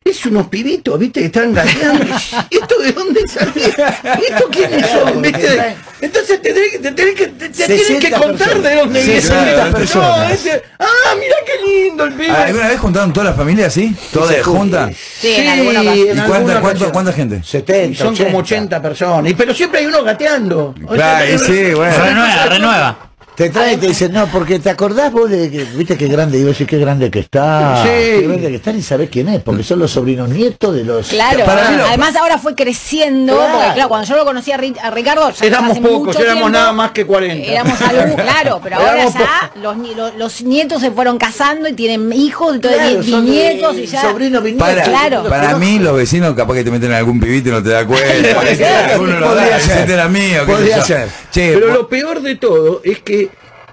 [SPEAKER 3] es unos pibitos, viste, que están gateando. ¿Esto de dónde salió? ¿Esto quiénes son? ¿Viste? Entonces te tenés que, te tenés que, te- te tienen que
[SPEAKER 2] 60
[SPEAKER 3] contar
[SPEAKER 2] personas.
[SPEAKER 3] de dónde viene.
[SPEAKER 1] 60
[SPEAKER 3] No,
[SPEAKER 1] personas.
[SPEAKER 3] este- ah, mira qué lindo el pibe.
[SPEAKER 1] ¿Alguna vez juntaron toda la familia así? ¿Toda
[SPEAKER 3] Sí,
[SPEAKER 1] junta?
[SPEAKER 3] Sí, en alguna ocasión.
[SPEAKER 1] ¿Y
[SPEAKER 3] en
[SPEAKER 1] cuánta,
[SPEAKER 3] alguna
[SPEAKER 1] cuánto,
[SPEAKER 3] ocasión.
[SPEAKER 1] cuánta gente?
[SPEAKER 3] Y son como 80 personas. Y- Pero siempre hay uno gateando.
[SPEAKER 1] Claro, y sí, bueno.
[SPEAKER 11] Renueva, renueva.
[SPEAKER 2] Te trae y te dice, no, porque te acordás vos de que, viste qué grande, digo, sí, qué grande que está.
[SPEAKER 17] Sí.
[SPEAKER 2] Qué grande que está, ni sabés quién es, porque son los sobrinos nietos de los.
[SPEAKER 17] Claro,
[SPEAKER 2] Para mí no.
[SPEAKER 17] además ahora fue creciendo,
[SPEAKER 2] Claro.
[SPEAKER 17] porque claro, cuando yo lo conocí a, Ri- a Ricardo, ya
[SPEAKER 3] Éramos
[SPEAKER 17] hace
[SPEAKER 3] pocos,
[SPEAKER 17] mucho
[SPEAKER 3] éramos
[SPEAKER 17] tiempo,
[SPEAKER 3] nada más que 40.
[SPEAKER 17] Éramos algo, claro, pero ahora
[SPEAKER 3] Éramos
[SPEAKER 17] ya los, ni- lo- los nietos se fueron casando y tienen hijos, entonces
[SPEAKER 2] Claro,
[SPEAKER 17] nietos
[SPEAKER 2] son
[SPEAKER 17] y
[SPEAKER 2] de-
[SPEAKER 17] ya.
[SPEAKER 2] sobrinos,
[SPEAKER 1] Para,
[SPEAKER 17] claro.
[SPEAKER 1] para mí los vecinos capaz que te meten algún pibito y no te das
[SPEAKER 17] [LAUGHS]
[SPEAKER 1] cuenta. Alguno lo
[SPEAKER 3] Podría
[SPEAKER 1] da,
[SPEAKER 3] ser.
[SPEAKER 1] ese era mío. qué sé
[SPEAKER 3] Podría
[SPEAKER 1] yo.
[SPEAKER 3] ser.
[SPEAKER 1] Che,
[SPEAKER 3] Pero
[SPEAKER 1] po-
[SPEAKER 3] lo peor de todo es que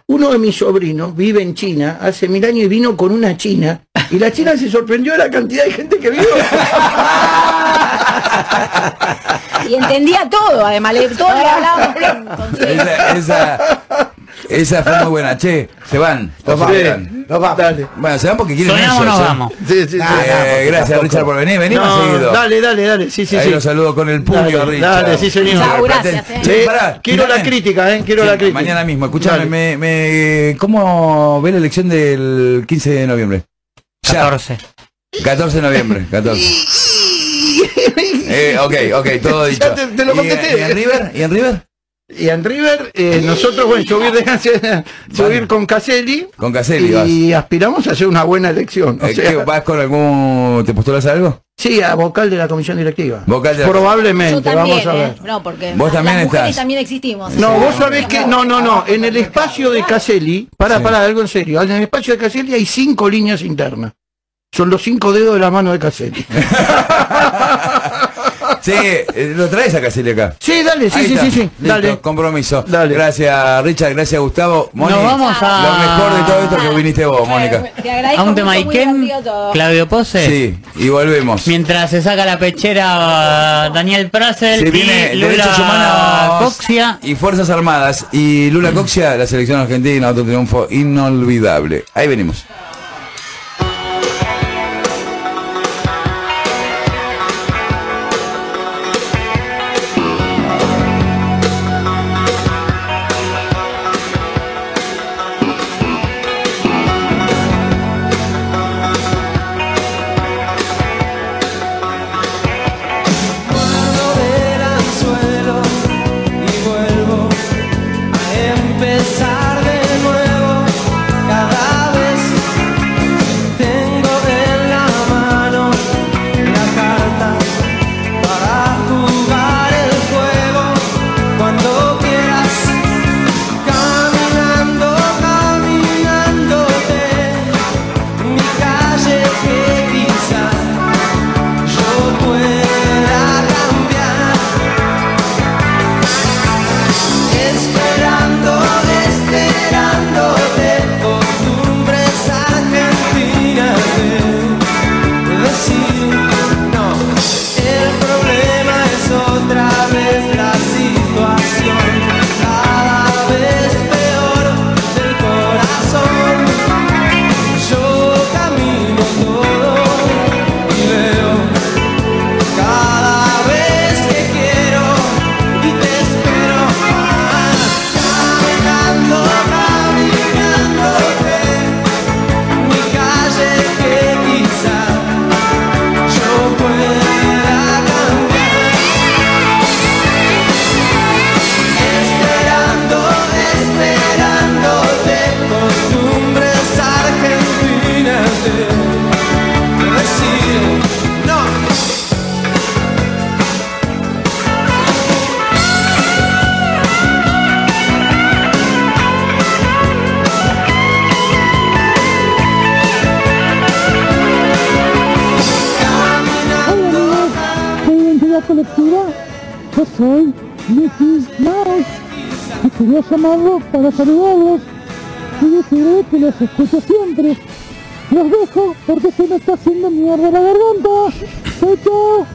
[SPEAKER 3] uno de mis sobrinos vive en China hace mil años y vino con una china. Y la china se sorprendió de la cantidad de gente que vino.
[SPEAKER 17] Y entendía todo, además, le, todo le
[SPEAKER 3] [LAUGHS]
[SPEAKER 17] hablábamos con- con
[SPEAKER 1] Esa, esa, esa fue muy buena. Che, se van. Nos
[SPEAKER 2] vamos.
[SPEAKER 1] Nos Bueno, se van porque quieren
[SPEAKER 2] Sonamos,
[SPEAKER 1] ellos.
[SPEAKER 2] nos
[SPEAKER 1] ¿eh?
[SPEAKER 2] vamos.
[SPEAKER 1] Eh, gracias, Richard, por venir. Vení más seguido.
[SPEAKER 3] Dale, dale, dale. Sí, sí,
[SPEAKER 1] Ahí
[SPEAKER 3] sí.
[SPEAKER 1] lo saludo con el puño,
[SPEAKER 3] Dale,
[SPEAKER 1] Richard.
[SPEAKER 3] dale, sí, señor. Chau, gracias, eh.
[SPEAKER 1] Che,
[SPEAKER 3] Eh,
[SPEAKER 1] pará,
[SPEAKER 3] quiero
[SPEAKER 1] mirame.
[SPEAKER 3] la crítica, eh, quiero la crítica.
[SPEAKER 1] Mañana mismo. Escuchame,
[SPEAKER 3] Dale.
[SPEAKER 1] me, me- ¿cómo ve la elección del 15 de noviembre? 14. 14 de noviembre, 14.
[SPEAKER 3] [LAUGHS]
[SPEAKER 1] Eh, ok, ok, todo dicho.
[SPEAKER 3] Ya te- te
[SPEAKER 1] ¿Y-
[SPEAKER 3] lo
[SPEAKER 1] eh,
[SPEAKER 3] contesté.
[SPEAKER 1] ¿Y, en River? ¿Y en River?
[SPEAKER 3] Y en River, eh, nosotros, bueno, subir [LAUGHS] de subir con Caselli
[SPEAKER 1] Con Caselli vas.
[SPEAKER 3] y aspiramos a hacer una buena elección. O
[SPEAKER 1] Eh,
[SPEAKER 3] sea,
[SPEAKER 1] ¿qué, ¿Vas con algún... ¿Te postulas a algo?
[SPEAKER 3] sí, a vocal de la comisión directiva.
[SPEAKER 1] Vocal de la-
[SPEAKER 17] Yo
[SPEAKER 3] Probablemente,
[SPEAKER 17] también,
[SPEAKER 3] vamos a ver.
[SPEAKER 17] ¿eh? No, porque
[SPEAKER 1] Vos también
[SPEAKER 17] las mujeres
[SPEAKER 1] estás.
[SPEAKER 17] también existimos.
[SPEAKER 3] No, vos sabés que. No, no, no. En el espacio de Caselli, para, para, algo en serio. En el espacio de Caselli hay cinco líneas internas. Son los cinco dedos de la mano de Caselli.
[SPEAKER 1] Sí, eh, lo traes a Caselli acá.
[SPEAKER 3] Sí, dale, sí,
[SPEAKER 1] Ahí
[SPEAKER 3] sí,
[SPEAKER 1] está.
[SPEAKER 3] sí, sí,
[SPEAKER 1] Listo,
[SPEAKER 3] dale.
[SPEAKER 1] compromiso. Gracias, Richard, gracias, Gustavo. Moni,
[SPEAKER 11] Nos vamos a-
[SPEAKER 1] Lo mejor de todo esto es que viniste vos, Mónica.
[SPEAKER 17] Te agradezco.
[SPEAKER 11] A un tema
[SPEAKER 17] mucho, muy
[SPEAKER 11] Ikem,
[SPEAKER 17] divertido todo.
[SPEAKER 11] Claudio Pose.
[SPEAKER 1] Sí, y volvemos.
[SPEAKER 11] Mientras se saca la pechera uh, Daniel Prasel
[SPEAKER 1] Se viene
[SPEAKER 11] y
[SPEAKER 1] Derechos
[SPEAKER 11] Lula
[SPEAKER 1] Humanos
[SPEAKER 11] Coxia. Mm.
[SPEAKER 1] y Fuerzas Armadas y Lula Coxia, la selección argentina, otro triunfo inolvidable. Ahí venimos.
[SPEAKER 18] Puedo ver al suelo y vuelvo a empezar de nuevo cada vez
[SPEAKER 19] colectiva, yo soy Nicky Maus y quería llamarlos para saludarlos y decirles que los escucho siempre. Los dejo porque se me está haciendo mierda la garganta. Chau, chau.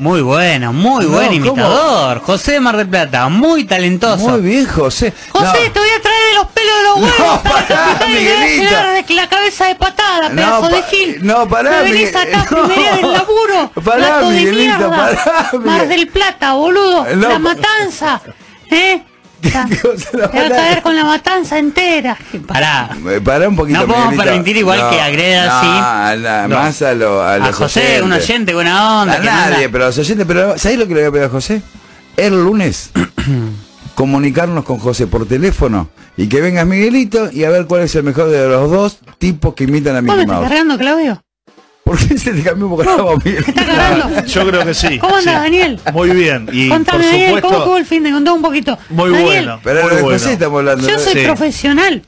[SPEAKER 11] Muy bueno, muy
[SPEAKER 19] No,
[SPEAKER 11] buen
[SPEAKER 19] ¿cómo?
[SPEAKER 11] imitador. José de Mar del Plata, muy talentoso. Muy
[SPEAKER 1] bien, José.
[SPEAKER 4] José, te voy a traer de los pelos de los huevos.
[SPEAKER 1] No, pará,
[SPEAKER 4] te voy a
[SPEAKER 1] Miguelito.
[SPEAKER 4] llenar de la cabeza de patada, pedazo
[SPEAKER 1] pa-
[SPEAKER 4] de gil.
[SPEAKER 1] no, pará,
[SPEAKER 4] Me venís
[SPEAKER 1] Miguel-
[SPEAKER 4] acá
[SPEAKER 1] [LAUGHS] no.
[SPEAKER 4] primero del laburo.
[SPEAKER 1] [LAUGHS] Pará,
[SPEAKER 4] gato de
[SPEAKER 1] Miguelito,
[SPEAKER 4] mierda.
[SPEAKER 1] pará, Miguel.
[SPEAKER 4] Mar del Plata, boludo.
[SPEAKER 1] No,
[SPEAKER 4] la
[SPEAKER 1] pa-
[SPEAKER 4] matanza.
[SPEAKER 1] [LAUGHS]
[SPEAKER 4] ¿Eh? Te va a
[SPEAKER 1] pará.
[SPEAKER 4] caer con la matanza entera.
[SPEAKER 11] Pará.
[SPEAKER 1] Eh, Pará un poquito.
[SPEAKER 11] No podemos
[SPEAKER 1] Miguelito.
[SPEAKER 11] permitir igual que agreda
[SPEAKER 1] no,
[SPEAKER 11] así.
[SPEAKER 1] a la- Más a, lo, a,
[SPEAKER 11] A
[SPEAKER 1] los
[SPEAKER 11] José,
[SPEAKER 1] oyentes.
[SPEAKER 11] un oyente buena onda.
[SPEAKER 1] A
[SPEAKER 11] que manda-
[SPEAKER 1] nadie, pero a los oyentes. Pero ¿sabés lo que le voy a pedir a José? El lunes. [CLEARS THROAT] comunicarnos con José por teléfono y que vengas Miguelito y a ver cuál es el mejor de los dos tipos que imitan a
[SPEAKER 4] ¿Vos me
[SPEAKER 1] Mickey
[SPEAKER 4] estás
[SPEAKER 1] Mouse.
[SPEAKER 4] cargando, Claudio?
[SPEAKER 1] ¿Por qué se te cambió un poco la voz, Miguel?
[SPEAKER 20] Yo creo que sí.
[SPEAKER 4] ¿Cómo andas,
[SPEAKER 20] sí.
[SPEAKER 4] Daniel?
[SPEAKER 20] Muy bien. Y por
[SPEAKER 4] Contame, Daniel, ¿cómo
[SPEAKER 20] supuesto,
[SPEAKER 4] estuvo el fin de contó un poquito?
[SPEAKER 20] muy
[SPEAKER 4] Daniel,
[SPEAKER 20] bueno.
[SPEAKER 1] Pero
[SPEAKER 20] muy
[SPEAKER 1] de
[SPEAKER 20] bueno.
[SPEAKER 1] José estamos hablando.
[SPEAKER 4] Yo
[SPEAKER 1] ¿no?
[SPEAKER 4] soy profesional.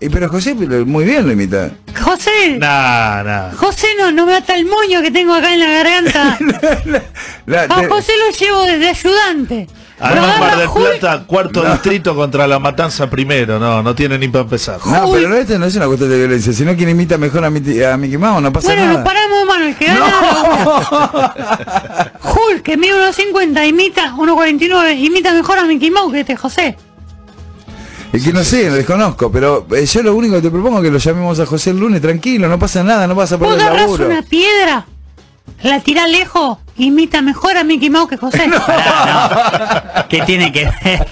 [SPEAKER 1] Y pero José lo- muy bien lo imita.
[SPEAKER 4] José,
[SPEAKER 20] Nah, nah.
[SPEAKER 4] José no, no me ata el moño que tengo acá en
[SPEAKER 1] [LAUGHS]
[SPEAKER 4] la garganta.
[SPEAKER 1] La-
[SPEAKER 21] Ah,
[SPEAKER 1] Ah,
[SPEAKER 21] pues,
[SPEAKER 4] A
[SPEAKER 1] te-
[SPEAKER 4] Ah, José lo llevo desde ayudante. Lo
[SPEAKER 20] Además, Mar
[SPEAKER 4] agarra
[SPEAKER 20] del
[SPEAKER 4] Hulk.
[SPEAKER 20] Plata, cuarto distrito contra la matanza primero. No, no tiene ni para empezar.
[SPEAKER 1] No, pero no, esto no es una cuestión de violencia, sino quien imita mejor a, Miti- a Mickey Mouse, no pasa
[SPEAKER 4] Bueno, nos
[SPEAKER 1] nada.
[SPEAKER 4] paramos de mano, el que gana. gana. Hulk, que mide 1,50, imita 1,49, imita mejor a Mickey Mouse que este José.
[SPEAKER 1] Es que no sé, lo desconozco, pero eh, yo lo único que te propongo es que lo llamemos a José el lunes, tranquilo, no pasa nada, no pasa por
[SPEAKER 4] Vos
[SPEAKER 1] el
[SPEAKER 4] agarrás
[SPEAKER 1] laburo. [LAUGHS]
[SPEAKER 4] una piedra, la tirás lejos, imita mejor a Mickey Mouse que José.
[SPEAKER 1] [LAUGHS]
[SPEAKER 11] ¿Qué tiene que ver?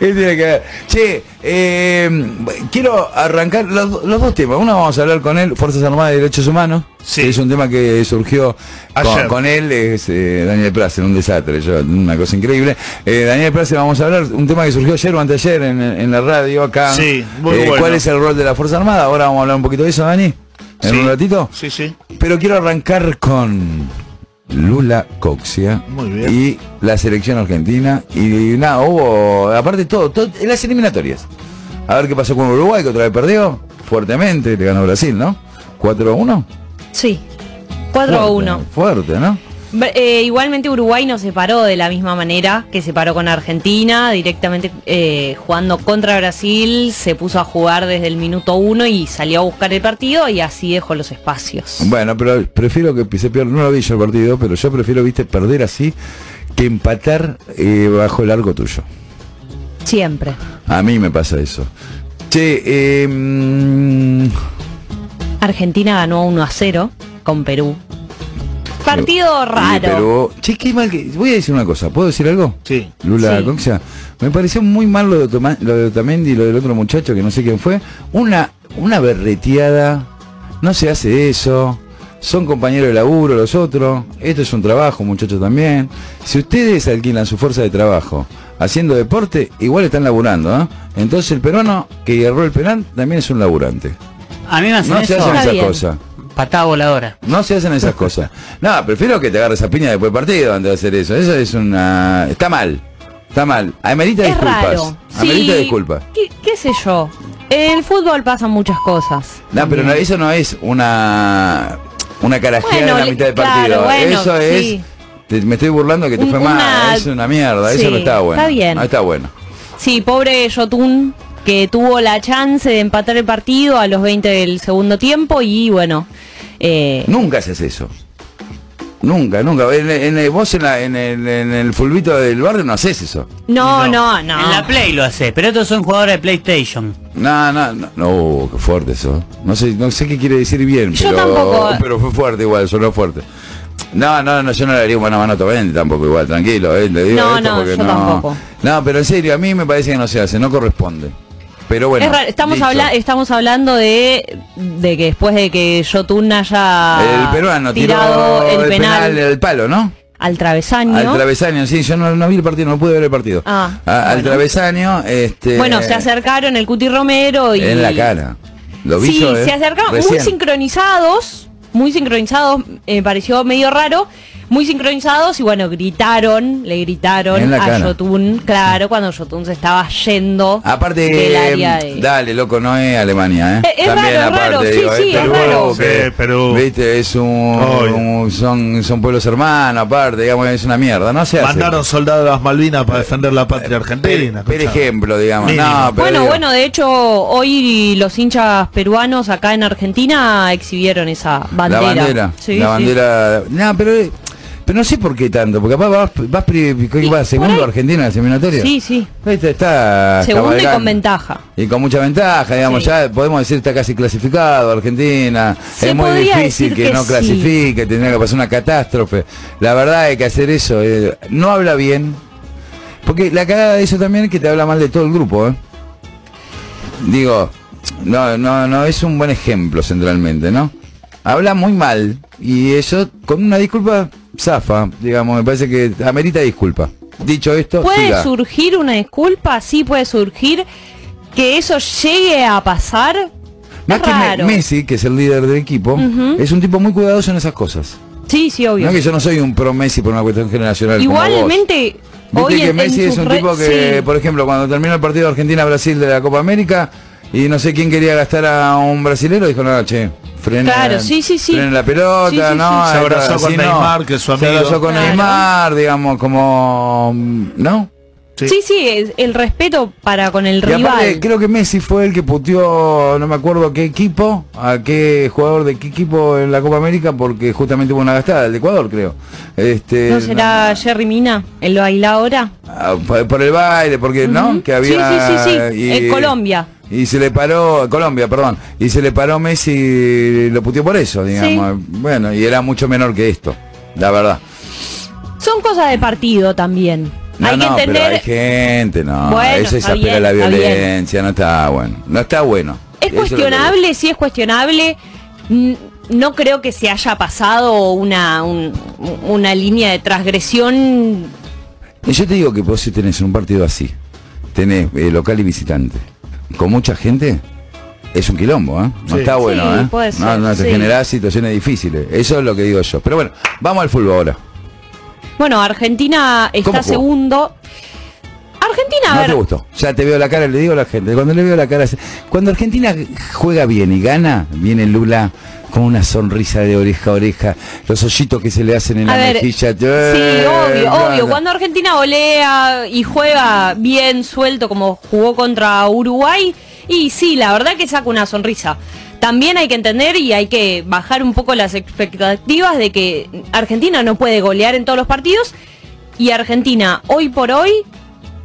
[SPEAKER 1] ¿Qué tiene que ver? Che, eh, quiero arrancar los, los dos temas. Uno vamos a hablar con él, Fuerzas Armadas y Derechos Humanos, que es un tema que surgió con,
[SPEAKER 20] Ayer.
[SPEAKER 1] con él, es eh, Daniel Placer, un desastre, yo, una cosa increíble. Eh, Daniel Placer, vamos a hablar, un tema que surgió ayer o anteayer en, en la radio acá.
[SPEAKER 20] Sí, muy
[SPEAKER 1] Eh,
[SPEAKER 20] bueno.
[SPEAKER 1] ¿Cuál es el rol de la Fuerza Armada? Ahora vamos a hablar un poquito de eso, Dani, en
[SPEAKER 20] Sí.
[SPEAKER 1] un ratito.
[SPEAKER 20] Sí, sí.
[SPEAKER 1] Pero quiero arrancar con Lula Coxia
[SPEAKER 20] Muy bien.
[SPEAKER 1] y la selección argentina. Y nada, hubo, aparte todo, todo, en las eliminatorias. A ver qué pasó con Uruguay, que otra vez perdió fuertemente, le ganó Brasil, ¿no? 4-1.
[SPEAKER 21] Sí, 4 a 1.
[SPEAKER 1] Fuerte, ¿no?
[SPEAKER 21] Br- eh, igualmente Uruguay no se paró de la misma manera que se paró con Argentina, directamente eh, jugando contra Brasil, se puso a jugar desde el minuto uno y salió a buscar el partido y así dejó los espacios.
[SPEAKER 1] Bueno, pero prefiero que se pierda, no lo vi yo el partido, pero yo prefiero, viste, perder así que empatar eh, bajo el arco tuyo.
[SPEAKER 21] Siempre.
[SPEAKER 1] A mí me pasa eso. Che, eh, mm,
[SPEAKER 21] Argentina ganó 1 a 0 con Perú. Partido
[SPEAKER 1] Y
[SPEAKER 21] raro.
[SPEAKER 1] eh, Pero, che, qué mal que. Voy a decir una cosa, ¿puedo decir algo?
[SPEAKER 20] Sí.
[SPEAKER 1] Lula
[SPEAKER 21] Sí.
[SPEAKER 1] Coxia. Me pareció muy mal lo de, Otoma- lo de Otamendi y lo del otro muchacho que no sé quién fue. Una, una berreteada. No se hace eso. Son compañeros de laburo los otros. Esto es un trabajo, muchachos, también. Si ustedes alquilan su fuerza de trabajo haciendo deporte, igual están laburando, ¿ah? Entonces el peruano que erró el penal también es un laburante.
[SPEAKER 11] A mí me hacen
[SPEAKER 1] No se
[SPEAKER 11] eso.
[SPEAKER 1] hacen esas cosas.
[SPEAKER 11] Patada voladora.
[SPEAKER 1] No se hacen esas cosas. No, prefiero que te agarres a piña después del partido antes de hacer eso. Eso es una... Está mal. Está mal. Amerita
[SPEAKER 21] Es
[SPEAKER 1] disculpas.
[SPEAKER 21] raro.
[SPEAKER 1] Amerita
[SPEAKER 21] Sí.
[SPEAKER 1] disculpas.
[SPEAKER 21] ¿Qué, qué sé yo? En el fútbol pasan muchas cosas.
[SPEAKER 1] No, pero no,
[SPEAKER 21] También.
[SPEAKER 1] eso no es una... Una carajeada
[SPEAKER 21] Bueno,
[SPEAKER 1] en la
[SPEAKER 21] le-
[SPEAKER 1] mitad del
[SPEAKER 21] claro,
[SPEAKER 1] partido.
[SPEAKER 21] bueno,
[SPEAKER 1] eso es...
[SPEAKER 21] sí.
[SPEAKER 1] te- me estoy burlando que te
[SPEAKER 21] Un-
[SPEAKER 1] fue
[SPEAKER 21] una-
[SPEAKER 1] mal. Es una mierda.
[SPEAKER 21] Sí,
[SPEAKER 1] eso no está bueno.
[SPEAKER 21] está bien.
[SPEAKER 1] No está bueno.
[SPEAKER 21] Sí, pobre Yotun, que tuvo la chance de empatar el partido a los 20 del segundo tiempo y bueno, eh,
[SPEAKER 1] Nunca haces eso. Nunca, nunca. En, en- en- vos en, la- en el, en el fulbito del barrio no haces eso.
[SPEAKER 21] no, no, no.
[SPEAKER 11] En la Play lo hace, pero estos son jugadores de PlayStation.
[SPEAKER 1] No, no, no, no, qué fuerte eso. No sé, no sé qué quiere decir bien,
[SPEAKER 21] Yo
[SPEAKER 1] pero,
[SPEAKER 21] tampoco.
[SPEAKER 1] pero fue fuerte igual, sonó fuerte. No, no, no, yo no le haría una mano a Tomendi tampoco igual, tranquilo, eh, le digo
[SPEAKER 21] No,
[SPEAKER 1] esto
[SPEAKER 21] no,
[SPEAKER 1] porque
[SPEAKER 21] yo
[SPEAKER 1] no.
[SPEAKER 21] tampoco.
[SPEAKER 1] No, pero en serio, a mí me parece que no se hace, no corresponde. Pero bueno.
[SPEAKER 21] Es raro, estamos,
[SPEAKER 1] dicho.
[SPEAKER 21] habla estamos hablando de, de que después de que Yotun haya
[SPEAKER 1] El peruano tiró
[SPEAKER 21] tirado el penal,
[SPEAKER 1] al palo, ¿no?
[SPEAKER 21] al travesaño.
[SPEAKER 1] Al travesaño, sí, yo no, no vi el partido, no pude ver el partido.
[SPEAKER 21] Ah,
[SPEAKER 1] A- Al travesaño, este.
[SPEAKER 21] bueno, se acercaron el Cuti Romero y...
[SPEAKER 1] En la cara. Lo vi
[SPEAKER 21] sí,
[SPEAKER 1] yo, eh,
[SPEAKER 21] se acercaron muy
[SPEAKER 1] recién.
[SPEAKER 21] sincronizados, muy sincronizados, eh, pareció medio raro. muy sincronizados y bueno, gritaron, le
[SPEAKER 1] En
[SPEAKER 21] gritaron
[SPEAKER 1] la
[SPEAKER 21] a
[SPEAKER 1] cara.
[SPEAKER 21] Jotun, claro, cuando Jotun se estaba yendo
[SPEAKER 1] Aparte,
[SPEAKER 21] del área
[SPEAKER 1] eh,
[SPEAKER 21] de...
[SPEAKER 1] dale, loco, no es Alemania, ¿eh?
[SPEAKER 21] Eh, es raro, es raro, sí, sí, es raro.
[SPEAKER 1] este que- Viste, es un, un- son, son pueblos hermanos, aparte, digamos, es una mierda, no se hace.
[SPEAKER 20] Mandaron soldados a las Malvinas para defender la patria argentina.
[SPEAKER 1] Per ejemplo, digamos.
[SPEAKER 20] Mínimo.
[SPEAKER 1] No, pero
[SPEAKER 21] Bueno,
[SPEAKER 1] digo,
[SPEAKER 21] bueno, de hecho, hoy los hinchas peruanos acá en Argentina exhibieron esa bandera.
[SPEAKER 1] La bandera.
[SPEAKER 21] Sí,
[SPEAKER 1] la
[SPEAKER 21] sí.
[SPEAKER 1] bandera. No, pero, eh, pero no sé por qué tanto, porque capaz vas, vas, pri- ¿qué vas, segundo Argentina en el seminatorio.
[SPEAKER 21] Sí, sí.
[SPEAKER 1] Viste, está
[SPEAKER 21] Segundo y con
[SPEAKER 1] cabalgando.
[SPEAKER 21] ventaja.
[SPEAKER 1] Y con mucha ventaja, digamos, ya podemos decir está casi clasificado Argentina.
[SPEAKER 21] Se
[SPEAKER 1] es muy
[SPEAKER 21] podría
[SPEAKER 1] difícil
[SPEAKER 21] decir
[SPEAKER 1] que,
[SPEAKER 21] que
[SPEAKER 1] no
[SPEAKER 21] sí.
[SPEAKER 1] clasifique, tendría que pasar una catástrofe. La verdad es que hacer eso, eh, no habla bien. Porque la cagada de eso también es que te habla mal de todo el grupo, ¿eh? Digo, no, no, no es un buen ejemplo centralmente, ¿no? Habla muy mal y eso con una disculpa zafa, digamos, me parece que amerita disculpa. Dicho esto,
[SPEAKER 21] ¿Puede
[SPEAKER 1] siga.
[SPEAKER 21] surgir una disculpa? Sí, puede surgir que eso llegue a pasar.
[SPEAKER 1] Más
[SPEAKER 21] es
[SPEAKER 1] que Me-
[SPEAKER 21] raro.
[SPEAKER 1] Messi, que es el líder del equipo,
[SPEAKER 21] Ujú.
[SPEAKER 1] es un tipo muy cuidadoso en esas cosas.
[SPEAKER 21] Sí, sí, obvio.
[SPEAKER 1] No que yo no soy un pro Messi por una cuestión generacional. como vos.
[SPEAKER 21] Igualmente,
[SPEAKER 1] Viste
[SPEAKER 21] hoy
[SPEAKER 1] que
[SPEAKER 21] en- en
[SPEAKER 1] Messi es
[SPEAKER 21] sus
[SPEAKER 1] un
[SPEAKER 21] re-
[SPEAKER 1] tipo que, por ejemplo, cuando terminó el partido de Argentina-Brasil de la Copa América y no sé quién quería gastar a un brasilero, dijo, no, no, che, frena,
[SPEAKER 21] Claro, sí, sí, sí.
[SPEAKER 1] frenen la pelota,
[SPEAKER 21] Sí, sí, sí.
[SPEAKER 1] no.
[SPEAKER 20] Se abrazó
[SPEAKER 1] así
[SPEAKER 20] con
[SPEAKER 1] no".
[SPEAKER 20] Neymar, que es su
[SPEAKER 1] Se
[SPEAKER 20] amigo.
[SPEAKER 1] abrazó con
[SPEAKER 20] Claro.
[SPEAKER 1] Neymar, digamos, como... ¿No?
[SPEAKER 21] Sí, sí, es- el respeto para con el
[SPEAKER 1] Y
[SPEAKER 21] rival.
[SPEAKER 1] aparte, creo que Messi fue el que puteó, no me acuerdo a qué equipo, a qué jugador de qué equipo en la Copa América, porque justamente hubo una gastada, el de Ecuador, creo. Este,
[SPEAKER 21] ¿No será Jerry Mina el baila ahora?
[SPEAKER 1] Ah, por, por el baile, porque no, que había
[SPEAKER 21] sí, sí, sí, sí.
[SPEAKER 1] y-
[SPEAKER 21] En Colombia.
[SPEAKER 1] Y se le paró, Colombia, perdón, y se le paró Messi y lo puteó por eso, digamos. Bueno, y era mucho menor que esto, la verdad.
[SPEAKER 21] Son cosas de partido también.
[SPEAKER 1] No,
[SPEAKER 21] hay que
[SPEAKER 1] no,
[SPEAKER 21] entender.
[SPEAKER 1] pero hay gente, no.
[SPEAKER 21] Bueno,
[SPEAKER 1] eso
[SPEAKER 21] está
[SPEAKER 1] exaspera
[SPEAKER 21] bien,
[SPEAKER 1] la
[SPEAKER 21] está bien.
[SPEAKER 1] violencia, no está bueno. No está bueno.
[SPEAKER 21] Es
[SPEAKER 1] Eso lo que
[SPEAKER 21] cuestionable, sí es cuestionable. N- No creo que se haya pasado una, un- una línea de transgresión.
[SPEAKER 1] Y Yo te digo que vos si tenés un partido así, tenés eh, local y visitante, con mucha gente, es un quilombo, ¿eh? No
[SPEAKER 21] Sí.
[SPEAKER 1] está bueno,
[SPEAKER 21] Sí,
[SPEAKER 1] ¿eh?
[SPEAKER 21] puede
[SPEAKER 1] no,
[SPEAKER 21] ser,
[SPEAKER 1] no se
[SPEAKER 21] sí.
[SPEAKER 1] genera situaciones difíciles. Eso es lo que digo yo. Pero bueno, vamos al fútbol ahora.
[SPEAKER 21] Bueno, Argentina
[SPEAKER 1] ¿Cómo jugó?
[SPEAKER 21] está segundo. Argentina, a
[SPEAKER 1] no
[SPEAKER 21] ver.
[SPEAKER 1] te gustó. Ya te veo la cara, le digo a la gente. Cuando le veo la cara. Cuando Argentina juega bien y gana, viene Lula con una sonrisa de oreja a oreja, los hoyitos que se le hacen en
[SPEAKER 21] A
[SPEAKER 1] la
[SPEAKER 21] ver,
[SPEAKER 1] mejilla. eh, Sí,
[SPEAKER 21] Sí, obvio, obvio. Cuando Argentina olea y juega bien suelto como jugó contra Uruguay, y sí, la verdad que saca una sonrisa. También hay que entender y hay que bajar un poco las expectativas de que Argentina no puede golear en todos los partidos y Argentina hoy por hoy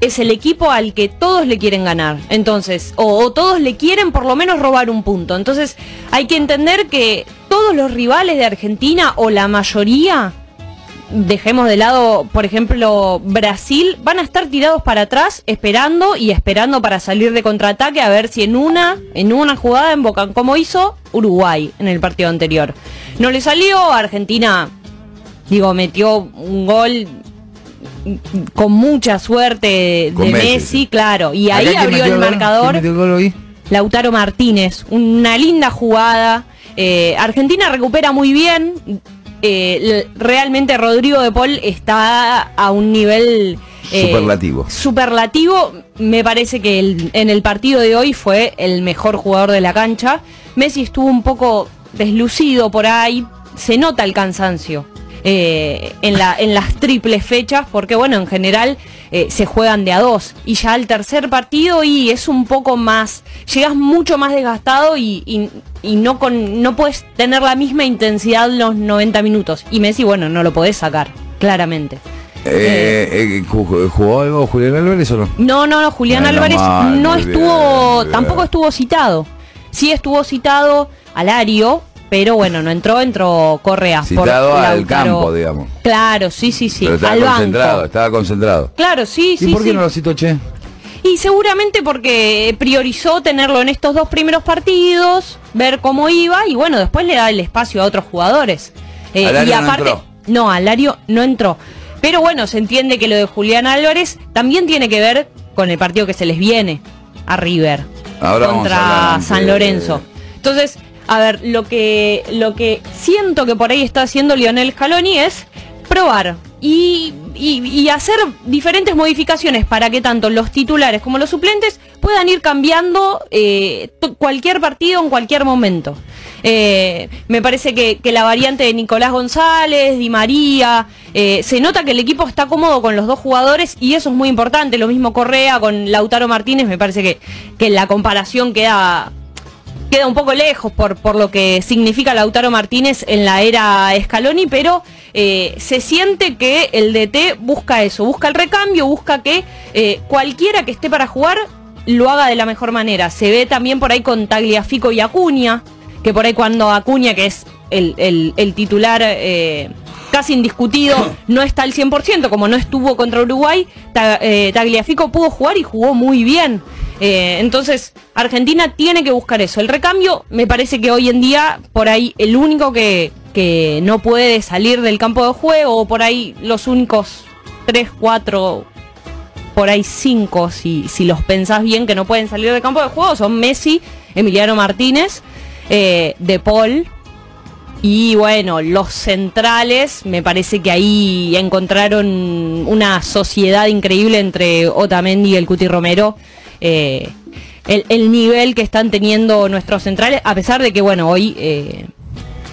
[SPEAKER 21] es el equipo al que todos le quieren ganar. Entonces, o, o todos le quieren por lo menos robar un punto. Entonces, hay que entender que todos los rivales de Argentina o la mayoría dejemos de lado, por ejemplo, Brasil, van a estar tirados para atrás esperando y esperando para salir de contraataque a ver si en una, en una jugada embocan como hizo Uruguay en el partido anterior. No le salió, Argentina, digo, metió un gol con mucha suerte de,
[SPEAKER 1] Con
[SPEAKER 21] de
[SPEAKER 1] Messi,
[SPEAKER 21] Messi,
[SPEAKER 1] sí.
[SPEAKER 21] claro, y ahí
[SPEAKER 1] Acá, ¿quién
[SPEAKER 21] abrió
[SPEAKER 1] metió
[SPEAKER 21] el
[SPEAKER 1] gol? ¿Quién
[SPEAKER 21] marcador.
[SPEAKER 1] metió el gol hoy?
[SPEAKER 21] Lautaro Martínez. Una linda jugada. Eh, Argentina recupera muy bien. Eh, l- realmente Rodrigo de Paul está a un nivel eh,
[SPEAKER 1] Superlativo.
[SPEAKER 21] Superlativo. Me parece que el- en el partido de hoy fue el mejor jugador de la cancha. Messi estuvo un poco deslucido por ahí. Se nota el cansancio. eh, en, la, en las triples fechas, porque bueno, en general eh, se juegan de a dos y ya el tercer partido y es un poco más, llegas mucho más desgastado y, y- y no, con, no puedes tener la misma intensidad los 90 minutos. Y Messi, bueno, no lo podés sacar, claramente.
[SPEAKER 1] Eh, eh, ¿ju- ¿Jugó algo Julián Álvarez o no?
[SPEAKER 21] No, no, no, Julián
[SPEAKER 1] Menos
[SPEAKER 21] Álvarez
[SPEAKER 1] mal,
[SPEAKER 21] no
[SPEAKER 1] muy
[SPEAKER 21] estuvo,
[SPEAKER 1] bien,
[SPEAKER 21] tampoco
[SPEAKER 1] bien.
[SPEAKER 21] estuvo citado. Sí estuvo citado Alario, pero bueno, no entró, entró Correa. por
[SPEAKER 1] Citado al
[SPEAKER 21] Lautaro.
[SPEAKER 1] campo, digamos.
[SPEAKER 21] Claro, sí, sí, sí,
[SPEAKER 1] Pero estaba
[SPEAKER 21] al
[SPEAKER 1] concentrado,
[SPEAKER 21] banco.
[SPEAKER 1] estaba concentrado.
[SPEAKER 21] Claro, sí, sí,
[SPEAKER 1] ¿Y por qué
[SPEAKER 21] sí.
[SPEAKER 1] no lo citó Che?
[SPEAKER 21] Y seguramente porque priorizó tenerlo en estos dos primeros partidos, ver cómo iba y bueno, después le da el espacio a otros jugadores. Eh,
[SPEAKER 1] Alario
[SPEAKER 21] y
[SPEAKER 1] no
[SPEAKER 21] aparte,
[SPEAKER 1] entró.
[SPEAKER 21] no, Alario no entró. Pero bueno, se entiende que lo de Julián Álvarez también tiene que ver con el partido que se les viene a River
[SPEAKER 1] Ahora vamos a
[SPEAKER 21] contra
[SPEAKER 1] hablar
[SPEAKER 21] San
[SPEAKER 1] de-
[SPEAKER 21] Lorenzo. Entonces, a ver, lo que lo que siento que por ahí está haciendo Lionel Scaloni es probar y, y- y hacer diferentes modificaciones para que tanto los titulares como los suplentes puedan ir cambiando eh, to- cualquier partido en cualquier momento. Eh, me parece que, que la variante de Nicolás González, Di María, eh, se nota que el equipo está cómodo con los dos jugadores y eso es muy importante. Lo mismo Correa con Lautaro Martínez, me parece que, que la comparación queda queda un poco lejos por, por lo que significa Lautaro Martínez en la era Scaloni, pero eh, se siente que el DT busca eso, busca el recambio, busca que eh, cualquiera que esté para jugar lo haga de la mejor manera. Se ve también por ahí con Tagliafico y Acuña, que por ahí cuando Acuña, que es el, el- el titular... eh, casi indiscutido, no está al 100%, como no estuvo contra Uruguay, Ta- eh, Tagliafico pudo jugar y jugó muy bien. Eh, entonces, Argentina tiene que buscar eso. El recambio, me parece que hoy en día, por ahí, el único que, que no puede salir del campo de juego, o por ahí los únicos 3, 4, por ahí 5, si, si los pensás bien, que no pueden salir del campo de juego, son Messi, Emiliano Martínez, eh, De Paul, y bueno, los centrales, me parece que ahí encontraron una sociedad increíble entre Otamendi y el Cuti Romero. Eh, el, el nivel que están teniendo nuestros centrales, a pesar de que, bueno, hoy eh,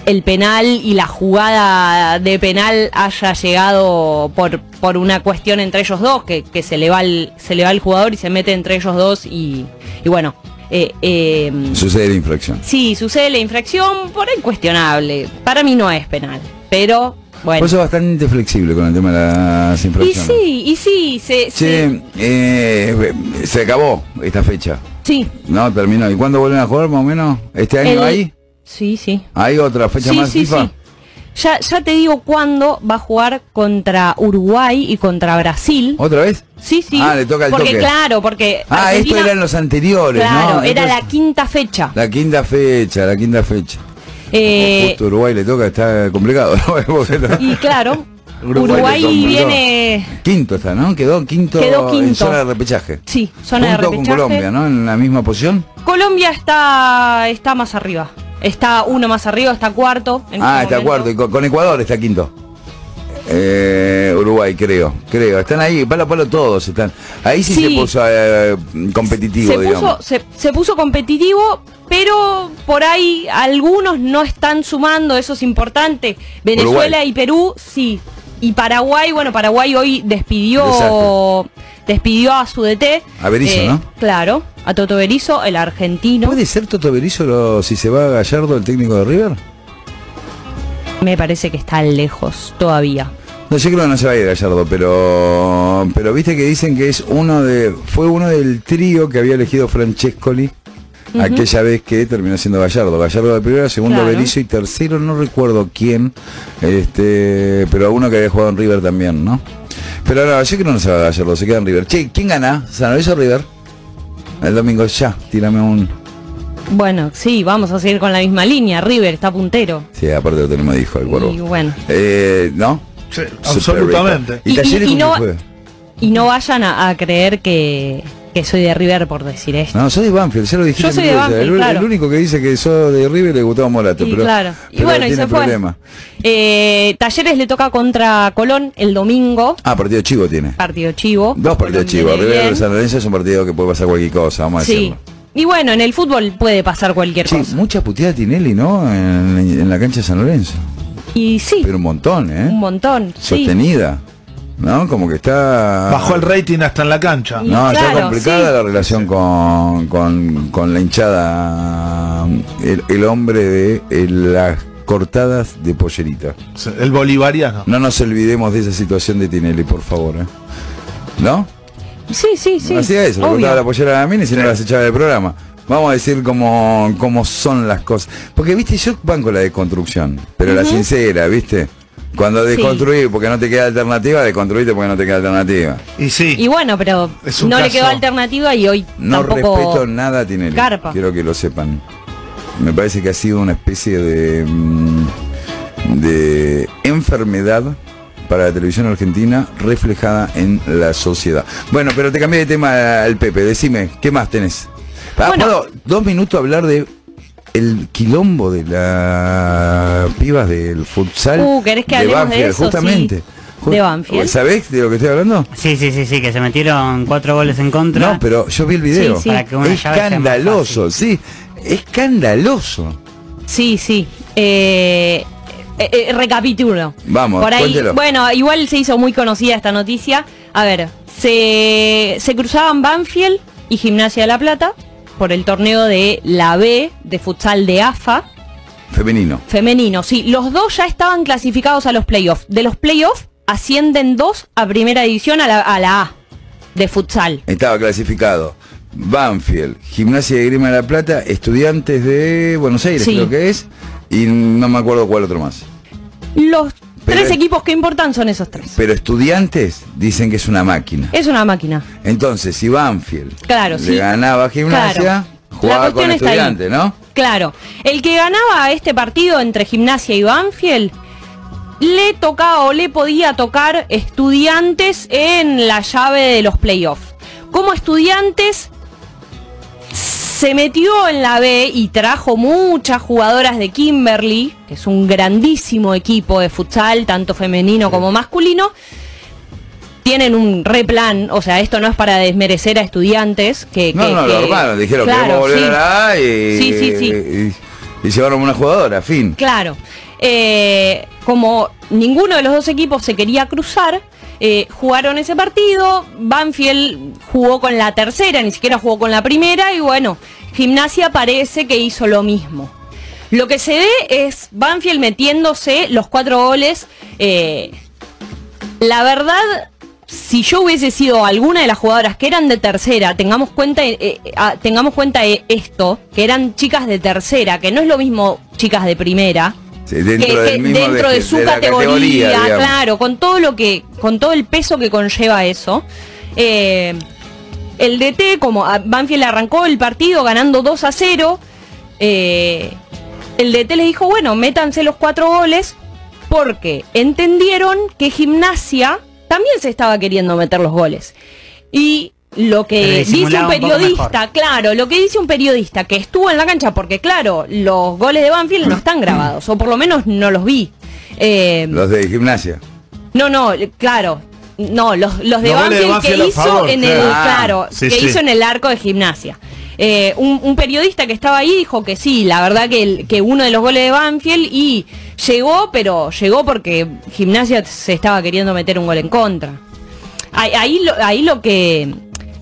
[SPEAKER 21] el penal y la jugada de penal haya llegado por, por una cuestión entre ellos dos, que, que se, le va el, se le va el jugador y se mete entre ellos dos y, y bueno. eh, eh,
[SPEAKER 1] Sucede la infracción.
[SPEAKER 21] Sí, sucede la infracción por ahí cuestionable. Para mí no es penal, pero bueno.
[SPEAKER 1] Vos sos bastante flexible con el tema de las
[SPEAKER 21] Y
[SPEAKER 1] infracciones.
[SPEAKER 21] sí, y sí, se,
[SPEAKER 1] Che,
[SPEAKER 21] se-
[SPEAKER 1] eh, se acabó esta fecha.
[SPEAKER 21] sí.
[SPEAKER 1] No, terminó. ¿Y cuándo vuelven a jugar más o menos? ¿Este año
[SPEAKER 21] El-
[SPEAKER 1] hay?
[SPEAKER 21] Sí, sí.
[SPEAKER 1] ¿Hay otra fecha
[SPEAKER 21] Sí,
[SPEAKER 1] más
[SPEAKER 21] sí,
[SPEAKER 1] FIFA?
[SPEAKER 21] sí. Ya, ya te digo cuándo va a jugar contra Uruguay y contra Brasil.
[SPEAKER 1] ¿Otra vez?
[SPEAKER 21] Sí, sí.
[SPEAKER 1] Ah, le toca el
[SPEAKER 21] porque
[SPEAKER 1] toque.
[SPEAKER 21] claro, porque
[SPEAKER 1] Ah,
[SPEAKER 21] Argentina-
[SPEAKER 1] esto eran los anteriores,
[SPEAKER 21] Claro,
[SPEAKER 1] ¿no?
[SPEAKER 21] era
[SPEAKER 1] Entonces-
[SPEAKER 21] la quinta fecha.
[SPEAKER 1] La quinta fecha, la quinta fecha.
[SPEAKER 21] Eh,
[SPEAKER 1] Justo Uruguay le toca, está complicado. ¿no? [LAUGHS] Porque no-
[SPEAKER 21] y claro,
[SPEAKER 1] [LAUGHS] Uruguay
[SPEAKER 21] Uruguay,
[SPEAKER 1] le complicó.
[SPEAKER 21] viene
[SPEAKER 1] Quinto está, ¿no? Quedó quinto,
[SPEAKER 21] Quedó
[SPEAKER 1] en
[SPEAKER 21] quinto.
[SPEAKER 1] zona de repechaje.
[SPEAKER 21] Sí, zona de
[SPEAKER 1] Junto
[SPEAKER 21] repechaje.
[SPEAKER 1] con Colombia, ¿no? En la misma posición.
[SPEAKER 21] Colombia está, está más arriba. Está uno más arriba, está cuarto. en
[SPEAKER 1] ah,
[SPEAKER 21] este
[SPEAKER 1] está
[SPEAKER 21] momento.
[SPEAKER 1] cuarto. Y con, con Ecuador está quinto. Eh, Uruguay, creo, creo. Están ahí, palo a palo todos están. Ahí sí,
[SPEAKER 21] Sí.
[SPEAKER 1] se puso eh, competitivo,
[SPEAKER 21] Se
[SPEAKER 1] digamos.
[SPEAKER 21] puso, se, se puso competitivo, pero por ahí algunos no están sumando, eso es importante. Venezuela
[SPEAKER 1] Uruguay.
[SPEAKER 21] y Perú, sí. Y Paraguay, bueno, Paraguay hoy despidió despidió a su DT.
[SPEAKER 1] A Berizzo, ¿no?
[SPEAKER 21] Claro, a Toto Berizo, el eh, argentino.
[SPEAKER 1] ¿Puede ser Toto Berizzo lo- si se va Gallardo, el técnico de River?
[SPEAKER 21] Me parece que está lejos todavía.
[SPEAKER 1] No, yo creo que no se va a ir Gallardo, pero pero viste que dicen que es uno de fue uno del trío que había elegido Francescoli
[SPEAKER 8] Ujú.
[SPEAKER 1] aquella vez que terminó siendo Gallardo. Gallardo de primero, segundo
[SPEAKER 8] Claro.
[SPEAKER 1] Berizzo y tercero no recuerdo quién, este, pero uno que había jugado en River también, ¿no? Pero no, yo creo que no se va a Gallardo, se queda en River. Che, ¿quién gana? ¿San Lorenzo o River? El domingo ya, tírame un.
[SPEAKER 21] Bueno, sí, vamos a seguir con la misma línea. River está puntero.
[SPEAKER 1] Sí, aparte lo tenemos dijo el cuervo.
[SPEAKER 21] Y bueno.
[SPEAKER 1] Eh, ¿no?
[SPEAKER 20] Sí,
[SPEAKER 1] Super
[SPEAKER 20] absolutamente.
[SPEAKER 1] River. ¿Y,
[SPEAKER 21] Y-
[SPEAKER 1] Talleres
[SPEAKER 21] y- y
[SPEAKER 1] con quién
[SPEAKER 21] no-
[SPEAKER 1] juega?
[SPEAKER 21] Y no vayan a, a creer que, que soy de River por decir esto.
[SPEAKER 1] No, soy de Banfield, ya lo dijiste.
[SPEAKER 21] Yo soy
[SPEAKER 1] mil
[SPEAKER 21] de
[SPEAKER 1] veces.
[SPEAKER 21] Banfield,
[SPEAKER 1] el,
[SPEAKER 21] claro.
[SPEAKER 1] el único que dice que soy de River le gustaba Morato,
[SPEAKER 21] Y
[SPEAKER 1] pero,
[SPEAKER 21] claro. Y
[SPEAKER 1] pero
[SPEAKER 21] bueno, y
[SPEAKER 1] tiene
[SPEAKER 21] se fue.
[SPEAKER 1] problema.
[SPEAKER 21] Eh, Talleres le toca contra Colón el domingo.
[SPEAKER 1] Ah, partido chivo tiene.
[SPEAKER 21] Partido chivo.
[SPEAKER 1] Dos partidos chivos.
[SPEAKER 21] viene
[SPEAKER 1] River
[SPEAKER 21] bien.
[SPEAKER 1] San Lorenzo es un partido que puede pasar cualquier cosa, vamos a
[SPEAKER 21] Sí.
[SPEAKER 1] decirlo.
[SPEAKER 21] Y bueno, en el fútbol puede pasar cualquier
[SPEAKER 1] Sí,
[SPEAKER 21] cosa.
[SPEAKER 1] mucha puteada Tinelli, ¿no? En, en la cancha de San Lorenzo.
[SPEAKER 21] Y sí,
[SPEAKER 1] Pero un montón, ¿eh?
[SPEAKER 21] un montón. sí.
[SPEAKER 1] Sostenida. ¿No? Como que está.
[SPEAKER 20] Bajó el rating hasta en la cancha.
[SPEAKER 1] No, está complicada la relación con, con- con la hinchada. El, el hombre de eh, las cortadas de pollerita.
[SPEAKER 20] El bolivariano.
[SPEAKER 1] No nos olvidemos de esa situación de Tinelli, por favor. ¿eh? ¿No?
[SPEAKER 21] Sí, sí, sí.
[SPEAKER 1] Hacía eso, le
[SPEAKER 21] obvio.
[SPEAKER 1] cortaba la pollera a la mina y si no las echaba del programa. Vamos a decir cómo, cómo son las cosas. Porque, viste, yo banco la desconstrucción, pero la sincera, viste. Cuando desconstruir porque no te queda alternativa, desconstruiste porque no te queda alternativa.
[SPEAKER 20] Y sí.
[SPEAKER 21] Y bueno, pero
[SPEAKER 1] Es
[SPEAKER 21] no
[SPEAKER 1] un
[SPEAKER 21] le quedó
[SPEAKER 1] caso.
[SPEAKER 21] alternativa y hoy
[SPEAKER 1] No
[SPEAKER 21] tampoco.
[SPEAKER 1] respeto nada a Tinelli.
[SPEAKER 21] Garpa.
[SPEAKER 1] Quiero que lo sepan. Me parece que ha sido una especie de, mm, de enfermedad para la televisión argentina reflejada en la sociedad. Bueno, pero te cambié de tema al Pepe. Decime, ¿qué más tenés? Ah, ¿puedo dos minutos hablar de el quilombo de las pibas del futsal.
[SPEAKER 21] Uh, ¿querés que
[SPEAKER 1] de
[SPEAKER 21] hablemos de
[SPEAKER 1] Banfield,
[SPEAKER 21] eso?
[SPEAKER 1] Justamente.
[SPEAKER 21] Sí. De Banfield.
[SPEAKER 1] ¿Sabés de lo que estoy hablando?
[SPEAKER 11] Sí, sí, sí, sí, que se metieron cuatro goles en contra.
[SPEAKER 1] No, pero yo vi el video.
[SPEAKER 11] Sí, sí. Para que una llave sea más
[SPEAKER 1] Escandaloso, sí. Escandaloso.
[SPEAKER 21] Sí, sí. Eh, eh, eh, recapitulo.
[SPEAKER 1] Vamos,
[SPEAKER 21] Por ahí,
[SPEAKER 1] cuéntelo.
[SPEAKER 21] bueno, igual se hizo muy conocida esta noticia. A ver, se, se cruzaban Banfield y Gimnasia de la Plata por el torneo de la B de futsal de AFA
[SPEAKER 1] Femenino.
[SPEAKER 21] femenino. Sí, los dos ya estaban clasificados a los playoffs. De los playoffs ascienden dos a primera división a la, a la A de futsal.
[SPEAKER 1] Estaba clasificado. Banfield, Gimnasia de Grima de la Plata, estudiantes de Buenos Aires,
[SPEAKER 21] Sí.
[SPEAKER 1] creo que es, y no me acuerdo cuál otro más.
[SPEAKER 21] Los
[SPEAKER 1] Pero
[SPEAKER 21] tres
[SPEAKER 1] es-
[SPEAKER 21] equipos que importan son esos tres.
[SPEAKER 1] Pero estudiantes dicen que es una máquina.
[SPEAKER 21] Es una máquina.
[SPEAKER 1] Entonces, si Banfield
[SPEAKER 21] Eh. Claro,
[SPEAKER 1] le
[SPEAKER 21] sí.
[SPEAKER 1] ganaba a Gimnasia,
[SPEAKER 21] Claro. La
[SPEAKER 1] jugaba
[SPEAKER 21] cuestión
[SPEAKER 1] con
[SPEAKER 21] está ahí.
[SPEAKER 1] estudiantes, ¿no?
[SPEAKER 21] Claro, el que ganaba este partido entre Gimnasia y Banfield le tocaba o le podía tocar estudiantes en la llave de los playoffs. Como estudiantes se metió en la B y trajo muchas jugadoras de Kimberly, que es un grandísimo equipo de futsal, tanto femenino como masculino. Tienen un replan, o sea, esto no es para desmerecer a estudiantes que...
[SPEAKER 1] No,
[SPEAKER 21] que-
[SPEAKER 1] no, lo
[SPEAKER 21] que-
[SPEAKER 1] armaron, dijeron que
[SPEAKER 21] Claro,
[SPEAKER 1] vamos a volver
[SPEAKER 21] sí.
[SPEAKER 1] a la A y,
[SPEAKER 21] Sí, sí, sí.
[SPEAKER 1] y- y llevaron una jugadora, fin.
[SPEAKER 21] Claro. Eh, como ninguno de los dos equipos se quería cruzar, eh, jugaron ese partido. Banfield jugó con la tercera, ni siquiera jugó con la primera. Y bueno, Gimnasia parece que hizo lo mismo. Lo que se ve es Banfield metiéndose los cuatro goles. eh, la verdad, si yo hubiese sido alguna de las jugadoras que eran de tercera, tengamos cuenta, eh, eh, ah, tengamos cuenta eh, esto, que eran chicas de tercera, que no es lo mismo chicas de primera.
[SPEAKER 1] Sí, dentro
[SPEAKER 21] que-
[SPEAKER 1] del
[SPEAKER 21] que
[SPEAKER 1] mismo
[SPEAKER 21] dentro de,
[SPEAKER 1] de-
[SPEAKER 21] su
[SPEAKER 1] de la
[SPEAKER 21] categoría,
[SPEAKER 1] categoría, digamos.
[SPEAKER 21] claro, con todo lo que, con todo el peso que conlleva eso. Eh, el DT, como a- Banfield arrancó el partido ganando 2 a 0, eh, el DT les dijo, bueno, métanse los cuatro goles, porque entendieron que gimnasia también se estaba queriendo meter los goles. Y lo
[SPEAKER 18] Pero
[SPEAKER 21] que dice
[SPEAKER 18] disimulaba
[SPEAKER 21] un
[SPEAKER 18] un poco
[SPEAKER 21] periodista, claro, lo que dice un periodista que estuvo en la cancha, porque claro, los goles de Banfield no están grabados, o por lo menos no los vi. Eh,
[SPEAKER 1] Los de Gimnasia.
[SPEAKER 21] no, no, le- claro. No, los, los de
[SPEAKER 1] Los goles de
[SPEAKER 21] Banfield que
[SPEAKER 1] Banfield a
[SPEAKER 21] hizo
[SPEAKER 1] favor,
[SPEAKER 21] en el
[SPEAKER 1] claro. Ah,
[SPEAKER 21] claro,
[SPEAKER 1] sí,
[SPEAKER 21] que
[SPEAKER 1] sí.
[SPEAKER 21] hizo en el arco de gimnasia. Eh, un, un periodista que estaba ahí dijo que sí, la verdad que, el- que uno de los goles de Banfield y llegó, pero llegó porque gimnasia se estaba queriendo meter un gol en contra. Ahí, ahí lo, ahí lo que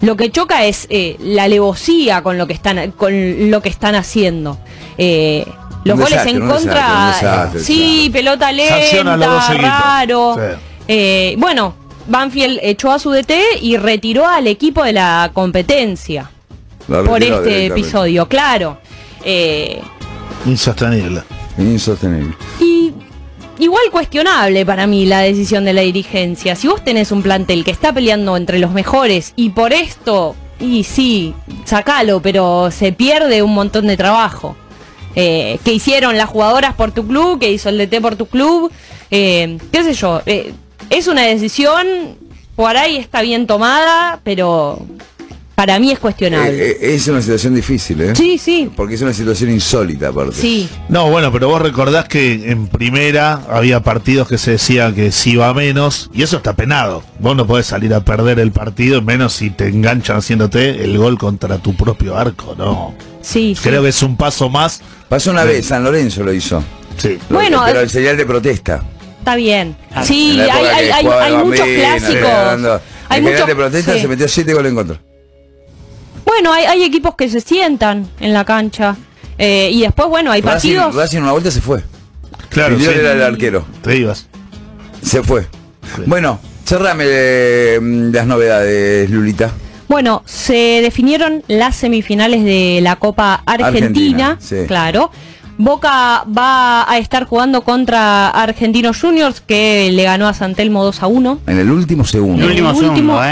[SPEAKER 21] lo que choca es eh, la alevosía con lo que están con lo que están haciendo. Eh, los
[SPEAKER 18] Un
[SPEAKER 21] goles
[SPEAKER 18] desastre,
[SPEAKER 21] en
[SPEAKER 18] un
[SPEAKER 21] contra,
[SPEAKER 18] desastre, un desastre,
[SPEAKER 21] sí, pelota
[SPEAKER 18] Sanciona a los dos
[SPEAKER 21] lenta,
[SPEAKER 18] seguidos.
[SPEAKER 21] raro.
[SPEAKER 18] Sí.
[SPEAKER 21] Eh, bueno, Banfield echó a su DT y retiró al equipo de la competencia
[SPEAKER 1] La
[SPEAKER 21] por
[SPEAKER 1] retiró
[SPEAKER 21] este
[SPEAKER 1] directamente.
[SPEAKER 21] episodio, claro. Eh,
[SPEAKER 1] Insostenible. Insostenible.
[SPEAKER 21] y igual cuestionable para mí la decisión de la dirigencia. Si vos tenés un plantel que está peleando entre los mejores y por esto, y sí, sacalo, pero se pierde un montón de trabajo. Eh, que hicieron las jugadoras por tu club, que hizo el DT por tu club, eh, qué sé yo. eh, es una decisión, por ahí está bien tomada, pero para mí es cuestionable.
[SPEAKER 1] Eh, eh, es una situación difícil, ¿eh?
[SPEAKER 21] Sí, sí.
[SPEAKER 1] Porque es una situación insólita, aparte.
[SPEAKER 21] Sí.
[SPEAKER 20] No, bueno, pero vos recordás que en primera había partidos que se decía que si va menos, y eso está penado. Vos no podés salir a perder el partido, menos si te enganchan haciéndote el gol contra tu propio arco, ¿no?
[SPEAKER 21] Sí.
[SPEAKER 20] Creo que es un paso más.
[SPEAKER 1] Pasó una vez, San Lorenzo lo hizo.
[SPEAKER 20] Sí.
[SPEAKER 21] Bueno,
[SPEAKER 1] pero
[SPEAKER 21] eh,
[SPEAKER 1] el señal de protesta.
[SPEAKER 21] Está bien.
[SPEAKER 1] Ah, en
[SPEAKER 21] Sí,
[SPEAKER 1] la
[SPEAKER 21] hay,
[SPEAKER 1] época
[SPEAKER 21] hay-
[SPEAKER 1] que
[SPEAKER 21] hay-
[SPEAKER 1] jugaba
[SPEAKER 21] hay muchos
[SPEAKER 1] Gambino,
[SPEAKER 21] clásicos.
[SPEAKER 1] le ganando.
[SPEAKER 21] Hay
[SPEAKER 1] el
[SPEAKER 21] muchos-
[SPEAKER 1] general de protesta
[SPEAKER 21] sí.
[SPEAKER 1] se metió siete goles en contra.
[SPEAKER 21] Bueno, hay, hay equipos que se sientan en la cancha. Eh, y después, bueno, hay
[SPEAKER 1] Racing,
[SPEAKER 21] partidos.
[SPEAKER 1] Racing en una vuelta se fue.
[SPEAKER 20] Claro,
[SPEAKER 1] Pidió
[SPEAKER 20] sí.
[SPEAKER 1] era el arquero.
[SPEAKER 20] Te ibas.
[SPEAKER 1] Se fue. Bueno, cerrame eh, las novedades, Lulita.
[SPEAKER 21] Bueno, se definieron las semifinales de la Copa Argentina.
[SPEAKER 1] Argentina, sí.
[SPEAKER 21] Claro. Boca va a estar jugando contra Argentinos Juniors, que le ganó a Santelmo 2 a 1.
[SPEAKER 1] En el último segundo. eh.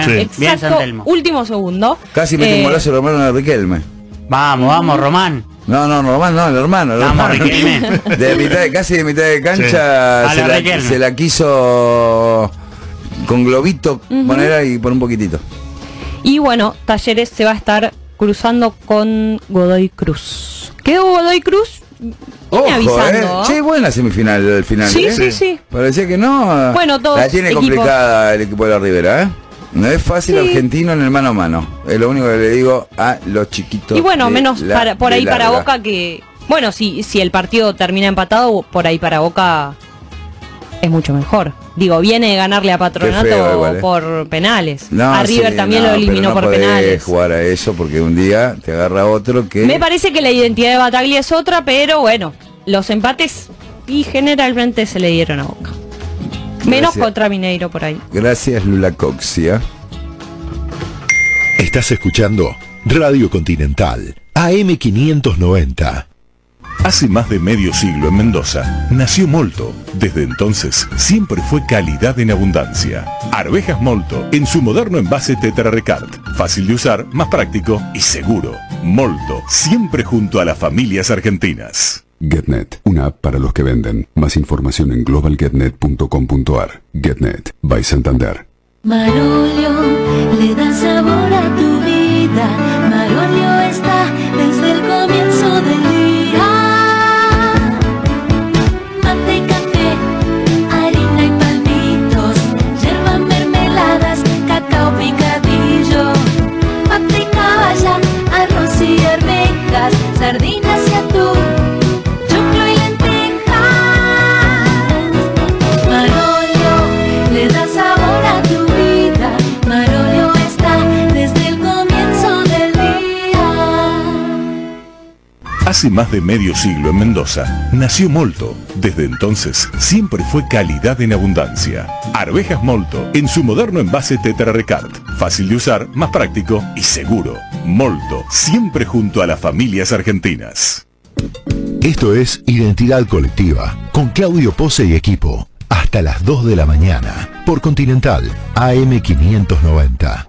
[SPEAKER 20] ¿eh?
[SPEAKER 21] exacto, último segundo.
[SPEAKER 1] Casi mete
[SPEAKER 21] Eh,
[SPEAKER 1] un golazo el hermano de Riquelme.
[SPEAKER 11] Vamos, vamos, Román.
[SPEAKER 1] No, no, no, Román, no, el hermano. el
[SPEAKER 11] Vamos,
[SPEAKER 1] hermano.
[SPEAKER 11] Riquelme.
[SPEAKER 1] [LAUGHS] De mitad de- casi de mitad de cancha
[SPEAKER 11] Sí. A
[SPEAKER 1] se,
[SPEAKER 11] la
[SPEAKER 1] la,
[SPEAKER 11] Riquelme.
[SPEAKER 1] se la quiso con globito poner ahí por un poquitito.
[SPEAKER 21] Y bueno, Talleres se va a estar cruzando con Godoy Cruz. Quedó Godoy Cruz
[SPEAKER 1] Ojo,
[SPEAKER 21] me avisando.
[SPEAKER 1] ¿eh? Che, buena semifinal al final.
[SPEAKER 21] Sí,
[SPEAKER 1] ¿eh?
[SPEAKER 21] sí, sí.
[SPEAKER 1] Parecía que no.
[SPEAKER 21] Bueno, todos
[SPEAKER 1] La tiene
[SPEAKER 21] equipos.
[SPEAKER 1] complicada el equipo de la Rivera, ¿eh? No es fácil
[SPEAKER 21] Sí.
[SPEAKER 1] argentino en el mano a mano. Es lo único que le digo a los chiquitos.
[SPEAKER 21] Y bueno,
[SPEAKER 1] de
[SPEAKER 21] menos
[SPEAKER 1] la-
[SPEAKER 21] para- por
[SPEAKER 1] de
[SPEAKER 21] ahí para
[SPEAKER 1] larga.
[SPEAKER 21] Boca que. Bueno, si, si el partido termina empatado, por ahí para Boca es mucho mejor. Digo, viene de ganarle a Patronato
[SPEAKER 1] Qué feo igual, eh.
[SPEAKER 21] por penales.
[SPEAKER 1] No,
[SPEAKER 21] a
[SPEAKER 1] sí,
[SPEAKER 21] River también
[SPEAKER 1] no,
[SPEAKER 21] lo
[SPEAKER 1] pero
[SPEAKER 21] eliminó
[SPEAKER 1] no
[SPEAKER 21] por
[SPEAKER 1] podés
[SPEAKER 21] penales.
[SPEAKER 1] jugar a eso porque un día te agarra otro que.
[SPEAKER 21] Me parece que la identidad de Bataglia es otra, pero bueno, los empates y generalmente se le dieron a Boca. Menos
[SPEAKER 1] Gracias.
[SPEAKER 21] contra Mineiro por ahí.
[SPEAKER 1] Gracias, Lula Coxia.
[SPEAKER 12] Estás escuchando Radio Continental, AM590.
[SPEAKER 6] Hace más de medio siglo en Mendoza nació Molto. Desde entonces siempre fue calidad en abundancia. Arvejas Molto en su moderno envase Tetra Recart. Fácil de usar, más práctico y seguro. Molto, siempre junto a las familias argentinas.
[SPEAKER 14] GetNet, una app para los que venden. Más información en globalgetnet.com.ar. GetNet, by Santander.
[SPEAKER 10] Marolio le da sabor a tu vida. Marolio está desde el comienzo del día. Mate y café, harina y palmitos, yerba, mermeladas, cacao picadillo. Mate y caballa, arroz y arvejas, sardinas y atún, choclo y lentejas. Marolio le da sabor a tu vida. Marolio está desde el comienzo del día.
[SPEAKER 6] Hace más de medio siglo en Mendoza nació Molto. Desde entonces siempre fue calidad en abundancia. Arvejas Molto en su moderno envase Tetra Recart. Fácil de usar, más práctico y seguro. Molto, siempre junto a las familias argentinas.
[SPEAKER 12] Esto es Identidad Colectiva, con Claudio Pose y equipo, hasta las 2 de la mañana, por Continental, AM590.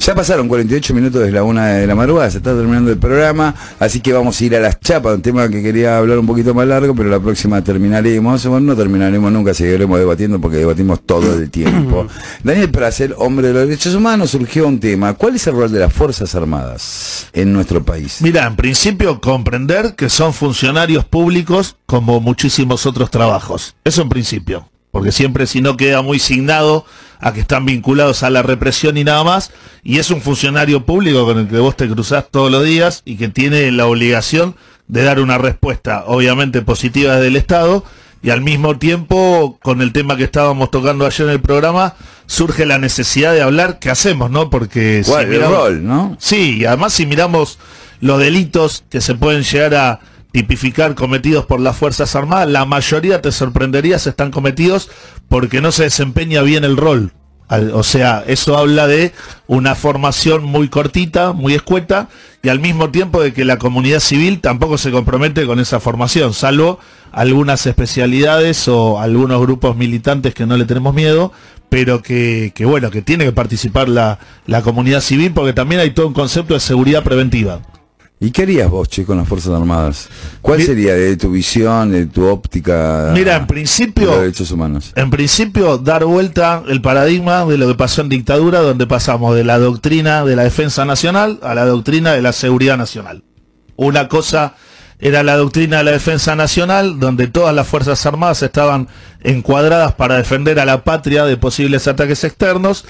[SPEAKER 1] Ya pasaron 48 minutos desde la una de la madrugada, se está terminando el programa, así que vamos a ir a las chapas, un tema que quería hablar un poquito más largo, pero la próxima terminaremos. Bueno, no terminaremos nunca, seguiremos debatiendo porque debatimos todo el
[SPEAKER 21] [CLEARS THROAT]
[SPEAKER 1] tiempo. Daniel Pracel, hombre de los derechos humanos, surgió un tema. ¿Cuál es el rol de las Fuerzas Armadas en nuestro país?
[SPEAKER 20] Mira, en principio comprender que son funcionarios públicos como muchísimos otros trabajos. Eso en principio. Porque siempre si no queda muy signado a que están vinculados a la represión y nada más. Y es un funcionario público con el que vos te cruzás todos los días y que tiene la obligación de dar una respuesta obviamente positiva del Estado. Y al mismo tiempo, con el tema que estábamos tocando ayer en el programa, surge la necesidad de hablar qué hacemos, ¿no? Porque
[SPEAKER 1] ¿Cuál? El rol,
[SPEAKER 20] ¿no? Sí, y además si miramos los delitos que se pueden llegar a tipificar cometidos por las Fuerzas Armadas, la mayoría, te sorprenderías, están cometidos porque no se desempeña bien el rol. Al- O sea, eso habla de una formación muy cortita, muy escueta, y al mismo tiempo de que la comunidad civil tampoco se compromete con esa formación, salvo algunas especialidades o algunos grupos militantes que no le tenemos miedo, pero que, que bueno, que tiene que participar la, la comunidad civil porque también hay todo un concepto de seguridad preventiva.
[SPEAKER 1] ¿Y qué harías vos, che, con las Fuerzas Armadas? ¿Cuál sería de tu visión, de tu óptica
[SPEAKER 20] Mira, en
[SPEAKER 1] de
[SPEAKER 20] principio,
[SPEAKER 1] los derechos humanos?
[SPEAKER 20] En principio, dar vuelta el paradigma de lo que pasó en dictadura, donde pasamos de la doctrina de la defensa nacional a la doctrina de la seguridad nacional. Una cosa era la doctrina de la defensa nacional, donde todas las Fuerzas Armadas estaban encuadradas para defender a la patria de posibles ataques externos.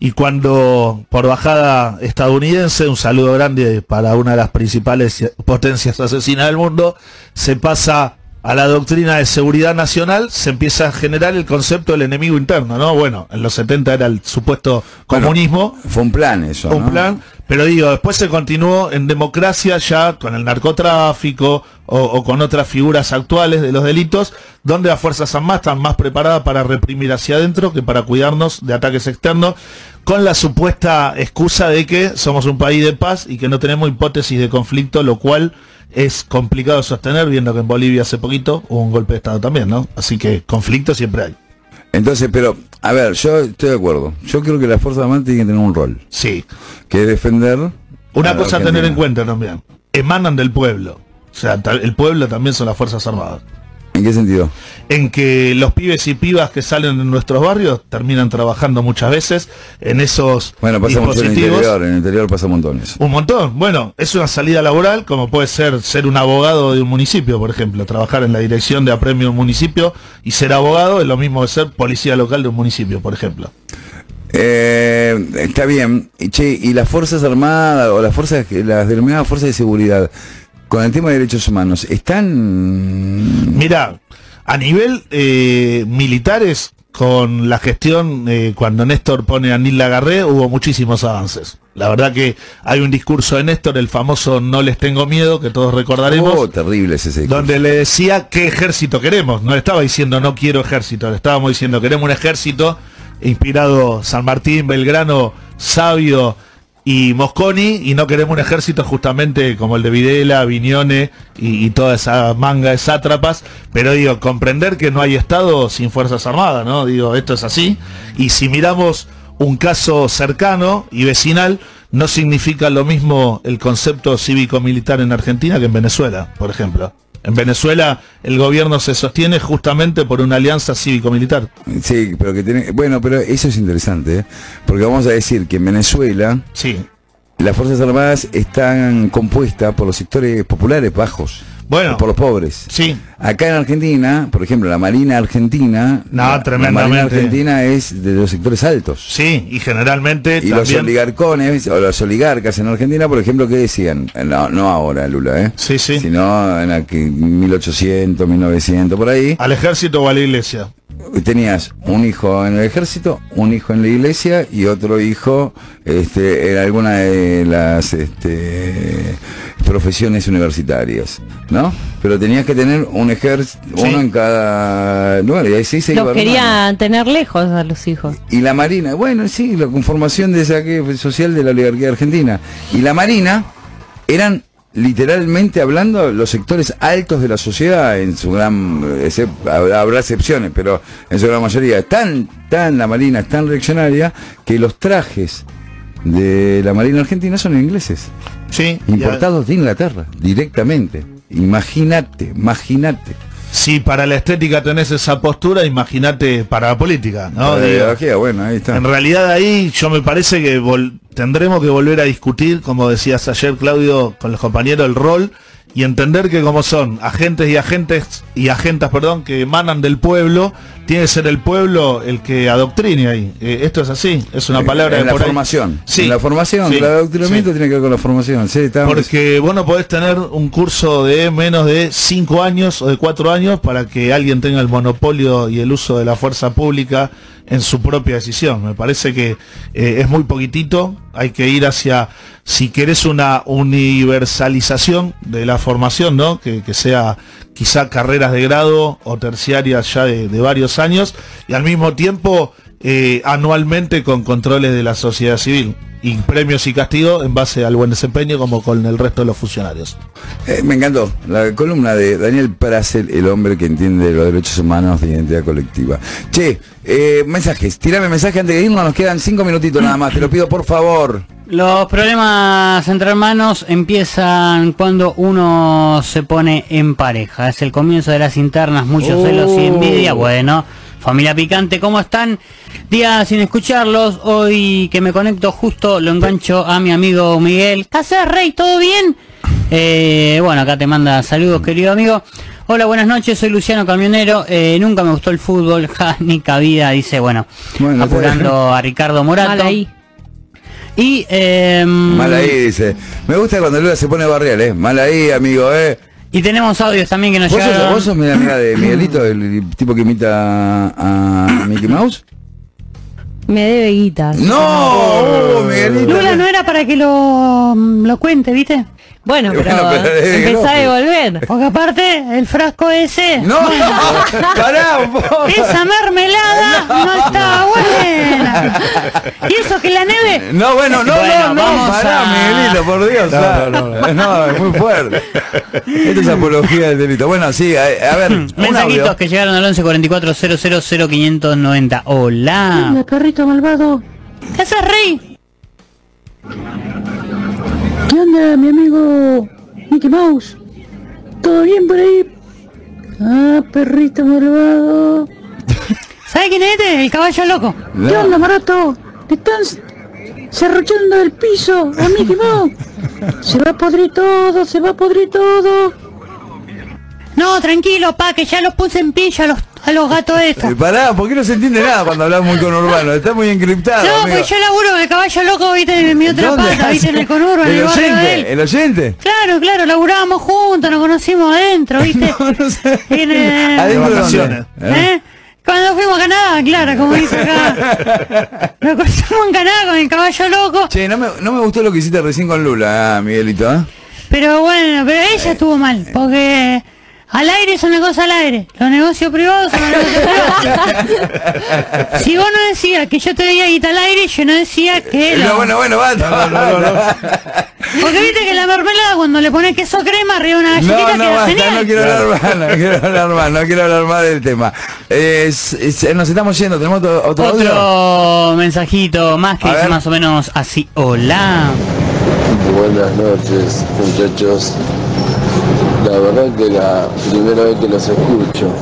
[SPEAKER 20] Y cuando, por bajada estadounidense, un saludo grande para una de las principales potencias asesinas del mundo, se pasa a la doctrina de seguridad nacional se empieza a generar el concepto del enemigo interno, ¿no? Bueno, en los 70 era el supuesto comunismo.
[SPEAKER 1] fue un plan eso.
[SPEAKER 20] Un
[SPEAKER 1] ¿no?
[SPEAKER 20] plan, pero digo, después se continuó en democracia ya con el narcotráfico o, o con otras figuras actuales de los delitos, donde las Fuerzas Armadas están más preparadas para reprimir hacia adentro que para cuidarnos de ataques externos, con la supuesta excusa de que somos un país de paz y que no tenemos hipótesis de conflicto, lo cual es complicado de sostener, viendo que en Bolivia hace poquito hubo un golpe de Estado también, ¿no? Así que conflicto siempre hay.
[SPEAKER 1] Entonces, pero, a ver, yo estoy de acuerdo. Yo creo que las Fuerzas Armadas tienen que tener un rol.
[SPEAKER 20] Sí.
[SPEAKER 1] Que es defender.
[SPEAKER 20] Una
[SPEAKER 1] a la
[SPEAKER 20] cosa a tener
[SPEAKER 1] Argentina.
[SPEAKER 20] en cuenta también. Emanan del pueblo. O sea, ta- el pueblo también son las Fuerzas Armadas.
[SPEAKER 1] ¿En qué sentido?
[SPEAKER 20] en que los pibes y pibas que salen en nuestros barrios terminan trabajando muchas veces en esos
[SPEAKER 1] Bueno, pasa mucho en el
[SPEAKER 20] dispositivos.
[SPEAKER 1] interior, en el interior pasa montones.
[SPEAKER 20] Un montón. Bueno, es una salida laboral como puede ser ser un abogado de un municipio, por ejemplo. Trabajar en la dirección de apremio de un municipio y ser abogado es lo mismo que ser policía local de un municipio, por ejemplo.
[SPEAKER 1] Eh, está bien. Y, Che, y las Fuerzas Armadas o las fuerzas, que- las denominadas Fuerzas de Seguridad, con el tema de derechos humanos, ¿están...?
[SPEAKER 20] Mira, a nivel eh, militares, con la gestión, eh, cuando Néstor pone a Nil Lagarré, hubo muchísimos avances. La verdad que hay un discurso de Néstor, el famoso No les tengo miedo, que todos recordaremos.
[SPEAKER 1] Oh, terrible es ese.
[SPEAKER 20] Donde le decía qué ejército queremos. No le estaba diciendo no quiero ejército, le estábamos diciendo queremos un ejército inspirado San Martín, Belgrano, Sabio y Mosconi y no queremos un ejército justamente como el de Videla, Viñone y, y toda esa manga de sátrapas. Pero digo, comprender que no hay Estado sin Fuerzas Armadas, ¿no? Digo, esto es así. Y si miramos un caso cercano y vecinal, no significa lo mismo el concepto cívico-militar en Argentina que en Venezuela, por ejemplo. En Venezuela el gobierno se sostiene justamente por una alianza cívico-militar.
[SPEAKER 1] Sí, pero que tiene... Bueno, pero eso es interesante, ¿eh? porque vamos a decir que en Venezuela...
[SPEAKER 20] Sí.
[SPEAKER 1] Las Fuerzas Armadas están compuestas por los sectores populares bajos.
[SPEAKER 20] Bueno.
[SPEAKER 1] Por los pobres.
[SPEAKER 20] Sí.
[SPEAKER 1] Acá en Argentina, por ejemplo, la Marina Argentina... la-
[SPEAKER 20] No,
[SPEAKER 1] La Marina
[SPEAKER 20] tremendamente.
[SPEAKER 1] Argentina es de los sectores altos.
[SPEAKER 20] Sí, y generalmente
[SPEAKER 1] Y los
[SPEAKER 20] también...
[SPEAKER 1] oligarcones, o los oligarcas en Argentina, por ejemplo, ¿qué decían? No, no ahora, Lula, ¿eh?
[SPEAKER 20] Sí, sí.
[SPEAKER 1] Sino en aquí, 1800, 1900, por ahí.
[SPEAKER 20] ¿Al ejército o a la iglesia?
[SPEAKER 1] Tenías un hijo en el ejército, un hijo en la iglesia y otro hijo este, en alguna de las este, profesiones universitarias, ¿no? Pero tenías que tener un ejército, uno en cada lugar y ahí sí se iba
[SPEAKER 21] Los
[SPEAKER 1] armando.
[SPEAKER 21] querían tener lejos a los hijos.
[SPEAKER 1] Y la Marina, bueno, sí, la conformación de esa que- social de la oligarquía argentina. Y la Marina eran literalmente hablando los sectores altos de la sociedad en su gran excep- habrá, habrá excepciones pero en su gran mayoría tan tan la marina es tan reaccionaria que los trajes de la marina argentina son ingleses
[SPEAKER 20] sí
[SPEAKER 1] importados de Inglaterra directamente imagínate imagínate
[SPEAKER 20] Si para la estética tenés esa postura, imagínate para la política, ¿no?
[SPEAKER 1] Para la
[SPEAKER 20] Digo,
[SPEAKER 1] ideología, bueno ahí está
[SPEAKER 20] En realidad ahí yo me parece que vol- tendremos que volver a discutir, como decías ayer Claudio, con los compañeros, el rol y entender que como son agentes y agentes y agentas, perdón, que emanan del pueblo, tiene que ser el pueblo el que adoctrine ahí. Eh, esto es así, es una palabra
[SPEAKER 1] en
[SPEAKER 20] de
[SPEAKER 1] la
[SPEAKER 20] por ahí-
[SPEAKER 1] formación
[SPEAKER 20] Sí,
[SPEAKER 1] en la formación
[SPEAKER 20] sí,
[SPEAKER 1] el adoctrinamiento tiene que ver con la formación sí, está-
[SPEAKER 20] porque vos no podés tener un curso de menos de 5 años o de 4 años para que alguien tenga el monopolio y el uso de la fuerza pública en su propia decisión. Me parece que eh, es muy poquitito, hay que ir hacia, si querés, una universalización de la formación, ¿no? Que, que sea quizá carreras de grado o terciarias ya de, de varios años y al mismo tiempo eh, anualmente con controles de la sociedad civil y premios y castigos en base al buen desempeño como con el resto de los funcionarios.
[SPEAKER 1] Eh, me encantó la columna de Daniel Prasel, el hombre que entiende los derechos humanos de identidad colectiva. Che, eh, mensajes, tirame mensaje antes de irnos, nos quedan cinco minutitos nada más, te lo pido por favor.
[SPEAKER 11] Los problemas entre hermanos empiezan cuando uno se pone en pareja. Es el comienzo de las internas, muchos
[SPEAKER 8] Oh.
[SPEAKER 11] celos y envidia. Bueno, familia picante, ¿cómo están? Día sin escucharlos. Hoy que me conecto justo lo engancho a mi amigo Miguel. ¿Qué haces, Rey? ¿Todo bien? Eh, bueno, acá te manda saludos, querido amigo. Hola, buenas noches, soy Luciano Camionero. Eh, nunca me gustó el fútbol, [LAUGHS] ja, ni cabida, dice, bueno, apurando a Ricardo Morato. Y em,
[SPEAKER 1] Mal ahí, dice. Me gusta cuando Lula se pone barrial, eh. Mal ahí, amigo, eh.
[SPEAKER 11] Y tenemos audios también que nos
[SPEAKER 1] ¿Vos sos,
[SPEAKER 11] llegaron.
[SPEAKER 1] vos sos media amiga de Miguelito, el tipo que imita a Mickey Mouse?
[SPEAKER 21] Me debe guita.
[SPEAKER 1] ¡No!
[SPEAKER 4] Lula no era para que lo, mm, lo cuente, ¿viste?
[SPEAKER 21] Bueno,
[SPEAKER 1] pero Bueno, pero es que empezá no. a
[SPEAKER 21] devolver.
[SPEAKER 4] Porque aparte, el frasco ese.
[SPEAKER 1] No, pará, vos. [LAUGHS]
[SPEAKER 4] Esa mermelada no, estaba buena. Y eso que la nieve.
[SPEAKER 1] No, bueno, no,
[SPEAKER 4] Bueno,
[SPEAKER 1] no, no,
[SPEAKER 4] vamos
[SPEAKER 1] pará,
[SPEAKER 4] a-
[SPEAKER 1] Miguelito, por Dios.
[SPEAKER 4] No,
[SPEAKER 1] ah. No, es muy fuerte. Esto es apología del delito. Bueno, sí, a, a
[SPEAKER 4] [CLEARS THROAT]
[SPEAKER 1] ver, un
[SPEAKER 11] Mensajitos
[SPEAKER 1] audio.
[SPEAKER 11] que llegaron al 11 44 000 590. Hola.
[SPEAKER 4] perrito malvado. ¿Qué haces, Ah. Rey?
[SPEAKER 13] ¿Qué onda, mi amigo Mickey Mouse? ¿Todo bien por ahí? Ah, perrito malvado.
[SPEAKER 4] [LAUGHS] ¿Sabe quién es este? El caballo loco.
[SPEAKER 13] ¿Qué onda, Marato? Te están cerruchando el piso, a Mickey Mouse. Se va a podrir todo, se va a podrir todo.
[SPEAKER 4] No, tranquilo, pa, que ya los puse en pilla a los, a los gatos estos.
[SPEAKER 1] Eh, pará, ¿por qué no se entiende nada cuando hablamos muy conurbano? Está muy encriptado.
[SPEAKER 4] No,
[SPEAKER 1] amigo.
[SPEAKER 4] pues yo laburo con el caballo loco, viste, en mi otra
[SPEAKER 1] ¿Dónde?
[SPEAKER 4] pata, viste, en el conurbo, en
[SPEAKER 1] [LAUGHS]
[SPEAKER 4] el,
[SPEAKER 1] ¿El
[SPEAKER 4] barrio de él.
[SPEAKER 1] oyente? ¿El oyente?
[SPEAKER 4] Claro, claro, laburábamos juntos, nos conocimos adentro,
[SPEAKER 1] [LAUGHS]
[SPEAKER 4] ¿viste? En, eh,
[SPEAKER 1] ¿Adentro
[SPEAKER 4] ¿eh?
[SPEAKER 1] dónde?
[SPEAKER 4] Cuando fuimos a Canadá, claro, como dice
[SPEAKER 1] [LAUGHS]
[SPEAKER 4] acá. Nos cruzamos en Canadá con el caballo loco,
[SPEAKER 1] Che, no me, no me gustó lo que hiciste recién con Lula, ah, Miguelito, ¿eh?
[SPEAKER 4] pero bueno, pero ella estuvo mal, porque al aire es una cosa al aire, los negocios privados son los
[SPEAKER 1] [LAUGHS]
[SPEAKER 4] negocios privados. Si vos no decías que yo te veía guita al aire, yo no decía que...
[SPEAKER 1] Eh, No,
[SPEAKER 4] lo-
[SPEAKER 1] bueno, bueno, basta.
[SPEAKER 4] Porque viste que la mermelada cuando le pones queso crema arriba de una galletita
[SPEAKER 1] No, no,
[SPEAKER 4] queda
[SPEAKER 1] basta,
[SPEAKER 4] genial.
[SPEAKER 1] no quiero hablar más, no quiero hablar más, no quiero hablar más del tema. Eh, es- es- nos estamos yendo, tenemos otro, otro audio?
[SPEAKER 11] Otro mensajito más que
[SPEAKER 1] A
[SPEAKER 11] dice
[SPEAKER 1] ver.
[SPEAKER 11] más o menos así. Hola.
[SPEAKER 8] Buenas noches, muchachos. La verdad que la primera vez que los escucho,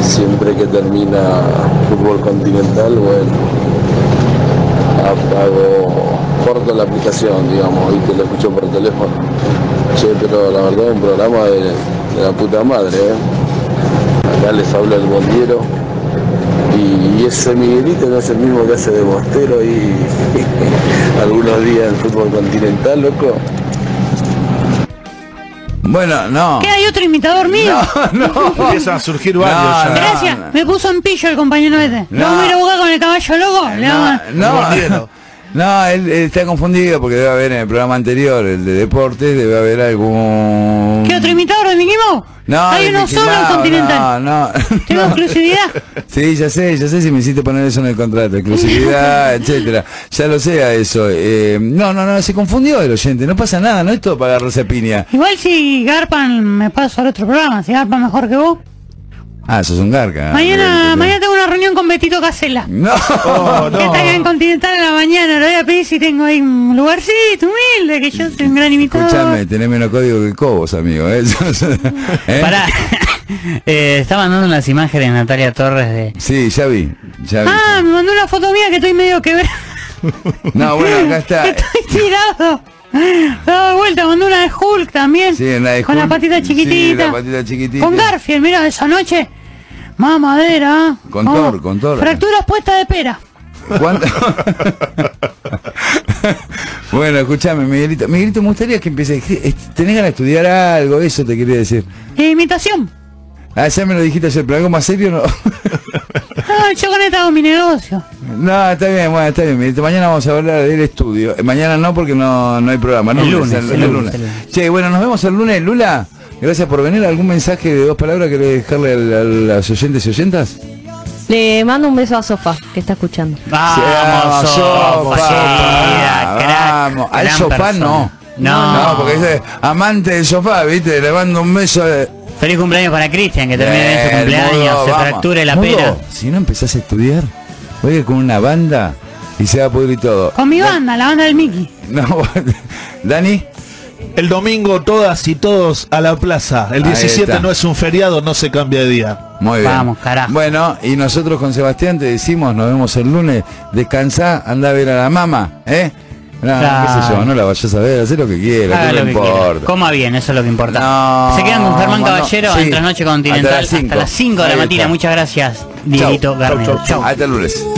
[SPEAKER 8] siempre que termina fútbol continental, bueno, apago, corto la aplicación, digamos, y que lo escucho por teléfono. Che, pero la verdad es un programa de, de la puta madre, ¿eh? Acá les habla el bondiero. Y, y ese Miguelito no es el mismo que hace de Bostero y [LAUGHS] algunos días en fútbol continental, loco.
[SPEAKER 1] Bueno, no. [LAUGHS]
[SPEAKER 4] ¿Qué hay otro imitador mío?
[SPEAKER 20] Empiezan a surgir varios ya.
[SPEAKER 4] Gracias, me puso en pillo el compañero este.
[SPEAKER 1] No.
[SPEAKER 4] No. me lo buscar con el caballo loco? Le vamos a-
[SPEAKER 1] No, no, él, él está confundido porque debe haber en el programa anterior, el de deportes, debe haber algún...
[SPEAKER 4] ¿Qué otro imitador de Mickey Mouse?
[SPEAKER 1] No,
[SPEAKER 4] Hay
[SPEAKER 1] de
[SPEAKER 4] uno
[SPEAKER 1] Mickey
[SPEAKER 4] solo en
[SPEAKER 1] Mouse,
[SPEAKER 4] Continental.
[SPEAKER 1] No, [LAUGHS] no.
[SPEAKER 4] Tengo exclusividad.
[SPEAKER 1] Sí, ya sé, ya sé si me hiciste poner eso en el contrato,
[SPEAKER 4] [LAUGHS]
[SPEAKER 1] exclusividad, etcétera. Ya lo sé a eso. Eh, no, no, no, se confundió el oyente, no pasa nada, no es todo para agarrarse a piña.
[SPEAKER 4] Igual si Garpan me paso al otro programa, si Garpan mejor que vos.
[SPEAKER 1] Ah, sos un garca.
[SPEAKER 4] mañana, mañana tengo una reunión con Betito Casela.
[SPEAKER 1] No,
[SPEAKER 20] Oh,
[SPEAKER 4] Que está acá en Continental en la mañana, le voy a pedir si tengo ahí un lugarcito humilde, que yo soy un gran imitador.
[SPEAKER 1] Escuchame, tenés menos código que Cobos, amigo. ¿eh? [LAUGHS] ¿Eh?
[SPEAKER 11] Pará. Eh, está mandando unas imágenes Natalia Torres de.
[SPEAKER 1] Sí, ya vi. Ya vi.
[SPEAKER 4] Ah, me mandó una foto mía que [LAUGHS] estoy medio quebrado.
[SPEAKER 1] No, bueno, acá está.
[SPEAKER 4] Estoy tirado. Daba vuelta, mandó una de Hulk también.
[SPEAKER 1] Sí, en la de
[SPEAKER 4] con la
[SPEAKER 1] Hulk.
[SPEAKER 4] patita
[SPEAKER 1] Sí,
[SPEAKER 4] chiquitita.
[SPEAKER 1] la patita chiquitita.
[SPEAKER 4] Con Garfield, mira esa noche. Mamadera. ¿ah?
[SPEAKER 1] Con
[SPEAKER 4] Oh.
[SPEAKER 1] Thor, con Thor.
[SPEAKER 4] Fracturas puestas de pera.
[SPEAKER 1] ¿Cuánto? bueno, escúchame, Miguelito. Miguelito, me gustaría que empieces. eh, Tenés ganas de estudiar algo, eso te quería decir. [LAUGHS]
[SPEAKER 4] E imitación.
[SPEAKER 1] Ah, ya me lo dijiste ayer, pero algo más serio no. [LAUGHS]
[SPEAKER 4] No, yo con esta Ah, hago mi negocio.
[SPEAKER 1] no, está bien, bueno, está bien. Miguelito. Mañana vamos a hablar del estudio. Eh, mañana no, porque no, no hay programa. ¿no?
[SPEAKER 11] El lunes,
[SPEAKER 1] Es
[SPEAKER 11] el lunes, el
[SPEAKER 1] Che, bueno, nos vemos el lunes. Lula, gracias por venir. ¿Algún mensaje de dos palabras que dejarle al- al- a los oyentes y oyentas?
[SPEAKER 21] Le mando un beso a Sofá, que está escuchando.
[SPEAKER 1] Vamos,
[SPEAKER 11] Sofa,
[SPEAKER 1] querida, Vamos, al
[SPEAKER 11] gran
[SPEAKER 1] sofá
[SPEAKER 11] persona.
[SPEAKER 1] no.
[SPEAKER 11] No.
[SPEAKER 1] porque dice amante del sofá, viste, le mando un beso de...
[SPEAKER 11] Feliz cumpleaños para Cristian, que termine bien su
[SPEAKER 1] Del
[SPEAKER 11] cumpleaños,
[SPEAKER 1] mudo,
[SPEAKER 11] se
[SPEAKER 1] vamos.
[SPEAKER 11] fracture la
[SPEAKER 1] Mudo,
[SPEAKER 11] pera.
[SPEAKER 1] Si no empezás a estudiar, voy a ir con una banda y se va a pudrir todo.
[SPEAKER 4] Con mi banda, la banda del Mickey.
[SPEAKER 1] No, [LAUGHS] Dani.
[SPEAKER 20] El domingo todas y todos a la plaza. El
[SPEAKER 1] Ahí
[SPEAKER 20] 17
[SPEAKER 1] está.
[SPEAKER 20] no es un feriado, no se cambia de día.
[SPEAKER 1] Muy bien.
[SPEAKER 20] Vamos,
[SPEAKER 1] carajo. Bueno, y nosotros con Sebastián te decimos, nos vemos el lunes, descansá, anda a ver a la mamá, ¿eh? No, qué sé yo, no la vayas a ver, haz lo que quieras,
[SPEAKER 11] Haga
[SPEAKER 1] que
[SPEAKER 11] Ah,
[SPEAKER 1] no
[SPEAKER 11] lo
[SPEAKER 1] le
[SPEAKER 11] que quiera.
[SPEAKER 1] importa.
[SPEAKER 11] Coma bien, eso es lo que importa.
[SPEAKER 1] No,
[SPEAKER 11] Se quedan con Germán
[SPEAKER 1] no,
[SPEAKER 11] Caballero
[SPEAKER 1] sí.
[SPEAKER 11] en Trasnoche Continental
[SPEAKER 1] Hasta las cinco.
[SPEAKER 11] hasta las 5 de la
[SPEAKER 1] Ahí
[SPEAKER 11] mañana.
[SPEAKER 1] está.
[SPEAKER 11] Muchas gracias, Dieguito
[SPEAKER 1] Chau,
[SPEAKER 11] Garnero.
[SPEAKER 1] chau, chau. Hasta el lunes.